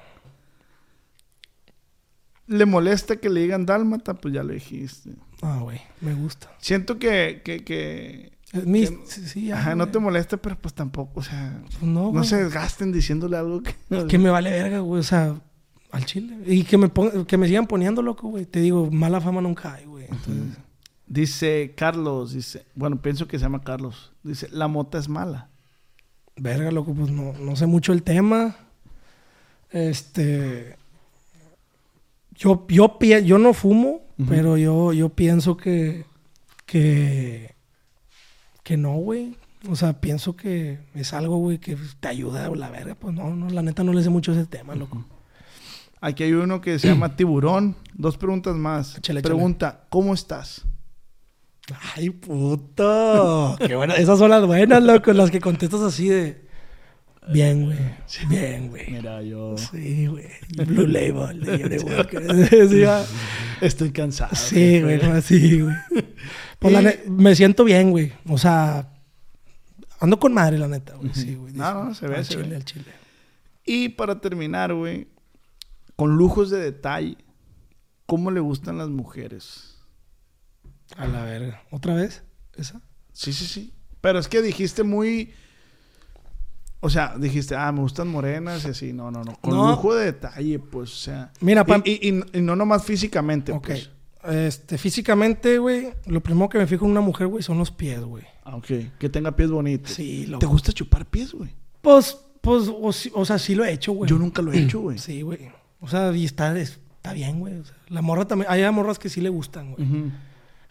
Speaker 1: ¿Le molesta que le digan dálmata? Pues ya lo dijiste.
Speaker 3: Ah, güey. Me gusta.
Speaker 1: Siento que... que, que
Speaker 3: Es mi- sí, sí, ya,
Speaker 1: ajá, no
Speaker 3: güey.
Speaker 1: te molesta, pero pues tampoco, o sea...
Speaker 3: Pues no,
Speaker 1: No
Speaker 3: güey.
Speaker 1: se desgasten diciéndole algo que...
Speaker 3: Que me vale verga, güey. O sea, al chile. Y que me, pon- que me sigan poniendo, loco, güey. Te digo, mala fama nunca hay, güey. Entonces,
Speaker 1: Dice Carlos, dice... Bueno, pienso que se llama Carlos. Dice, la mota es mala.
Speaker 3: verga, loco, pues no, no sé mucho el tema. Este. Yo, yo, pie- yo no fumo, pero yo, yo pienso que. que. que no, güey. O sea, pienso que es algo, güey, que te ayuda o la verga. Pues no, no, la neta no le sé mucho ese tema, loco.
Speaker 1: Aquí hay uno que se llama Tiburón. Dos preguntas más.
Speaker 3: Échale, échale.
Speaker 1: Pregunta, ¿cómo estás?
Speaker 3: Ay, puto. Qué bueno. Esas son las buenas, loco. Las que contestas así de. Bien, güey. Bien, güey.
Speaker 1: Mira, yo
Speaker 3: Sí, güey. Blue Label. de Johnny Walker. Sí,
Speaker 1: Ah,
Speaker 3: va.
Speaker 1: estoy cansado.
Speaker 3: Sí, güey. no, Sí, güey. Pues, la
Speaker 1: Y-
Speaker 3: ne- me siento bien, güey. O sea, ando con madre, la neta, güey. Sí, güey.
Speaker 1: No, no, no, se ve,
Speaker 3: Al
Speaker 1: se
Speaker 3: chile,
Speaker 1: ve.
Speaker 3: al chile.
Speaker 1: Y para terminar, güey, con lujos de detalle, ¿cómo le gustan las mujeres?
Speaker 3: A la verga. ¿Otra vez? ¿Esa?
Speaker 1: Sí, sí, sí. Pero es que dijiste muy... O sea, dijiste, ah, me gustan morenas y así. No, no, no. Con
Speaker 3: No.
Speaker 1: lujo de detalle, pues, o sea...
Speaker 3: Mira, pam-
Speaker 1: y, y- y- y no nomás físicamente,
Speaker 3: Ok.
Speaker 1: pues.
Speaker 3: Este, físicamente, güey, lo primero que me fijo en una mujer, güey, son los pies, güey.
Speaker 1: Ah, ok. Que tenga pies bonitos.
Speaker 3: Sí,
Speaker 1: ¿Te
Speaker 3: loco.
Speaker 1: gusta chupar pies, güey?
Speaker 3: Pues, pues, o, si- o sea, sí lo he hecho, güey.
Speaker 1: Yo nunca lo he hecho, güey.
Speaker 3: Sí, güey. O sea, y está, está bien, güey. O sea, la morra también. Hay morras que sí le gustan, güey.
Speaker 1: Ujú.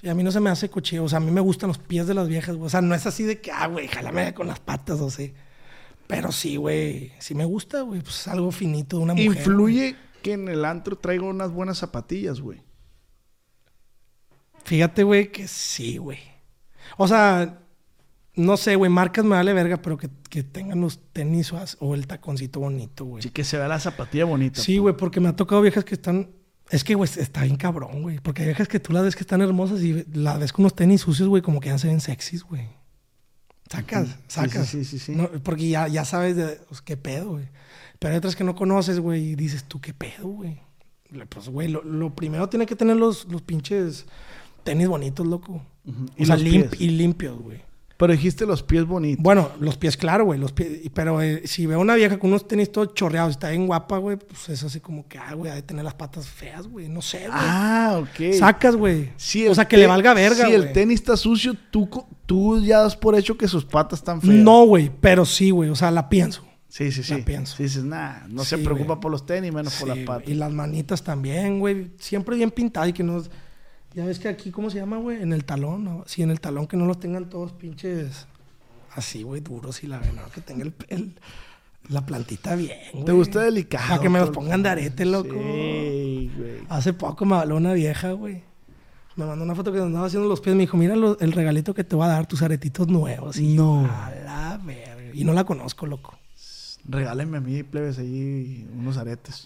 Speaker 3: Y a mí no se me hace cocheo. O sea, a mí me gustan los pies de las viejas, güey. O sea, no es así de que, ah, güey, jálame con las patas, o sea. Pero sí, güey. Sí me gusta, güey. Pues es algo finito de una mujer. güey.
Speaker 1: Influye que en el antro traiga unas buenas zapatillas, güey.
Speaker 3: Fíjate, güey, que sí, güey. O sea, no sé, güey. Marcas me vale verga, pero que, que tengan los tenis o as- o el taconcito bonito, güey.
Speaker 1: Sí, que se vea la zapatilla bonita.
Speaker 3: Sí, güey, porque me ha tocado viejas que están. Es que, güey, está bien cabrón, güey. Porque hay viejas que tú las ves que están hermosas y las ves con unos tenis sucios, güey, como que ya se ven sexys, güey. Sacas, sacas.
Speaker 1: sí, sí, sí.
Speaker 3: No, porque ya, ya sabes de pues, qué pedo, güey. Pero hay otras que no conoces, güey, y dices tú, qué pedo, güey. Le- Pues, güey, lo, lo primero tiene que tener los, los pinches tenis bonitos, loco.
Speaker 1: Y
Speaker 3: O sea,
Speaker 1: los
Speaker 3: limp-
Speaker 1: pies.
Speaker 3: y limpios, güey.
Speaker 1: Pero dijiste los pies bonitos.
Speaker 3: Bueno, los pies, claro, güey. Los pies, pero eh, si veo una vieja con unos tenis todos chorreados, está bien guapa, güey, pues es así como que, ah, güey, ha de tener las patas feas, güey. No sé, güey.
Speaker 1: Ah, ok.
Speaker 3: Sacas, güey.
Speaker 1: Si
Speaker 3: o
Speaker 1: el
Speaker 3: sea, que le
Speaker 1: te-
Speaker 3: valga
Speaker 1: Si
Speaker 3: verga, güey.
Speaker 1: el tenis está sucio, tú, co- tú ya das por hecho que sus patas están feas.
Speaker 3: No, güey, pero sí, güey. O sea, la pienso.
Speaker 1: Sí, sí, sí.
Speaker 3: La pienso.
Speaker 1: Sí, dices, nah, no se
Speaker 3: Sí,
Speaker 1: preocupa
Speaker 3: güey.
Speaker 1: por los tenis, menos por
Speaker 3: Sí,
Speaker 1: las patas.
Speaker 3: güey, Y las manitas también, güey. Siempre bien pintadas y que no... Ya ves que aquí, ¿cómo se llama, güey? En el talón, ¿no? Sí, en el talón, que no los tengan todos pinches... Así, güey, duros y la verdad, que tenga el, el- la plantita bien, güey.
Speaker 1: Te gusta delicado.
Speaker 3: Para que me los
Speaker 1: todo el-
Speaker 3: pongan de arete, loco.
Speaker 1: Sí, güey.
Speaker 3: Hace poco me habló una vieja, güey. Me mandó una foto que andaba haciendo los pies. Me dijo, mira lo- el regalito que te va a dar, tus aretitos nuevos. Y no. A la verga. Y no la conozco, loco.
Speaker 1: Regálenme a mí, plebes, ahí unos aretes.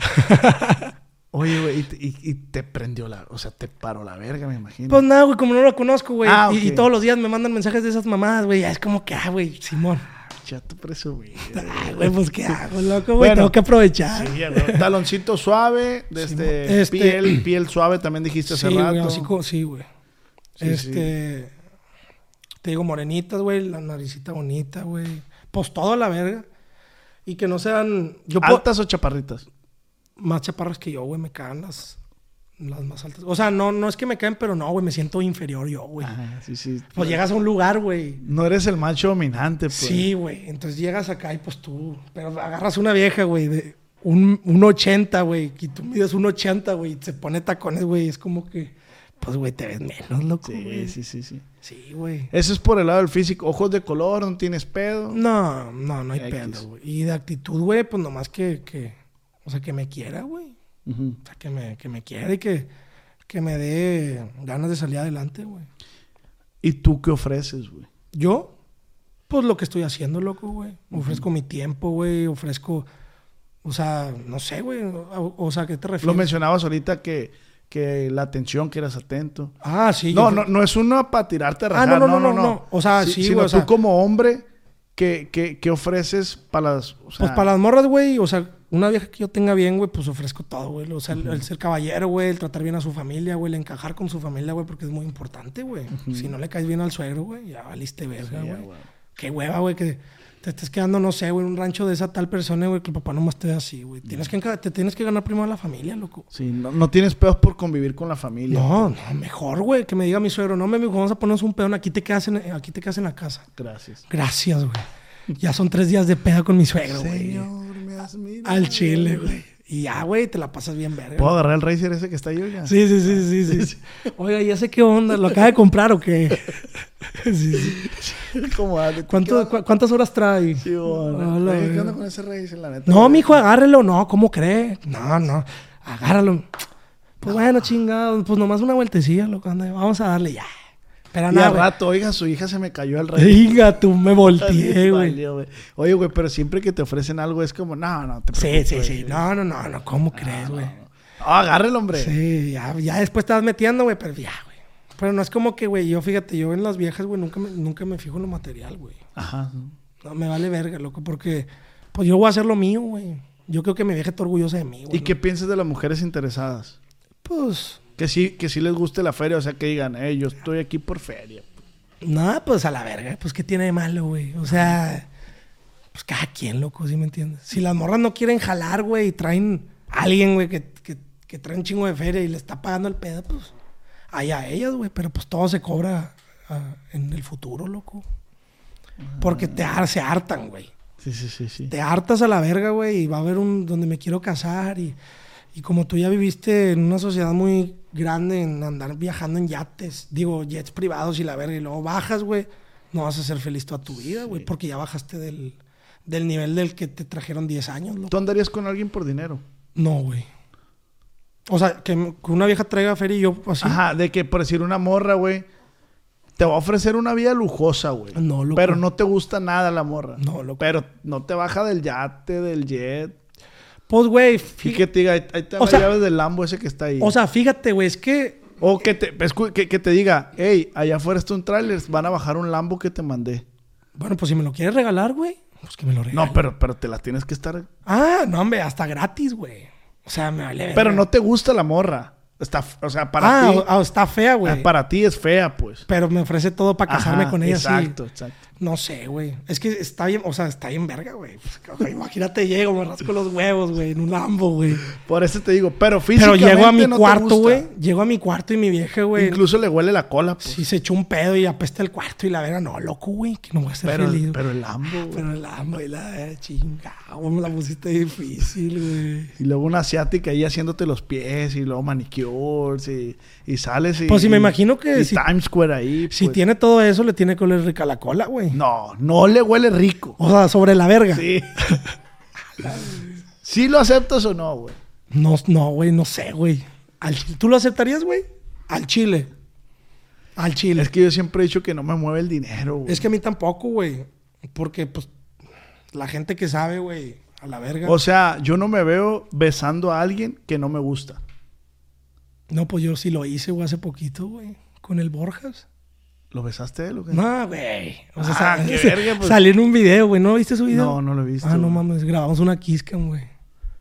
Speaker 1: Oye, güey, y te- y, y te prendió la... O sea, te paró la verga, me imagino.
Speaker 3: Pues nada, güey, como no la conozco, güey.
Speaker 1: Ah,
Speaker 3: y- y,
Speaker 1: ok.
Speaker 3: todos los días me mandan mensajes de esas mamadas, güey. Ya es como que, ah, güey, Simón.
Speaker 1: Chato presumido.
Speaker 3: Ah, güey, pues qué hago, loco, güey.
Speaker 1: Bueno.
Speaker 3: Tengo que aprovechar.
Speaker 1: Sí, güey. Eh, Taloncito suave, de
Speaker 3: Sí,
Speaker 1: este,
Speaker 3: este-
Speaker 1: piel, piel suave también dijiste hace
Speaker 3: Sí, güey,
Speaker 1: rato.
Speaker 3: así como- sí, güey.
Speaker 1: Sí,
Speaker 3: este. Te digo, morenitas, güey, la naricita bonita, güey. Pues todo a la verga. Y que no sean. Yo puedo-
Speaker 1: ¿Altas o chaparritas?
Speaker 3: más chaparras que yo, güey, me caen las, las más altas. O sea, no, no es que me caen, pero no, güey, me siento inferior yo, güey.
Speaker 1: Ajá, sí, sí.
Speaker 3: Pues llegas a un lugar, güey.
Speaker 1: No eres el macho dominante, pues.
Speaker 3: Sí, güey. Entonces llegas acá y pues tú, pero agarras una vieja, güey, de un, un 80, güey, y tú mides un 80, güey, y se pone tacones, güey, es como que, pues, güey, te ves menos, loco,
Speaker 1: Sí,
Speaker 3: güey.
Speaker 1: sí, sí, sí.
Speaker 3: Sí, güey.
Speaker 1: Eso es por el lado del físico. Ojos de color, no tienes pedo.
Speaker 3: No, no, no hay
Speaker 1: X.
Speaker 3: pedo, güey. Y de actitud, güey, pues nomás que, que, o sea, que me quiera, güey. O sea, que me, que me quiera y que, que me dé ganas de salir adelante, güey.
Speaker 1: ¿Y tú qué ofreces, güey?
Speaker 3: Yo, Pues lo que estoy haciendo, loco, güey. Ofrezco mi tiempo, güey. Ofrezco. O sea, no sé, güey. O, o sea, ¿a ¿qué te refieres?
Speaker 1: Lo mencionabas ahorita que, que la atención, que eras atento.
Speaker 3: Ah, sí.
Speaker 1: No,
Speaker 3: yo-
Speaker 1: no, no es uno para tirarte a
Speaker 3: Ah,
Speaker 1: rajar.
Speaker 3: no, no, no, no, no. O sea, sí,
Speaker 1: Sino
Speaker 3: güey, o
Speaker 1: tú
Speaker 3: sea-
Speaker 1: como hombre, ¿qué, qué, qué ofreces para las... o sea,
Speaker 3: Pues para las morras, güey, o sea, una vieja que yo tenga bien, güey, pues ofrezco todo, güey. O sea, el, el ser caballero, güey, el tratar bien a su familia, güey, el encajar con su familia, güey, porque es muy importante, güey. Si no le caes bien al suegro, güey, ya valiste verga, güey. Qué hueva, güey, que te estés quedando, no sé, güey, en un rancho de esa tal persona, güey, que el papá nomás te da así, güey. Tienes que enca- Te tienes que ganar primero a la familia, loco.
Speaker 1: Sí, no, no tienes pedos por convivir con la familia.
Speaker 3: No, no, mejor, güey, que me diga mi suegro, no, me vamos a ponernos un peón, aquí te quedas en, aquí te quedas en la casa.
Speaker 1: Gracias.
Speaker 3: Gracias, güey. Ya son tres días de peda con mi suegro, güey.
Speaker 1: me has mirado.
Speaker 3: Al chile, güey. Y ya, güey, te la pasas bien verga.
Speaker 1: ¿Puedo agarrar el Razer ese que está ahí, oiga?
Speaker 3: Sí, sí, sí, sí, sí, sí. Oiga, ya sé qué onda, ¿lo acaba de comprar o qué? Sí, sí.
Speaker 1: Como, ah, ¿de- qué
Speaker 3: ¿Cuánto-
Speaker 1: onda?
Speaker 3: cu- ¿Cuántas horas trae?
Speaker 1: Sí, bueno.
Speaker 3: Hola,
Speaker 1: Oye, ¿Qué
Speaker 3: güey.
Speaker 1: onda con ese Razer, la neta?
Speaker 3: No, mijo, agárrelo. No, ¿cómo cree? No, no. Agárralo. Pues bueno, chingado. Pues nomás una vueltecilla, loco. anda, Vamos a darle ya. Pero
Speaker 1: Y
Speaker 3: nada,
Speaker 1: al
Speaker 3: güey.
Speaker 1: rato, oiga, su hija se me cayó al Razer.
Speaker 3: Venga, tú me volteé, güey.
Speaker 1: Valió, güey. Oye, güey, pero siempre que te ofrecen algo es como, no, no, te
Speaker 3: Sí,
Speaker 1: preocupes,
Speaker 3: sí, sí.
Speaker 1: güey.
Speaker 3: No, no, no, no. ¿Cómo crees, güey?
Speaker 1: Ah, agárrelo, hombre.
Speaker 3: Sí, ya, ya después te vas metiendo, güey, pero ya, güey. Pero no es como que, güey, yo fíjate, yo en las viejas, güey, nunca me, nunca me fijo en lo material, güey.
Speaker 1: Ajá.
Speaker 3: No, me vale verga, loco, porque pues yo voy a hacer lo mío, güey. Yo creo que mi vieja está orgullosa de mí, güey.
Speaker 1: ¿Y qué piensas de las mujeres interesadas?
Speaker 3: Pues,
Speaker 1: Que sí, que sí les guste la feria, o sea, que digan, hey, yo estoy aquí por feria.
Speaker 3: nada, pues a la verga, pues qué tiene de malo, güey. O sea, pues cada quien, loco, ¿sí me entiendes? Si las morras no quieren jalar, güey, y traen a alguien, güey, que, que, que trae un chingo de feria y le está pagando el pedo, pues allá ellas, güey, pero pues todo se cobra ah, en el futuro, loco. Porque te, har- se hartan, güey.
Speaker 1: Sí, sí, sí, sí.
Speaker 3: te hartas a la verga, güey, y va a haber un donde me quiero casar y, y como tú ya viviste en una sociedad muy grande en andar viajando en yates, digo, jets privados y la verga, y luego bajas, güey, no vas a ser feliz toda tu vida, güey, porque ya bajaste del, del nivel del que te trajeron 10 años, loco.
Speaker 1: ¿Tú andarías con alguien por dinero?
Speaker 3: No, güey. O sea, que, m- que una vieja traiga feria y yo así.
Speaker 1: Ajá, de que por decir una morra, güey, te va a ofrecer una vida lujosa, güey.
Speaker 3: No, loco.
Speaker 1: Pero no te gusta nada la morra.
Speaker 3: No, loco.
Speaker 1: Pero no te baja del yate, del jet.
Speaker 3: Pues, güey,
Speaker 1: Y
Speaker 3: fí-
Speaker 1: que te diga, ahí ahí te
Speaker 3: O
Speaker 1: van
Speaker 3: sea-
Speaker 1: las llaves del Lambo ese que está ahí.
Speaker 3: o sea, fíjate, güey, es que
Speaker 1: O que te, escu- que, que te diga, hey, allá afuera está un tráiler, van a bajar un Lambo que te mandé.
Speaker 3: bueno, pues si me lo quieres regalar, güey, pues que me lo regales.
Speaker 1: No, pero, pero te la tienes que estar...
Speaker 3: Ah, no, hombre, hasta gratis, güey. O sea, me vale.
Speaker 1: Pero
Speaker 3: verga.
Speaker 1: no te gusta la morra. Está, f- o sea, para
Speaker 3: ah,
Speaker 1: ti...
Speaker 3: o- ah, está fea,
Speaker 1: ah,
Speaker 3: güey.
Speaker 1: Para ti es fea, pues.
Speaker 3: Pero me ofrece todo para casarme
Speaker 1: Ajá,
Speaker 3: con ella. sí.
Speaker 1: Exacto, exacto.
Speaker 3: No sé, güey. Es que está bien, o sea, está bien verga, güey. Pues, güey, Imagínate, llego, me rasco los huevos, güey, en un lambo, güey.
Speaker 1: Por eso te digo, pero
Speaker 3: Pero
Speaker 1: físicamente
Speaker 3: llego a mi
Speaker 1: no te
Speaker 3: cuarto,
Speaker 1: gusta.
Speaker 3: güey. Llego a mi cuarto y mi vieja, güey.
Speaker 1: Incluso le huele la cola, pues.
Speaker 3: Si se echó un pedo y apesta el cuarto y la verga, no, loco, güey, que no voy a ser
Speaker 1: pero,
Speaker 3: feliz.
Speaker 1: pero el Lambo, güey.
Speaker 3: Pero el lambo y la verga, chingado, me la pusiste difícil, güey.
Speaker 1: Y luego una asiática ahí haciéndote los pies y luego manicures y, y sales y...
Speaker 3: Pues sí, me imagino que
Speaker 1: y
Speaker 3: si-
Speaker 1: Times Square ahí,
Speaker 3: Si
Speaker 1: pues.
Speaker 3: tiene todo eso, le tiene que oler rica la cola, güey.
Speaker 1: No, no le huele rico.
Speaker 3: O sea, sobre la verga.
Speaker 1: Sí. ¿Sí lo aceptas o no, güey?
Speaker 3: No, no, güey, no sé, güey. Al chile. ¿Tú lo aceptarías, güey? Al chile. Al chile.
Speaker 1: Es que yo siempre he dicho que no me mueve el dinero, güey.
Speaker 3: Es que a mí tampoco, güey. Porque, pues, la gente que sabe, güey, a la verga.
Speaker 1: O sea, yo no me veo besando a alguien que no me gusta.
Speaker 3: no, pues yo sí lo hice, güey, hace poquito, güey. Con el Borjas.
Speaker 1: ¿Lo besaste él o qué?
Speaker 3: No, güey. O sea,
Speaker 1: Ah,
Speaker 3: sal-
Speaker 1: qué verga, pues.
Speaker 3: salió en un video, güey. ¿No viste su video?
Speaker 1: No, no lo he visto,
Speaker 3: Ah, no
Speaker 1: güey.
Speaker 3: mames. Grabamos una Kisscam, güey.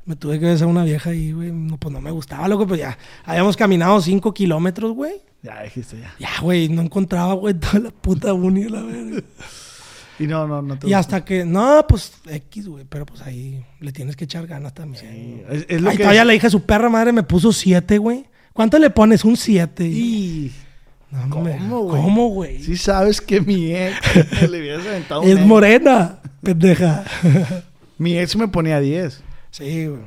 Speaker 3: Me tuve que besar a una vieja ahí, güey. No, pues no me gustaba, loco. Pues ya habíamos caminado cinco kilómetros, güey.
Speaker 1: Ya dijiste ya.
Speaker 3: Ya, güey, no encontraba, güey, toda la puta uni, la verga.
Speaker 1: Y no, no, no te
Speaker 3: Y
Speaker 1: gusta.
Speaker 3: hasta que, no, pues X, güey, pero pues ahí le tienes que echar ganas también.
Speaker 1: Es, es lo
Speaker 3: Ay,
Speaker 1: que
Speaker 3: todavía
Speaker 1: es-
Speaker 3: la hija de su perra madre me puso 7, güey. ¿Cuánto le pones? Un 7.
Speaker 1: Y...
Speaker 3: No, hombre,
Speaker 1: ¿Cómo, güey?
Speaker 3: ¿Cómo, güey?
Speaker 1: Sí sabes que mi ex... le hubieras aventado un
Speaker 3: es
Speaker 1: ex.
Speaker 3: morena, pendeja.
Speaker 1: Mi ex me ponía 10.
Speaker 3: sí, güey.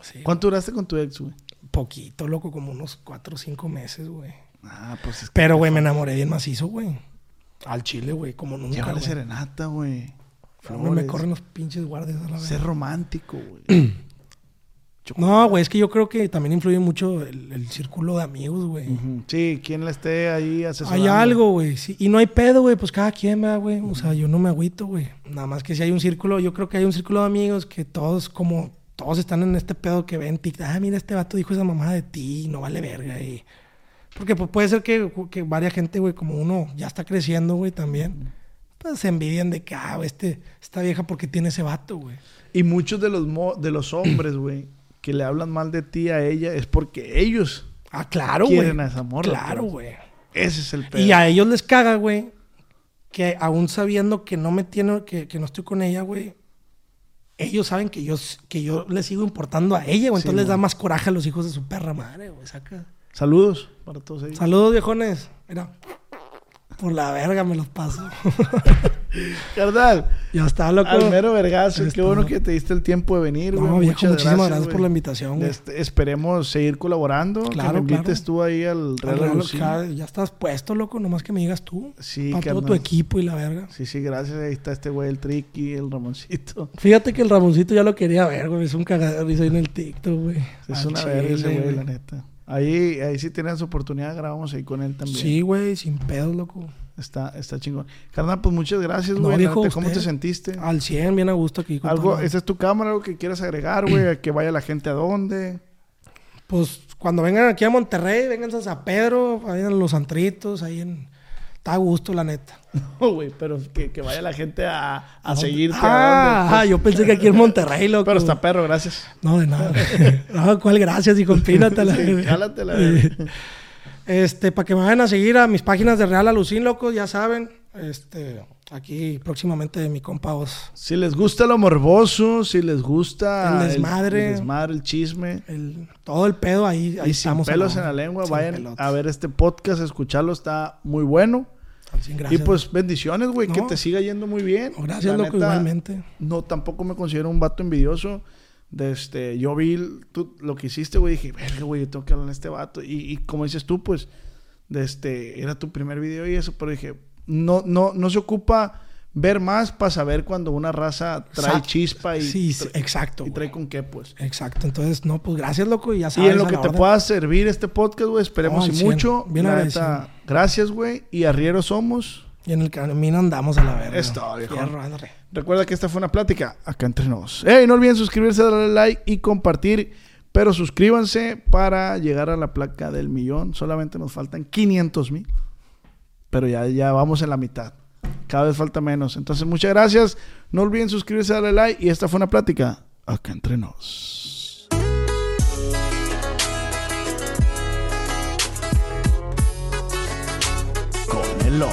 Speaker 3: Sí,
Speaker 1: ¿Cuánto duraste con tu ex, güey?
Speaker 3: poquito, loco, como unos 4 o 5 meses, güey.
Speaker 1: Ah, pues es que...
Speaker 3: Pero, güey, me enamoré bien macizo, güey. Al chile, güey, como nunca,
Speaker 1: Llévale
Speaker 3: güey.
Speaker 1: serenata, güey.
Speaker 3: No, güey, Me
Speaker 1: Flores.
Speaker 3: corren los pinches guardias a la verga.
Speaker 1: Ser romántico, güey. Chocolate.
Speaker 3: No, güey, es que yo creo que también influye mucho el, el círculo de amigos, güey.
Speaker 1: Ujú. Sí, quien le esté ahí asesorando.
Speaker 3: Hay algo, güey. sí. Y no hay pedo, güey. Pues cada quien, ¿verdad, güey. O sea, yo no me agüito, güey. Nada más que si hay un círculo, yo creo que hay un círculo de amigos que todos, como, todos están en este pedo que ven, tic, ah, mira, este vato dijo esa mamada de ti, no vale verga. Y... Porque pues, puede ser que, que varia gente, güey, como uno ya está creciendo, güey, también, pues se envidian de que, ah, güey, este, esta vieja porque tiene ese vato, güey.
Speaker 1: Y muchos de los, mo- de los hombres, güey, que le hablan mal de ti a ella es porque ellos.
Speaker 3: Ah, claro, güey.
Speaker 1: Quieren a esa morra,
Speaker 3: Claro,
Speaker 1: pues.
Speaker 3: güey.
Speaker 1: Ese es el pedo.
Speaker 3: Y a ellos les caga, güey, que aún sabiendo que no me tiene, que, que no estoy con ella, güey, ellos saben que yo, s- que yo les sigo importando a ella, güey. Entonces les da más coraje a los hijos de su perra madre, güey. Saca.
Speaker 1: Saludos para todos ellos.
Speaker 3: Saludos, viejones. Mira, por la verga me los paso.
Speaker 1: Carnal,
Speaker 3: ya está, loco.
Speaker 1: al mero vergazo.
Speaker 3: Es
Speaker 1: Qué bueno
Speaker 3: todo.
Speaker 1: que te diste el tiempo de venir,
Speaker 3: No,
Speaker 1: güey.
Speaker 3: viejo,
Speaker 1: Muchas
Speaker 3: muchísimas gracias
Speaker 1: güey.
Speaker 3: por la invitación, güey.
Speaker 1: Este, esperemos seguir colaborando. que
Speaker 3: Claro,
Speaker 1: me invites
Speaker 3: claro.
Speaker 1: tú ahí al Real
Speaker 3: Al-
Speaker 1: Alucín.
Speaker 3: ya- ya estás puesto, loco. Nomás que me digas tú.
Speaker 1: Sí,
Speaker 3: Para todo
Speaker 1: carnal.
Speaker 3: tu equipo y la verga.
Speaker 1: Sí, sí, gracias. Ahí está este güey, el Tricky, el Ramoncito.
Speaker 3: Fíjate que el Ramoncito ya lo quería ver, güey. Es un cagadero. Hizo ahí en el TikTok, güey.
Speaker 1: Es
Speaker 3: Al
Speaker 1: una verga ese
Speaker 3: chile,
Speaker 1: güey, la neta. Ahí, ahí sí tienes oportunidad, grabamos ahí con él también.
Speaker 3: Sí, güey, sin pedos, loco.
Speaker 1: Está, está chingón. Carnal, pues muchas gracias,
Speaker 3: No,
Speaker 1: güey. la
Speaker 3: viejo,
Speaker 1: neta, ¿Cómo
Speaker 3: usted.
Speaker 1: te sentiste?
Speaker 3: Al 100, bien a gusto aquí. con
Speaker 1: Algo,
Speaker 3: todo.
Speaker 1: esta es tu cámara, algo que quieras agregar, güey, a que vaya la gente a dónde.
Speaker 3: Pues cuando vengan aquí a Monterrey, vengan a San Pedro, vayan a los antritos, ahí en... Está a gusto, la neta.
Speaker 1: No, güey, pero que, que vaya la gente a, a seguirte. a
Speaker 3: Ah,
Speaker 1: dónde,
Speaker 3: ah,
Speaker 1: pues.
Speaker 3: yo pensé que aquí en Monterrey, loco.
Speaker 1: Pero está perro, gracias.
Speaker 3: No, de nada. no, cuál gracias, hijo, pínatela.
Speaker 1: Sí, jálatela.
Speaker 3: Este, para que me vayan a seguir a mis páginas de Real Alucín, loco, ya saben. Este, aquí próximamente mi compa Oz.
Speaker 1: Si les gusta lo morboso, si les gusta
Speaker 3: El desmadre.
Speaker 1: el, desmadre, el chisme.
Speaker 3: El, todo el pedo ahí, ahí
Speaker 1: y sin
Speaker 3: estamos.
Speaker 1: pelos
Speaker 3: la
Speaker 1: en la
Speaker 3: onda.
Speaker 1: lengua,
Speaker 3: Sin
Speaker 1: vayan
Speaker 3: pelotas.
Speaker 1: a ver este podcast, escucharlo, está muy bueno.
Speaker 3: Al cien, gracias,
Speaker 1: y pues bendiciones, güey, que
Speaker 3: No.
Speaker 1: te siga yendo muy bien.
Speaker 3: No, gracias,
Speaker 1: La
Speaker 3: loco, igualmente.
Speaker 1: No, tampoco me considero un vato envidioso. De este, yo vi el- tú- lo que hiciste, güey, dije, verga, güey, yo tengo que hablar a este vato. Y, y como dices tú, pues, de este, era tu primer video y eso, pero dije, no, no, no se ocupa ver más para saber cuando una raza trae
Speaker 3: Sa-
Speaker 1: chispa y,
Speaker 3: Sí, sí,
Speaker 1: tra-
Speaker 3: exacto.
Speaker 1: y trae
Speaker 3: güey.
Speaker 1: con qué, pues.
Speaker 3: Exacto. Entonces, no, pues gracias, loco. Y ya
Speaker 1: Y
Speaker 3: sabes.
Speaker 1: en lo
Speaker 3: a
Speaker 1: que
Speaker 3: la
Speaker 1: te
Speaker 3: orden.
Speaker 1: pueda servir este podcast, güey, esperemos
Speaker 3: No, al
Speaker 1: y
Speaker 3: cien.
Speaker 1: mucho.
Speaker 3: Bien
Speaker 1: La
Speaker 3: agradecido.
Speaker 1: neta, gracias, güey, y arriero somos.
Speaker 3: Y en el camino andamos a la verga.
Speaker 1: Es todo, viejo.
Speaker 3: Fierro, ándale.
Speaker 1: Recuerda que esta fue una plática acá entre nos. Ey, no olviden suscribirse, darle like y compartir. Pero suscríbanse para llegar a la placa del millón. Solamente nos faltan 500 mil. Pero ya, ya vamos en la mitad. Cada vez falta menos. Entonces, muchas gracias. No olviden suscribirse, darle like. Y esta fue una plática acá entre nos. Con el Ox.